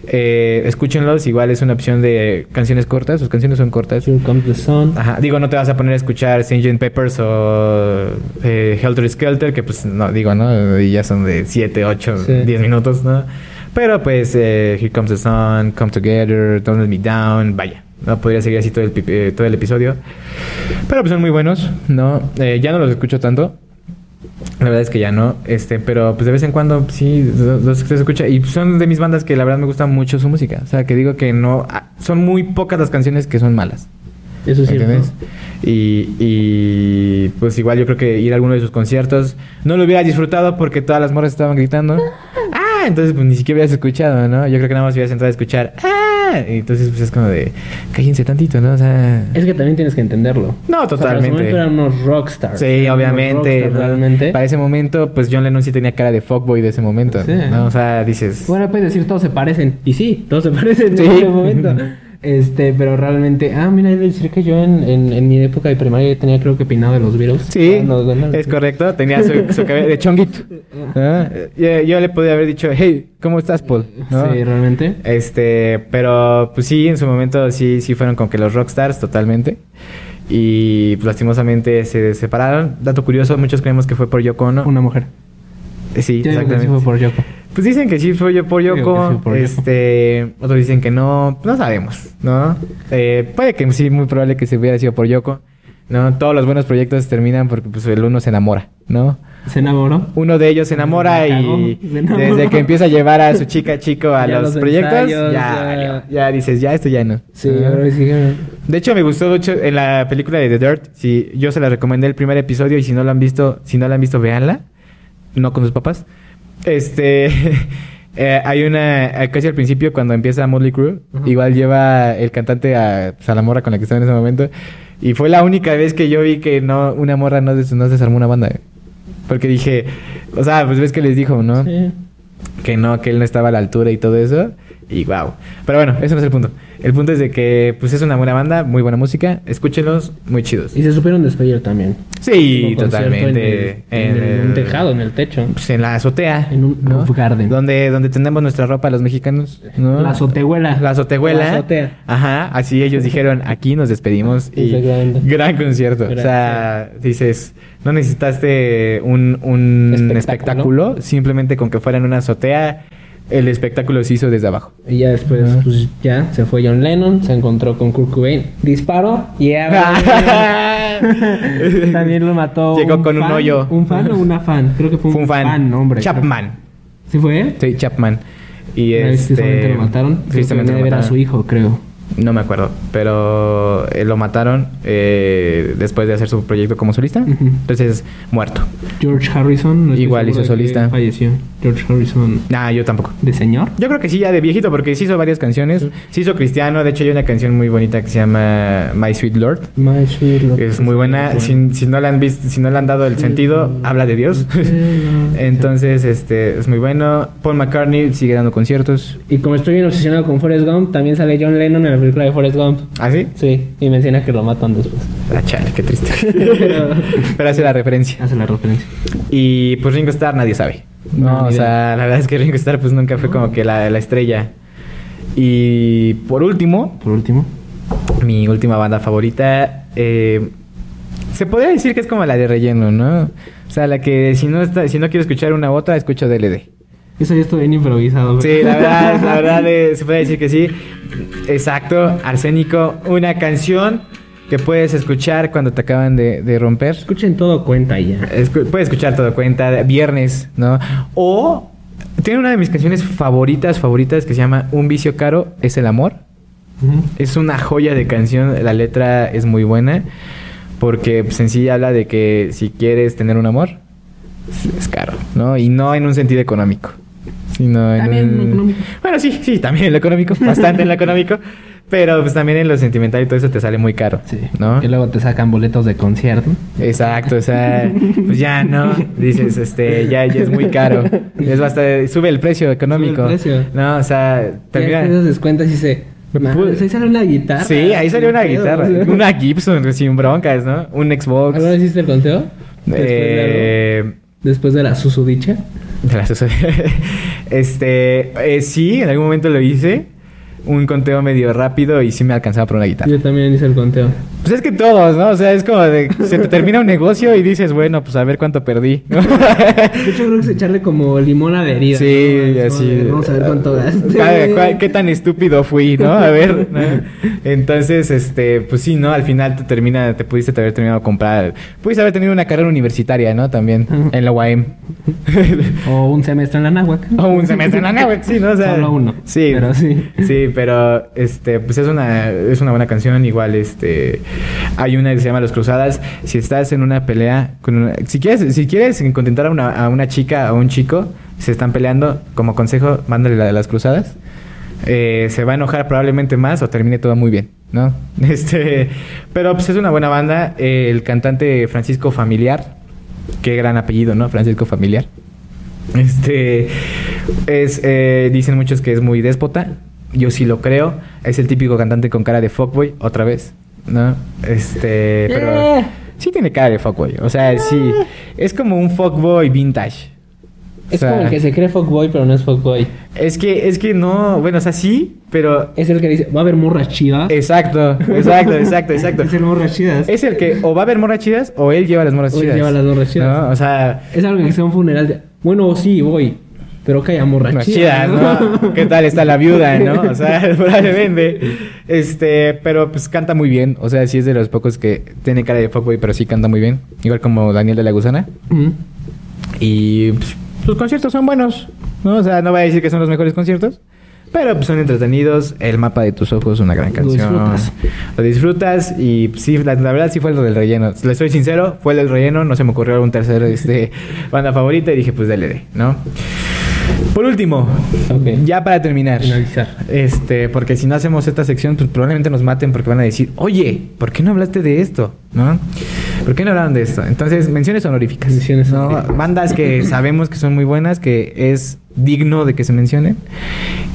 A: Eh, escúchenlos, igual es una opción de canciones cortas, sus canciones son cortas.
B: Here Comes the Sun.
A: Ajá, digo, no te vas a poner a escuchar Sgt. Peppers o eh, Helter Skelter, que pues no, digo, ¿no? Y ya son de 7, 8,
B: Sí.
A: 10 minutos, ¿no? Pero pues eh, Here Comes the Sun, Come Together, Don't Let Me Down, vaya. No podría seguir así todo el, pi- eh, todo el episodio. Pero pues son muy buenos, ¿no? Eh, ya no los escucho tanto. La verdad es que ya no, este, pero pues de vez en cuando sí, los los que se escucha. Y son de mis bandas que la verdad me gusta mucho su música. O sea, que digo que no, ah, son muy pocas las canciones que son malas.
B: Eso es cierto.
A: ¿Entiendes? Y, y, pues igual yo creo que ir a alguno de sus conciertos no lo hubiera disfrutado porque todas las morras estaban gritando.
B: [laughs]
A: Ah, entonces pues ni siquiera hubieras escuchado, ¿no? Yo creo que nada más hubieras entrado a escuchar. Ah, y entonces pues es como de cállense tantito, ¿no? O sea,
B: Es que también tienes que entenderlo.
A: No,
B: O sea,
A: totalmente.
B: para su momento eran unos rockstars.
A: Sí,
B: Eran unos
A: obviamente.
B: rockstars
A: ¿no?
B: realmente.
A: Para ese momento, pues John Lennon sí tenía cara de fuckboy de ese momento.
B: Sí.
A: ¿no? O sea, dices.
B: Bueno, puedes decir todos se parecen. Y sí, todos se [laughs] parecen
A: Sí.
B: en ese momento. Este, pero realmente, ah, mira, he de decir que yo en, en, en mi época de primaria yo tenía creo que peinado de los virus.
A: Sí, es correcto. Tenía su, su cabello de chonguito. ¿no? Yo, yo le podía haber dicho, hey, ¿cómo estás, Paul? ¿No?
B: [laughs] Sí, realmente.
A: Este, pero pues sí, en su momento sí, sí fueron como que los rockstars totalmente. Y pues, lastimosamente se separaron. Dato curioso, muchos creemos que fue por Yoko Ono.
B: Una mujer.
A: Sí,
B: Yo digo que
A: exactamente.
B: sí fue por Yoko.
A: Pues dicen que sí fue yo por
B: Yo digo
A: Yoko.
B: que sí fue por
A: este, otros dicen que no. No sabemos, ¿no? Eh, puede que sí, muy probable que se hubiera sido por Yoko. ¿No? Todos los buenos proyectos terminan porque pues, el uno se enamora, ¿no?
B: ¿Se enamoró?
A: Uno de ellos se enamora
B: Me cagó,
A: y
B: se enamoró.
A: desde que empieza a llevar a su chica chico a
B: [laughs] Ya
A: los,
B: los
A: proyectos,
B: ensayos,
A: ya,
B: ya.
A: valió. ya dices, ya esto ya no.
B: Sí,
A: Ah.
B: yo creo que sí.
A: De hecho, me gustó mucho en la película de The Dirt. Sí, yo se la recomendé el primer episodio y si no la han visto, si no la han visto, véanla. No con sus papás. Este, [laughs] eh, hay una eh, casi al principio cuando empieza Motley Crue,
B: Ajá.
A: igual lleva el cantante a, pues, a la morra con la que estaba en ese momento y fue la única vez que yo vi que no una morra no, des- no desarmó una banda. eh. Porque dije, o sea, pues ves que les dijo, ¿no?
B: Sí.
A: que no, que él no estaba a la altura y todo eso. Y wow. Pero bueno, ese no es el punto. El punto es de que pues es una buena banda, muy buena música, escúchenlos, muy chidos.
B: Y se supieron despedir también.
A: Sí,
B: Hubo concierto
A: totalmente.
B: En, el- en el- un tejado, en el techo.
A: Pues en la azotea.
B: En un
A: ¿no?
B: roof garden.
A: Donde, donde tenemos nuestra ropa los mexicanos. ¿no?
B: La azotehuela.
A: Ah. [laughs] La azotehuela.
B: La azotea.
A: Ajá. Así ellos dijeron, aquí nos
B: [laughs]
A: despedimos. Y
B: Exactamente.
A: gran concierto. O sea, dices, no necesitaste un, un
B: Espectáculo.
A: espectáculo. Simplemente con que fuera en una azotea. el espectáculo se hizo desde abajo.
B: Y ya después, pues ya, se fue John Lennon, se encontró con Kurt Cobain. Disparo,
A: [laughs]
B: yeah, güey. También lo mató.
A: Llegó con un
B: fan,
A: hoyo.
B: ¿Un fan o una fan? Creo que fue un,
A: Fue un fan.
B: hombre.
A: Chapman.
B: ¿Sí fue?
A: Sí, Chapman. Y
B: Precisamente
A: este.
B: lo mataron. Creo que
A: Tristemente
B: venía
A: lo
B: a ver a
A: mataron.
B: su hijo, creo.
A: No me acuerdo, pero eh, lo mataron eh, después de hacer su proyecto como solista.
B: Ujú.
A: Entonces, muerto.
B: George Harrison. no estoy
A: Igual
B: seguro
A: hizo
B: de que
A: solista.
B: Falleció. George Harrison.
A: Nah, yo tampoco.
B: ¿De señor?
A: Yo creo que sí, ya de viejito, porque sí hizo varias canciones. Sí hizo cristiano, de hecho hay una canción muy bonita que se llama My Sweet Lord.
B: My
A: que Es muy buena. Si, si no la han visto, si no le han dado el sentido, habla de Dios. Entonces, este, es muy bueno. Paul McCartney sigue dando conciertos.
B: Y como estoy bien obsesionado con Forrest Gump, también sale John Lennon en la película de Forrest Gump.
A: ¿Ah, sí?
B: Sí, y menciona que lo matan después.
A: Ah, chale, qué
B: [laughs]
A: triste. pero hace la referencia.
B: Hace la referencia.
A: Y pues Ringo Starr nadie sabe. No,
B: No,
A: o
B: ni
A: sea, la verdad es que Ringo Starr pues nunca fue como que la, la estrella. Y por último,
B: Por último.
A: mi última banda favorita, eh, se podría decir que es como la de relleno, ¿no? O sea, la que si no está, si no quiero escuchar una u otra, escucho DLD.
B: Eso ya estuvo bien improvisado. güey.
A: Sí, la verdad, la verdad eh, se puede decir que sí. Exacto, Arsénico, una canción que puedes escuchar cuando te acaban de, de romper.
B: [laughs] Escuchen todo cuenta ya.
A: Escu- puede escuchar todo cuenta, viernes, ¿no? O tiene una de mis canciones favoritas, favoritas, que se llama Un vicio caro es el amor. Es una joya de canción, la letra es muy buena, porque pues, en sí habla de que si quieres tener un amor, es, es caro, ¿no? Y no en un sentido económico. Sino en
B: También en lo
A: un-
B: económico.
A: Bueno, sí, sí, también en lo
B: [laughs]
A: económico, bastante en lo económico, pero pues también en lo sentimental y todo eso te sale muy caro,
B: Sí.
A: ¿no?
B: Que luego te sacan boletos de concierto.
A: Exacto, o sea, pues ya no, dices, este, ya, ya es muy
B: [laughs]
A: caro. Es bastante, sube el precio económico.
B: precio.
A: No, o sea,
B: Ya
A: termina.
B: te das descuentas y dice.
A: Me
B: "Madres,
A: pude-
B: Ahí sale una guitarra.
A: Sí, ahí salió una
B: Qué pedo,
A: guitarra, [laughs]
B: güey.
A: una Gibson sin broncas, ¿no? Un Xbox.
B: [laughs] ¿Alguna vez hiciste el conteo? Después, de,
A: Eh,
B: la, después de la susudicha.
A: de la Susu- [laughs] este, eh, sí, en algún momento lo hice. Un conteo medio rápido y sí me alcanzaba por una guitarra.
B: Yo también hice
A: [laughs]
B: el conteo.
A: Pues es que todos, ¿no? O sea, es como de se te termina un negocio y dices, bueno, pues a ver cuánto perdí.
B: [laughs] De hecho, creo que es echarle como limón a la herida.
A: Sí,
B: ¿no? Es como
A: así.
B: de, Vamos a ver cuánto gasté.
A: ¿Cuál- cuál- ¿Qué tan estúpido fui, no? A ver. [laughs] ¿no? Entonces, este, pues sí, ¿no? Al final te termina, te pudiste haber terminado de comprar. Pudiste haber tenido una carrera universitaria, ¿no? También en la [laughs] UAM.
B: O un semestre en la náhuac.
A: [laughs] o un semestre en la nave, sí, ¿no? O sea,
B: Solo uno,
A: Sí.
B: pero sí.
A: Sí, pero este, pues es una, es una buena canción. Igual, este, hay una que se llama Los Cruzadas. Si estás en una pelea con una- si quieres, si quieres contentar a una, a una chica o un chico, se están peleando, como consejo, mándale la de las cruzadas. Eh, se va a enojar probablemente más o termine todo muy bien, ¿no? [laughs] Este, pero pues es una buena banda. Eh, el cantante Francisco Familiar, qué gran apellido, ¿no? Francisco Familiar. Este es eh, dicen muchos que es muy déspota. Yo sí lo creo. Es el típico cantante con cara de fuckboy otra vez, ¿no? Este, pero
B: Eh.
A: sí tiene cara de fuckboy. O sea, sí es como un fuckboy vintage. O
B: Es
A: sea,
B: como el que se cree fuckboy, pero no es fuckboy.
A: es que es que no, bueno, o sea, sí, pero
B: Es el que dice, va a haber morras chidas.
A: exacto, exacto, exacto, exacto.
B: ¿Eh? [laughs] Es el morras chidas.
A: Es
B: Es,
A: el que o va a haber morras chidas o él lleva las morras
B: O él
A: chidas.
B: lleva las morras chidas.
A: ¿no? O sea,
B: algo que sea un funeral de, bueno, sí, voy, pero que haya morras
A: Más
B: chidas.
A: chidas, ¿no? ¿Qué tal está la viuda, no? O sea, [laughs] probablemente. Este, pero pues canta muy bien. O sea, sí es de los pocos que tiene cara de fuckboy, pero sí canta muy bien. Igual como Daniel de la Gusana.
B: Mm.
A: Y pues, sus conciertos son buenos, ¿no? O sea, no voy a decir que son los mejores conciertos, pero pues son entretenidos. El mapa de tus ojos, una gran
B: Lo
A: canción.
B: disfrutas.
A: Lo disfrutas y pues, sí, la, la verdad sí fue lo del relleno. Les soy sincero, fue lo del relleno. No se me ocurrió un tercer este, [laughs] banda favorita y dije, pues dale, ¿no? Por último,
B: Ok.
A: ya para terminar.
B: Finalizar.
A: Este, porque si no hacemos esta sección, pues probablemente nos maten porque van a decir, oye, ¿por qué no hablaste de esto? ¿No? ¿Por qué no hablaron de esto? Entonces, menciones honoríficas.
B: Menciones
A: ¿no?
B: honoríficas.
A: Bandas
B: [laughs]
A: que sabemos que son muy buenas, que es digno de que se mencionen.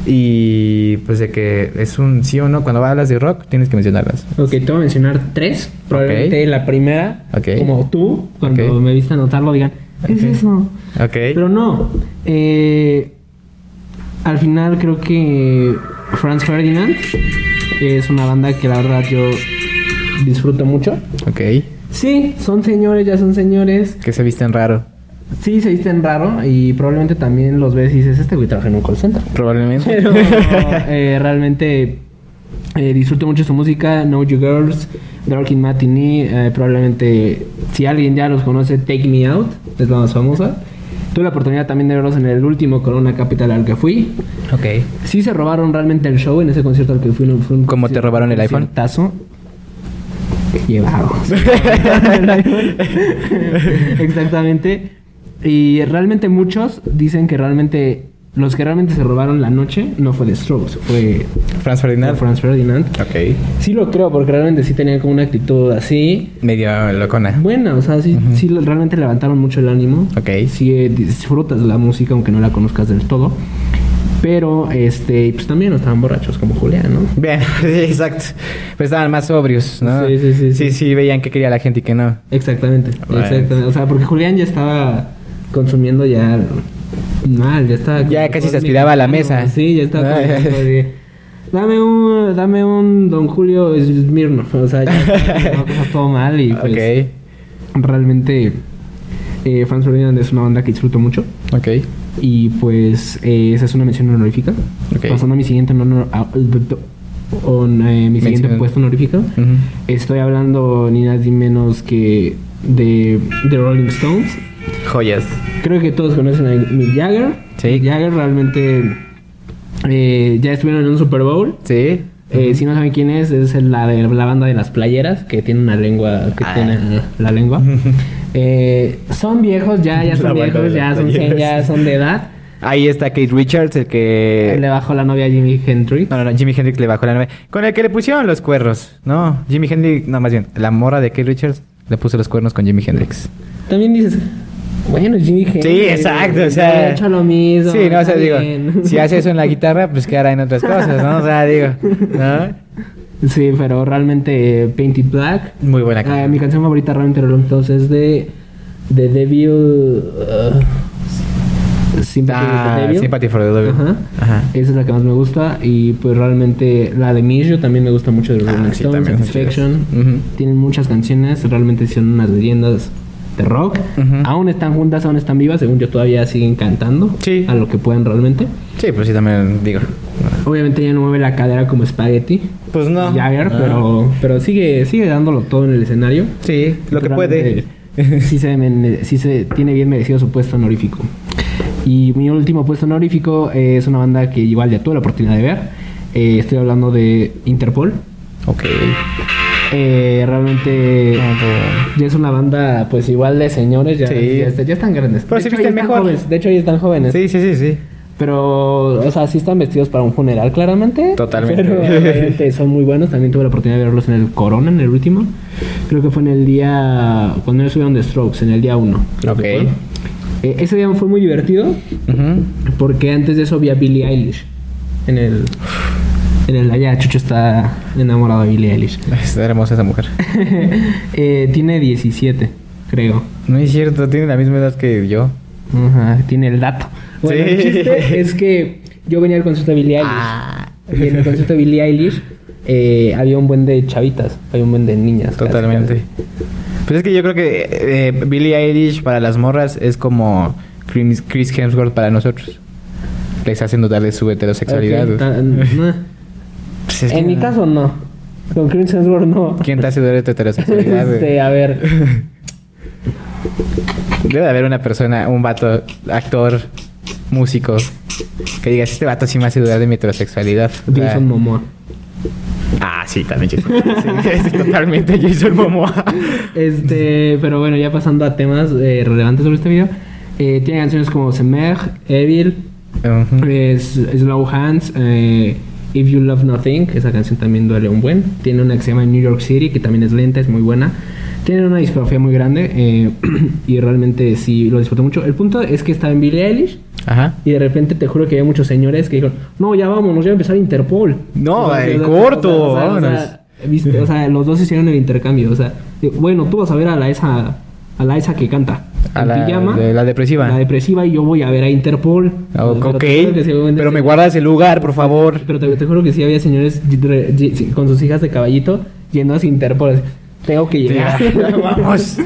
A: Y pues de que es un sí o no. Cuando hablas de rock, tienes que mencionarlas.
B: Ok, te voy a mencionar tres. Probablemente
A: Ok.
B: la primera,
A: Ok.
B: como tú, cuando
A: Ok.
B: me viste anotarlo, digan, ¿qué
A: Ok.
B: es eso?
A: Ok.
B: Pero no. eh, al final creo que Franz Ferdinand es una banda que la verdad yo disfruto mucho.
A: ok.
B: Sí, son señores, ya son señores.
A: Que se visten raro.
B: Sí, se visten raro y probablemente también los ves y dices, este güey trabaja en un call center.
C: Probablemente.
B: Pero
A: [laughs]
B: eh, realmente eh, disfruto mucho su música, Know You Girls, Dark in Matinee, eh, probablemente si alguien ya los conoce, Take Me Out, es la más famosa. Tuve la oportunidad también de verlos en el último Corona Capital al que fui.
C: ok.
B: Sí se robaron realmente el show en ese concierto al que fui. no fue un
C: ¿Cómo te
B: concierto-
C: robaron el iPhone?
B: conciertazo. Llevado.
C: [laughs]
B: Exactamente. Y realmente muchos dicen que realmente los que realmente se robaron la noche no fue de Strokes, fue
A: Franz
B: de
A: Ferdinand.
B: Franz Ferdinand.
A: Ok.
B: Sí lo creo, porque realmente sí tenían como una actitud así.
A: Medio locona.
B: Buena, o sea, sí, sí lo- realmente levantaron mucho el ánimo.
A: Ok.
B: Sí eh, disfrutas la música, aunque no la conozcas del todo. Pero, este, pues también no estaban borrachos como Julián, ¿no?
A: Bien, [laughs] sí, exacto. Pues estaban más sobrios, ¿no?
B: Sí, sí,
A: Sí,
B: sí, sí.
A: sí, veían que quería la gente y que no.
B: Exactamente,
A: Right.
B: exactamente. O sea, porque Julián ya estaba consumiendo ya mal, ya estaba...
A: Ya
B: como
A: casi se
B: con
A: aspiraba a la
B: mexicano,
A: mesa.
B: Sí, ya estaba...
A: Ah,
B: como
A: ya.
B: de, dame un, dame un Don Julio Smirnoff, o sea, ya estaba cosas todo
A: [laughs]
B: mal y pues... Realmente, eh, Franz Ferdinand es una banda que disfruto mucho.
A: ok, ok.
B: Y pues eh, esa es una mención honorífica.
A: Ok.
B: Pasando a mi siguiente, honor- a- on, eh, mi siguiente
A: Mención.
B: puesto honorífico.
A: Ujú.
B: Estoy hablando ni más ni menos que de, de Rolling Stones.
A: Joyas.
B: Creo que todos conocen a Mick Jagger.
A: Sí.
B: Mick Jagger realmente eh, ya estuvieron en un Super Bowl.
A: Sí.
B: Eh, Si no saben quién es, es la de la banda de las playeras, que tiene una lengua, que
A: Ah.
B: tiene
A: [laughs]
B: la lengua. Eh, son viejos ya, ya
A: La
B: son
A: banda de
B: viejos, ya
A: las
B: son,
A: playeras.
B: ya son de edad.
A: Ahí está Kate Richards, el que.
B: Le bajó la novia a Jimi Hendrix.
A: No, no, no, Jimi Hendrix le bajó la nave. Con el que le pusieron los cuernos, ¿no? Jimi Hendrix, no, más bien, la morra de Kate Richards le puso los cuernos con Jimi Hendrix.
B: También dices, bueno, Jimi Hendrix.
A: Sí, exacto, o sea.
B: Ha hecho lo mismo.
A: Sí, no, o sea,
B: está
A: digo,
B: bien.
A: si hace
B: [laughs]
A: eso en la guitarra, pues quedará en otras cosas, ¿no? O sea, digo, ¿no?
B: Sí, pero realmente eh, Painted Black.
A: Muy
B: [laughs]
A: buena
B: Ah,
A: canción.
B: mi canción favorita realmente de Rolling Stones es de The Devil. uh, Sympathy with the
A: Ah,
B: Devil.
A: Sympathy for the Devil.
B: Ajá.
A: Ajá.
B: Esa es la que más me gusta. Y pues realmente la de Mijo también me gusta mucho de Rolling
A: Ah, sí,
B: Stones.
A: también son
B: Satisfaction.
A: chidas. Ujú.
B: Tienen muchas canciones. Realmente son unas leyendas de rock.
A: Ujú.
B: Aún están juntas, aún están vivas. Según yo, todavía siguen cantando.
A: Sí.
B: A lo que pueden realmente.
A: Sí, pues sí, también digo.
B: Obviamente ya no mueve la cadera como Spaghetti.
A: Pues no.
B: Jagger,
A: No.
B: pero, pero sigue, sigue dándolo todo en el escenario.
A: Sí, lo que puede.
B: Realmente, sí, se, men- eh, sí se tiene bien merecido su puesto honorífico. Y mi último puesto honorífico eh, es una banda que igual ya tuve la oportunidad de ver. Eh, estoy hablando de Interpol.
A: [laughs] Ok.
B: Eh, realmente ya es una banda pues igual de señores, ya,
A: Sí.
B: ya, está- ya están grandes.
A: Pero
B: de
A: se
B: hecho,
A: visten
B: ya están
A: mejor.
B: jóvenes, de hecho, ya están jóvenes.
A: Sí, sí, sí, sí.
B: Pero, o sea, sí están vestidos para un funeral, claramente.
A: Totalmente.
B: Pero realmente son muy buenos. También tuve la oportunidad de verlos en el Corona, en el último. Creo que fue en el día. Cuando ellos subieron The Strokes, en el día 1.
A: Ok.
B: ese día fue muy divertido.
A: Ujú.
B: Porque antes de eso vi a Billie Eilish. En el. En el allá, Chucho está enamorado de Billie Eilish. [laughs]
A: Está hermosa esa mujer.
B: Eh, tiene 17, creo.
A: No es cierto, tiene la misma edad que yo.
B: Ajá, tiene el dato. Bueno, el
A: Sí. [laughs]
B: chiste es que yo venía al concierto de Billie Eilish.
A: Ah.
B: Y en el concierto de Billie Eilish eh, había un buen de chavitas, había un buen de niñas. casi,
A: Totalmente.
B: casi.
A: Pues es que yo creo que eh, Billie Eilish para las morras es como Chris Chris Hemsworth para nosotros. Les hacen dudar de su heterosexualidad.
B: Ok,
A: güey.
B: tan- nah.
A: Pues es
B: En
A: que-
B: mi caso, no. Con Chris Hemsworth, no.
A: ¿Quién te hace dudar de tu heterosexualidad? güey?
B: [laughs] Este, a ver.
A: [laughs] Debe de haber una persona, un vato, actor, músico, que digas, este vato sí me hace dudar de mi heterosexualidad. O sea,
B: Jason Momoa.
A: Ah, sí, también Jason Momoa. Sí, [laughs] sí, totalmente Jason Momoa.
B: Este, pero bueno, ya pasando a temas eh, relevantes sobre este video. Eh, tiene canciones como Semer, Evil,
A: Ujú.
B: Es Slow Hands, eh, If You Love Nothing, esa canción también duele un buen. Tiene una que se llama New York City, que también es lenta, es muy buena. Tiene una discografía muy grande eh, [clears throat] y realmente sí lo disfruto mucho. El punto es que estaba en Billie Eilish
A: Ajá.
B: y de repente te juro que había muchos señores que dijeron, no, ya vámonos, ya va a empezar Interpol.
A: No, eh, corto,
B: o sea, o sea,
A: vámonos.
B: viste, o sea, los dos hicieron el intercambio. O sea, de, bueno, tú vas a ver a la esa, a la esa que canta.
A: A
B: en
A: la- de la depresiva.
B: La depresiva y yo voy a ver a Interpol.
A: Ah, ok,
B: Pero te juro que sí, obviamente,
A: pero me
B: sí.
A: guardas el lugar, por favor.
B: Pero te, te juro que sí había señores y- re- y- sí, con sus hijas de caballito yendo a Interpol. así, Tengo que llegar. [laughs]
A: [laughs] vamos,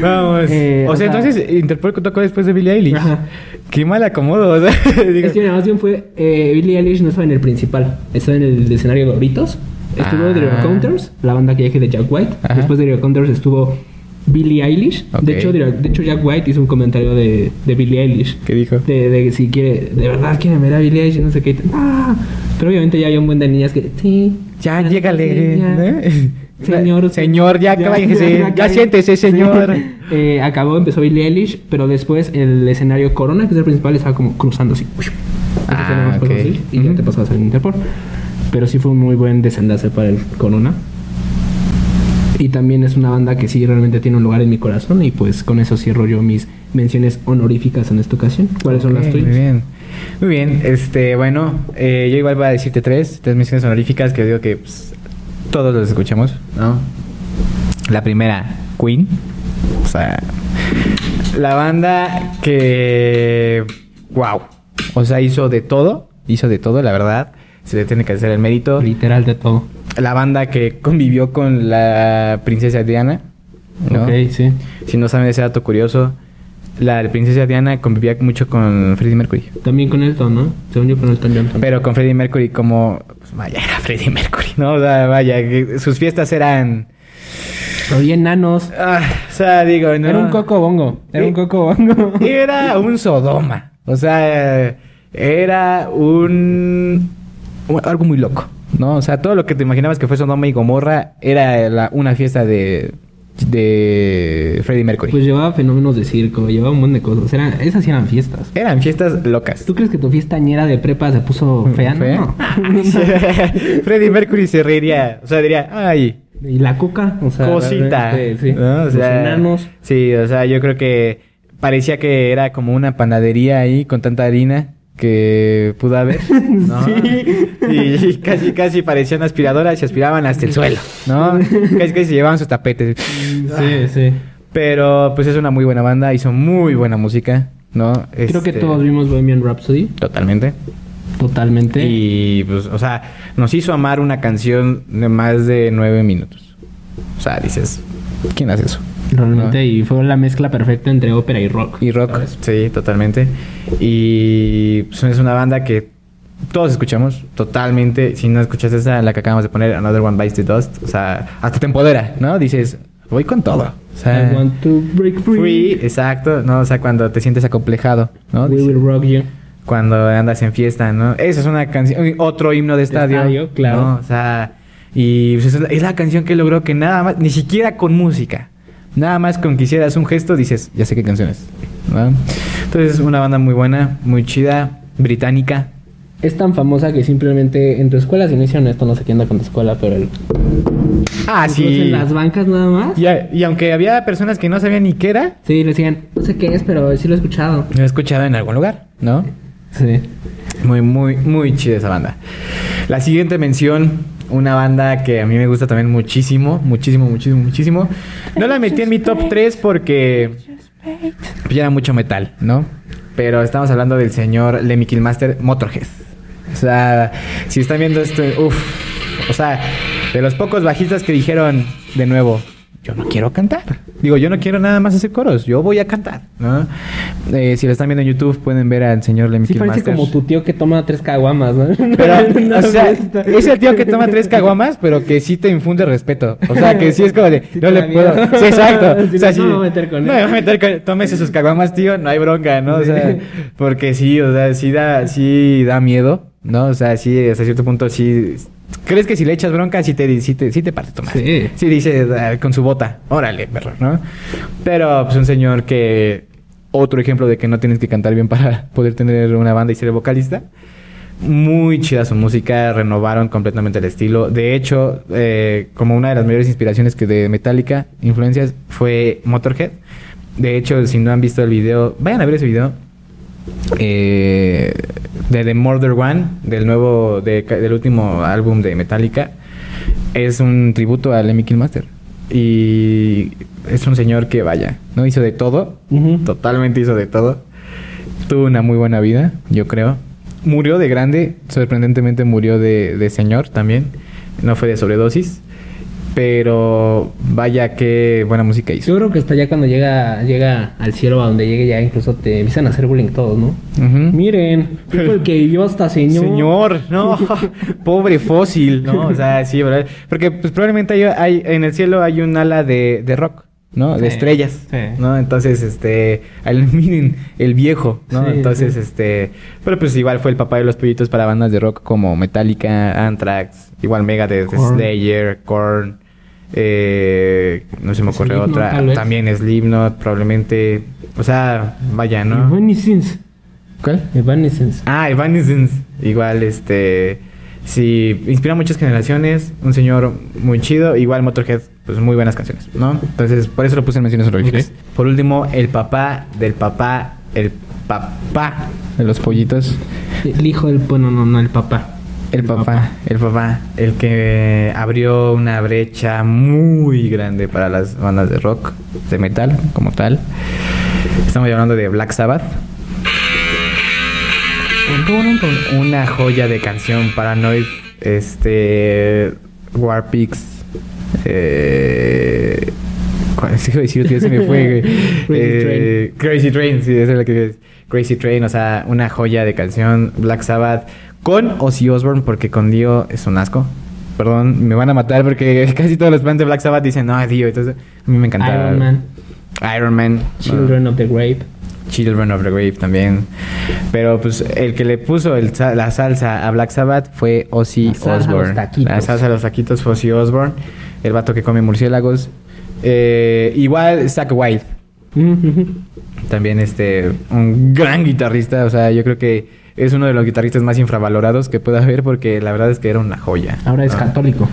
A: vamos.
B: Eh,
A: o sea,
B: o sea-
A: entonces Interpol tocó después de Billie Eilish.
B: Ajá.
A: Qué mal acomodo. O sea, [laughs] digo,
B: Es que mira, más bien fue. Eh, Billie Eilish no estaba en el principal, estaba en el escenario de Doritos. Estuvo
A: Ah.
B: The Rio Counters, la banda que dije de Jack White.
A: Ajá.
B: Después de Rio Counters estuvo Billie Eilish.
A: Ok.
B: De, hecho, Drio- de hecho, Jack White hizo un comentario de, de Billie Eilish.
A: ¿Qué dijo?
B: De, de que si quiere, de verdad quiere ver a Billie Eilish, no sé qué. Ah. Pero obviamente ya había un buen de niñas que. Sí.
A: Ya,
B: sí,
A: llégale.
B: ya.
A: ¿no?
B: Señor,
A: Señor, ya,
B: [laughs]
A: cállese. Ya,
B: cállese.
A: siéntese, señor.
B: Sí. Eh, acabó, empezó Billie Eilish, pero después el escenario Corona, que es el principal, estaba como cruzando así. Entonces
A: Ah,
B: tenemos cosas
A: ok.
B: así, y ya
A: Ujú.
B: te pasabas al Interpol. Pero sí fue un muy buen desenlace para el Corona. Y también es una banda que sí realmente tiene un lugar en mi corazón. Y pues con eso cierro yo mis menciones honoríficas en esta ocasión. ¿Cuáles son las
A: Ok,
B: tuyas?
A: Muy bien. Muy bien. Este, bueno, eh, yo igual voy a decirte tres, tres menciones honoríficas que digo que pues, todos los escuchamos, ¿no? La primera, Queen. O sea, la banda que. ¡Wow! O sea, hizo de todo. Hizo de todo, la verdad. Se le tiene que hacer el mérito.
B: Literal de todo.
A: La banda que convivió con la princesa Diana. ¿no?
B: Ok, sí.
A: Si no saben ese dato curioso, la princesa Diana convivía mucho con Freddie Mercury.
B: También con Elton, ¿no? Según yo con Elton John también.
A: Pero con Freddie Mercury como... pues, vaya, era Freddie Mercury, ¿no? O sea, vaya, que sus fiestas eran...
B: Pero bien nanos.
A: ah, o sea, digo, no...
B: Era un coco bongo. Era
A: Sí.
B: un coco bongo.
A: Era un Sodoma. O sea, era un... un- algo muy loco, ¿no? O sea, todo lo que te imaginabas que fue Sodoma y Gomorra era la- una fiesta de... de Freddie Mercury.
B: Pues llevaba fenómenos de circo, llevaba un montón de cosas. Eran, esas sí eran fiestas.
A: eran fiestas locas.
B: ¿Tú crees que tu fiesta ñera de prepa se puso fea? [laughs] No,
A: ¿Fea? Ay, [laughs] Freddie Mercury se reiría. O sea, diría, ay,
B: no. [laughs] Y la coca, o sea,
A: cosita.
B: realmente, Sí,
A: ¿no? O
B: Los
A: sea,
B: enanos.
A: Sí, o sea, yo creo que parecía que era como una panadería ahí con tanta harina que pudo
B: [laughs]
A: haber. ¿no?
B: Sí.
A: Y, casi, casi parecían aspiradoras y aspiraban hasta el suelo, ¿no? Casi, casi se llevaban sus tapetes.
B: Sí, sí.
A: Pero, pues es una muy buena banda, hizo muy buena música, ¿no?
B: Creo que
A: Este,
B: todos vimos Bohemian Rhapsody.
A: Totalmente.
B: Totalmente.
A: Y pues, o sea, nos hizo amar una canción de más de nueve minutos. O sea, dices, ¿quién hace eso?
B: Realmente,
A: ¿no?
B: y fue la mezcla perfecta entre ópera y rock.
A: Ah. Y rock,
B: ¿sabes?
A: sí, totalmente. Y pues, es una banda que todos escuchamos totalmente. Si no escuchas esa, la que acabamos de poner, Another One Bites the Dust, o sea, hasta te empodera, ¿no? Dices, voy con todo. O sea,
B: I want to break
A: free,
B: free.
A: exacto, ¿no? O sea, cuando te sientes acomplejado, ¿no?
B: We
A: Dices,
B: will rock you.
A: cuando andas en fiesta, ¿no? Esa es una canción, uy, otro himno de estadio,
B: estadio, claro.
A: ¿no? O sea, y pues, es, la, es la canción que logró que nada más, ni siquiera con música, nada más con que hicieras un gesto, dices, ya sé qué canción es, ¿no? Entonces, es una banda muy buena, muy chida, británica.
B: Es tan famosa que simplemente en tu escuela, si no hicieron esto, no sé qué anda con tu escuela, pero el,
A: Ah,
B: Incluso
A: sí.
B: en las bancas nada más.
A: Y, a- y aunque había personas que no sabían ni qué era,
B: Sí, le decían, no sé qué es, pero sí lo he escuchado.
A: lo he escuchado en algún lugar, ¿no?
B: Sí.
A: Muy, muy, muy chida esa banda. La siguiente mención, una banda que a mí me gusta también muchísimo, muchísimo, muchísimo, muchísimo. No la metí en mi top 3 porque pues, ya era mucho metal, ¿no? Pero estamos hablando del señor Lemmy Killmaster Motorhead. O sea, si están viendo esto, uff. O sea, de los pocos bajistas que dijeron de nuevo, yo no quiero cantar. Digo, yo no quiero nada más hacer coros, yo voy a cantar, ¿no? Eh, si lo están viendo en YouTube, pueden ver al señor Lemmy
B: Sí parece
A: Killmaster.
B: como tu tío que toma tres caguamas, ¿no?
A: [laughs] Pero,
B: [laughs] No,
A: o sea,
B: está-
A: es el tío que toma tres caguamas, pero que sí te infunde respeto. O sea, que sí es como de,
B: Sí
A: no
B: te
A: le
B: da
A: puedo.
B: miedo.
A: Sí,
B: [laughs]
A: exacto.
B: Sí,
A: o sea,
B: no,
A: sí,
B: no me voy a meter con
A: no
B: él.
A: me voy a meter con él. Tómese sus caguamas, tío, no hay bronca, ¿no? O sea,
B: Sí.
A: porque sí, o sea, sí da, sí da miedo, ¿no? O sea, sí, hasta cierto punto sí. ¿Crees que si le echas bronca, sí te, sí te, sí te parte tu madre?
B: Sí.
A: Sí, dice ah, con su bota. Órale, perro, ¿no? Pero, pues, un señor que. Otro ejemplo de que no tienes que cantar bien para poder tener una banda y ser vocalista. Muy chida su música, renovaron completamente el estilo. De hecho, eh, como una de las mayores inspiraciones que de Metallica, influencias, fue Motorhead. De hecho, si no han visto el video, vayan a ver ese video. eh, de The Murder One, del nuevo, de- del último álbum de Metallica es un tributo al Lemmy Killmaster. Y es un señor que vaya, ¿no? Hizo de todo.
B: Ujú.
A: Totalmente hizo de todo. Tuvo una muy buena vida, yo creo. Murió de grande, sorprendentemente murió de, de señor también. No fue de sobredosis. Pero vaya, qué buena música hizo.
B: Yo creo que hasta ya cuando llega, llega al cielo, a donde llegue ya incluso te empiezan a hacer bullying todos, ¿no?
A: Ujú.
B: Miren, fue el que yo hasta señor.
A: Señor, no, [laughs] pobre fósil, ¿no? O sea, sí, ¿verdad? Porque pues probablemente hay, hay- en el cielo hay un ala de, de rock, ¿no? De
B: Sí,
A: estrellas,
B: sí.
A: ¿no? Entonces, este, al- miren, el viejo, ¿no?
B: Sí,
A: Entonces,
B: sí.
A: este, pero pues igual fue el papá de los pollitos para bandas de rock como Metallica, Anthrax, igual Megadeth,
B: Korn.
A: Slayer, Korn, eh, no se me ocurre
B: Slipknot,
A: otra,
B: tal vez.
A: también Slipknot, probablemente, o sea, vaya, ¿no?
B: Evanescence.
A: ¿Cuál?
B: Evanescence.
A: Ah, Evanescence. Igual, este. Sí, inspira a muchas generaciones. Un señor muy chido. Igual Motorhead, pues muy buenas canciones, ¿no? Entonces, por eso lo puse en menciones honoríficas. Por último, el papá del papá, el papá de los pollitos.
B: El hijo del bueno, no, no, el papá.
A: El papá, el papá, el que abrió una brecha muy grande para las bandas de rock, de metal como tal. Estamos hablando de Black Sabbath. Una joya de canción Paranoid, este War Pigs, eh, ¿cuál se iba a decir? Ya se [laughs] me fue. güey.
B: Crazy
A: Eh, Crazy Train, sí, esa es la que Crazy Train, o sea, una joya de canción Black Sabbath con Ozzy Osbourne porque con Dio es un asco. Perdón, me van a matar porque [laughs] casi todos los fans de Black Sabbath dicen, "No, Dio", entonces a mí me encantaba.
B: Iron Man,
A: Iron Man.
B: Children
A: Ah.
B: of the Grave.
A: Children of the Grave también. Pero pues el que le puso el sa- la salsa a Black Sabbath fue Ozzy
B: La salsa a los
A: Osbourne.
B: taquitos.
A: La salsa a los taquitos fue Ozzy Osbourne, el vato que come murciélagos. Eh, igual Zach Wild, también este un gran guitarrista, o sea, yo creo que es uno de los guitarristas más infravalorados que pueda haber porque la verdad es que era una joya.
B: Ahora es
A: ¿no?
B: católico.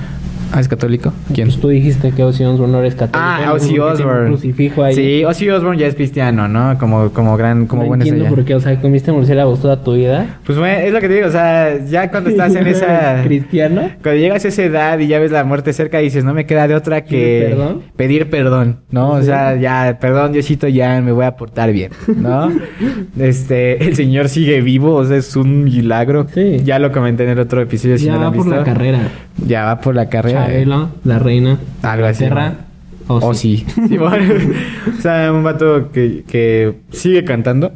A: Ah, es católico. ¿Quién?
B: Pues tú dijiste que Ozzy Osbourne no eres católico.
A: Ah,
B: ¿no?
A: Ozzy
B: Porque tiene un
A: Osbourne.
B: crucifijo ahí.
A: Sí, Ozzy Osbourne ya es cristiano, ¿no? Como como gran como
B: no
A: buen
B: entiendo
A: estrella.
B: por qué, o sea, comiste murciélagos toda tu vida.
A: Pues bueno, es lo que te digo, o sea, ya
B: [laughs]
A: cuando estás en esa...
B: ¿Cristiano?
A: Cuando llegas a esa edad y ya ves la muerte cerca, dices, no me queda de otra que
B: ¿Pedir perdón?
A: pedir perdón, ¿no? O
B: Sí.
A: sea, ya, perdón, Diosito, ya me voy a portar bien, ¿no?
B: [laughs]
A: este, el señor sigue vivo, o sea, es un milagro.
B: Sí.
A: Ya lo comenté en el otro episodio, si
B: ya
A: no lo
B: va
A: han
B: por
A: visto.
B: la carrera.
A: Ya va por la carrera. eh.
B: Chabelo, la reina.
A: Algo así.
B: Terra. Ozzy.
A: O sí. Oh, Sí, bueno. o sea, un vato que, que sigue cantando.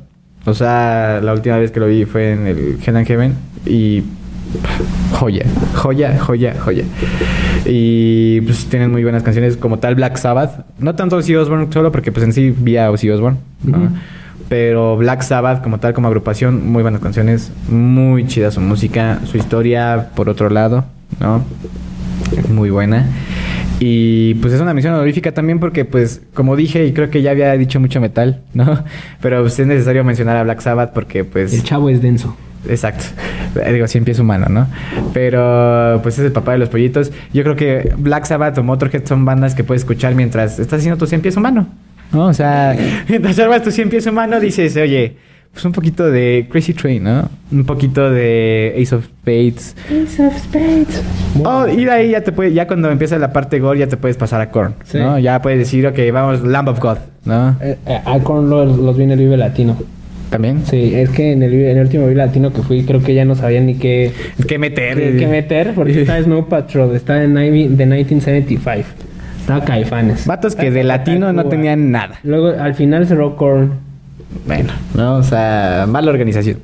A: O sea, la última vez que lo vi fue en el Hell and Heaven. Y. Joya, joya, joya, joya. Y pues tienen muy buenas canciones, como tal Black Sabbath. No tanto Ozzy Osbourne solo, porque pues en sí vi a Ozzy Osbourne. ¿no?
B: Ujú.
A: Pero Black Sabbath, como tal, como agrupación, muy buenas canciones. Muy chida su música, su historia, por otro lado, ¿no? Muy buena. Y pues es una misión honorífica también porque pues como dije y creo que ya había dicho mucho metal, ¿no? [laughs] Pero pues, es necesario mencionar a Black Sabbath porque
B: El
A: pues...
B: chavo es denso.
A: Exacto. Eh, Digo, siempre es humano, ¿no? Pero pues es el papá de los pollitos. Yo creo que Black Sabbath o Motorhead son bandas que puedes escuchar mientras estás haciendo tu 100 pies humano. ¿No? O sea, [laughs] mientras armas tu 100 pies humano dices, oye, pues un poquito de Crazy Train, ¿no? Un poquito de Ace of Spades. Oh, y de ahí ya te puede, ya cuando empieza la parte gore ya te puedes pasar a Korn,
B: Sí.
A: ¿no? Ya puedes decir, ok, vamos, Lamb of God, ¿no?
B: Eh, eh, a Korn los, los vi en el Vive Latino.
A: También.
B: Sí, es que en el, vi- en el último Vive Latino que fui, creo que ya no sabían ni qué,
A: ¿Qué meter?
B: qué, qué meter,
A: [laughs]
B: porque está Snow Patrol, está en Ivy- de 1975, está Caifanes.
A: Vatos que de latino no tenían nada.
B: Luego al final cerró Korn,
A: Bueno, no, o sea, mala organización.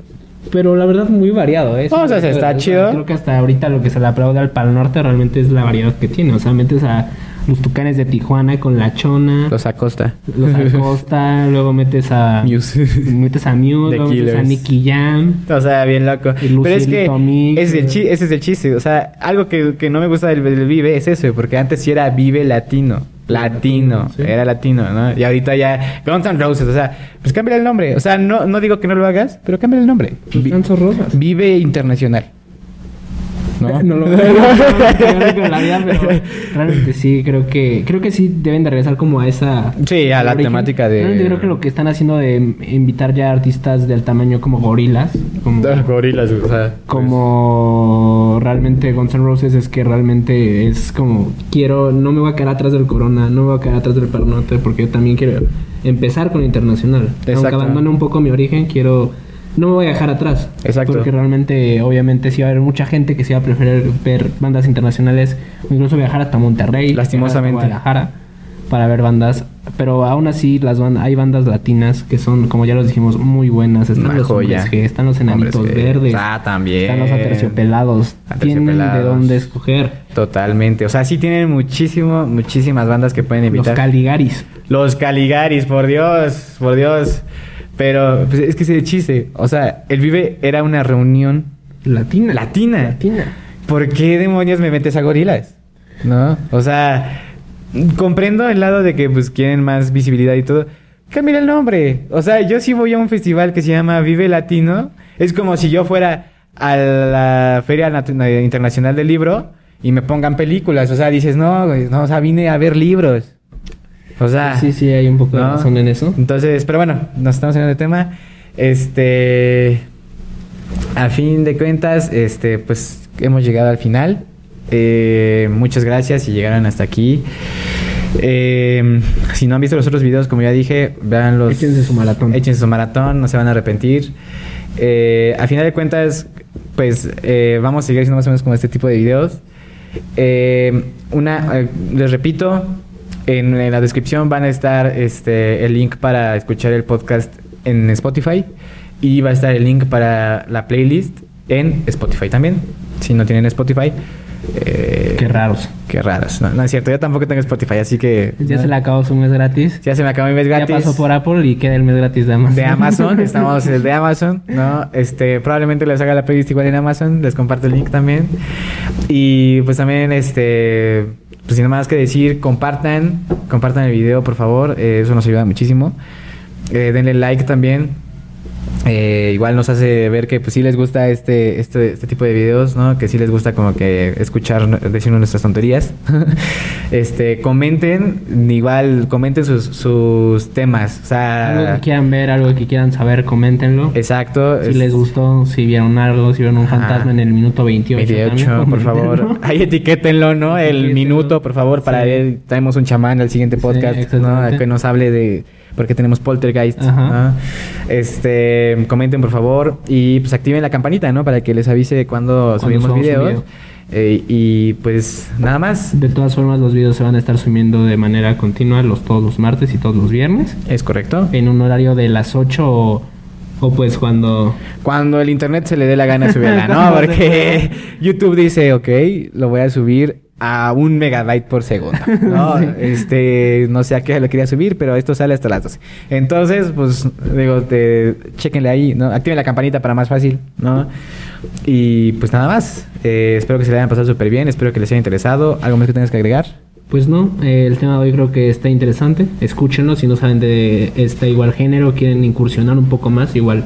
B: pero la verdad muy variado, ¿eh?
A: No, o sea, se está
B: Creo-
A: chido.
B: Creo que hasta ahorita lo que se le aplaude al Pal Norte realmente es la variedad que tiene. O sea, metes a los Tucanes de Tijuana con la Chona, los, [laughs]
A: Los Acosta. [laughs]
B: Acosta, luego metes a
A: Muse. [laughs]
B: metes a
A: The
B: Muse, luego metes a
A: Killers.
B: Nicky Jam.
A: O sea, bien loco.
B: Y
A: Pero es que
B: Lucerito Mix,
A: ese es el
B: eh.
A: chi- ese es el chiste. O sea, algo que, que no me gusta del, del Vive es eso, porque antes sí era Vive Latino. Latino,
B: Sí.
A: era latino, ¿no? Y ahorita ya Guns N' Roses, o sea, pues cambia el nombre. O sea, no, no digo que no lo hagas, pero cambia el nombre. Vi-
B: Gansos Rosas.
A: Vive internacional. ¿No?
B: [laughs] No lo
A: [laughs]
B: veo con la vida, pero realmente sí, creo que, creo que sí deben de regresar como a esa...
A: Sí, a la
B: origen.
A: temática de-
B: Realmente creo
A: [laughs]
B: que lo que están haciendo de invitar ya artistas del tamaño como gorilas, como,
A: Ah, Gorilas, o sea.
B: como realmente Guns N' Roses es que realmente es como, quiero, no me voy a quedar atrás del Corona, no me voy a quedar atrás del Pernote, porque yo también quiero empezar con internacional.
A: Exacto.
B: Aunque abandone un poco mi origen, quiero no me voy a dejar atrás.
A: Exacto.
B: Porque realmente, obviamente, sí va a haber mucha gente que sí va a preferir ver bandas internacionales, incluso viajar hasta Monterrey,
A: Lastimosamente.
B: hasta Guadalajara, para ver bandas. Pero aún así, las ban- hay bandas latinas que son, como ya los dijimos, muy buenas. Están
A: Una
B: los
A: joya.
B: hombres G, están los enanitos
A: Hombres G.
B: verdes,
A: Ah, también.
B: están los aterciopelados. Tienen de
A: Aterciopelados.
B: dónde escoger.
A: Totalmente. O sea, sí tienen muchísimo, muchísimas bandas que pueden
B: Los
A: invitar.
B: Caligaris.
A: Los Caligaris, por Dios, por Dios. Pero pues, es que ese chiste. O sea, el Vive era una reunión
B: Latina.
A: latina.
B: Latina.
A: ¿Por qué demonios me metes a gorilas? ¿No? O sea, comprendo el lado de que pues quieren más visibilidad y todo. Cambia el nombre. O sea, yo sí voy a un festival que se llama Vive Latino. Es como si yo fuera a la Feria Nat- Internacional del Libro y me pongan películas. O sea, dices, no, güey, no, o sea, vine a ver libros. O sea.
B: Sí, sí, hay un poco de
A: Ah. ¿no?
B: razón en eso.
A: Entonces, pero bueno, nos estamos saliendo de tema. Este, a fin de cuentas, este, pues hemos llegado al final. Eh, muchas gracias si llegaron hasta aquí. Eh, si no han visto los otros videos, como ya dije, vean los.
B: Échense su maratón.
A: Échense su maratón, no se van a arrepentir. Eh, a final de cuentas, pues eh, vamos a seguir haciendo más o menos como este tipo de videos. Eh, una, eh, les repito, en, en la descripción van a estar este, el link para escuchar el podcast en Spotify y va a estar el link para la playlist en Spotify también. Si no tienen Spotify, eh,
B: Qué raros.
A: qué raros. No, no es cierto, yo tampoco tengo Spotify, así que
B: Ya se le acabó su mes gratis.
A: ya se me acabó mi mes gratis
B: Ya pasó por Apple y queda el mes gratis de Amazon.
A: de
B: [laughs]
A: Amazon, estamos el de Amazon, ¿no? Este, probablemente les haga la playlist igual en Amazon, les comparto el link también. Y pues también, este, pues sin nada más que decir, compartan, compartan el video, por favor, eh, eso nos ayuda muchísimo. Eh, denle like también. Eh, igual nos hace ver que pues sí les gusta este, este este tipo de videos, ¿no? Que sí les gusta como que escuchar decirnos nuestras tonterías. [laughs] este, comenten, igual comenten sus, sus temas, o sea,
B: Algo que quieran ver, algo que quieran saber, coméntenlo.
A: Exacto.
B: Si
A: es-
B: les gustó, si vieron algo, si vieron un
A: Ajá.
B: fantasma en el minuto 28.
A: 28,
B: también,
A: por
B: [laughs]
A: favor.
B: coméntenlo.
A: [laughs] Ahí etiquétenlo, ¿no? El
B: Etiquétenlo.
A: minuto, por favor, para
B: Sí.
A: ver. Traemos un chamán al siguiente
B: Sí,
A: podcast, ¿no?
B: exactamente.
A: Que nos hable de por qué tenemos poltergeist,
B: Ajá.
A: ¿no? Este, comenten, por favor. Y pues activen la campanita, ¿no? Para que les avise cuando,
B: Cuando
A: subimos
B: subamos un
A: videos.
B: video.
A: Eh, y pues nada más.
B: De todas formas, los videos se van a estar subiendo de manera continua los, todos los martes y todos los viernes.
A: Es correcto.
B: En un horario de las 8 o, o pues cuando...
A: Cuando el internet se le dé la gana de subirla, ¿no?
B: Cuando se
A: Porque [laughs] YouTube dice, ok, lo voy a subir a un megabyte por segundo, ¿no? Este, no sé a qué lo quería subir, pero esto sale hasta las 12. Entonces, pues, digo, te, chequenle ahí, ¿no? Activen la campanita para más fácil, ¿no? Y pues nada más. Eh, espero que se le hayan pasado súper bien, espero que les haya interesado. ¿Algo más que tengas que agregar?
B: Pues no, eh, el tema de hoy creo que está interesante. Escúchenlo si no saben de este igual género, quieren incursionar un poco más, igual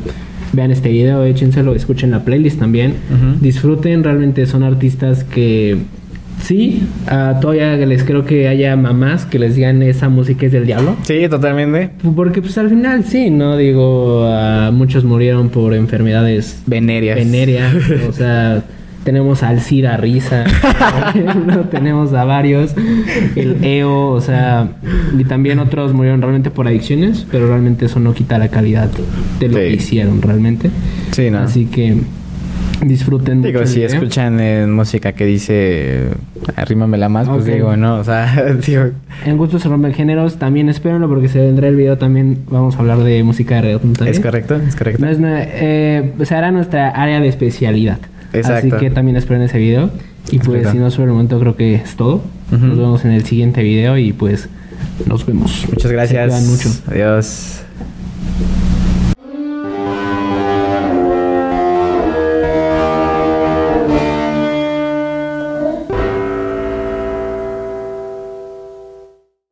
B: vean este video, échenselo, escuchen la playlist también.
A: Ujú.
B: Disfruten, realmente son artistas que sí, ah, todavía les creo que haya mamás que les digan esa música es del diablo.
A: Sí, totalmente.
B: Porque pues al final sí, ¿no? Digo, ah, muchos murieron por enfermedades
A: Venerias. [laughs]
B: venerea. O sea, tenemos al Cira Risa, por ejemplo, tenemos a varios, el EO, o sea, y también otros murieron realmente por adicciones, pero realmente eso no quita la calidad de lo
A: Sí.
B: que hicieron realmente.
A: Sí, ¿no?
B: Así que disfruten
A: Digo,
B: mucho el
A: si
B: video.
A: escuchan eh, música que dice arrímamela más, pues
B: Ok.
A: digo, no, o sea, [laughs] digo,
B: En gusto se rompen géneros, también espérenlo porque se vendrá el video también, vamos a hablar de música de reggaetón también.
A: es correcto, es correcto.
B: No es na- eh, será nuestra área de especialidad.
A: Exacto.
B: Así que también esperen ese video. Y pues,
A: Exacto.
B: si no, sobre el momento creo que es todo.
A: Ujú.
B: Nos vemos en el siguiente video y pues, nos vemos.
A: Muchas
B: Se
A: gracias.
B: cuidan mucho.
A: Adiós.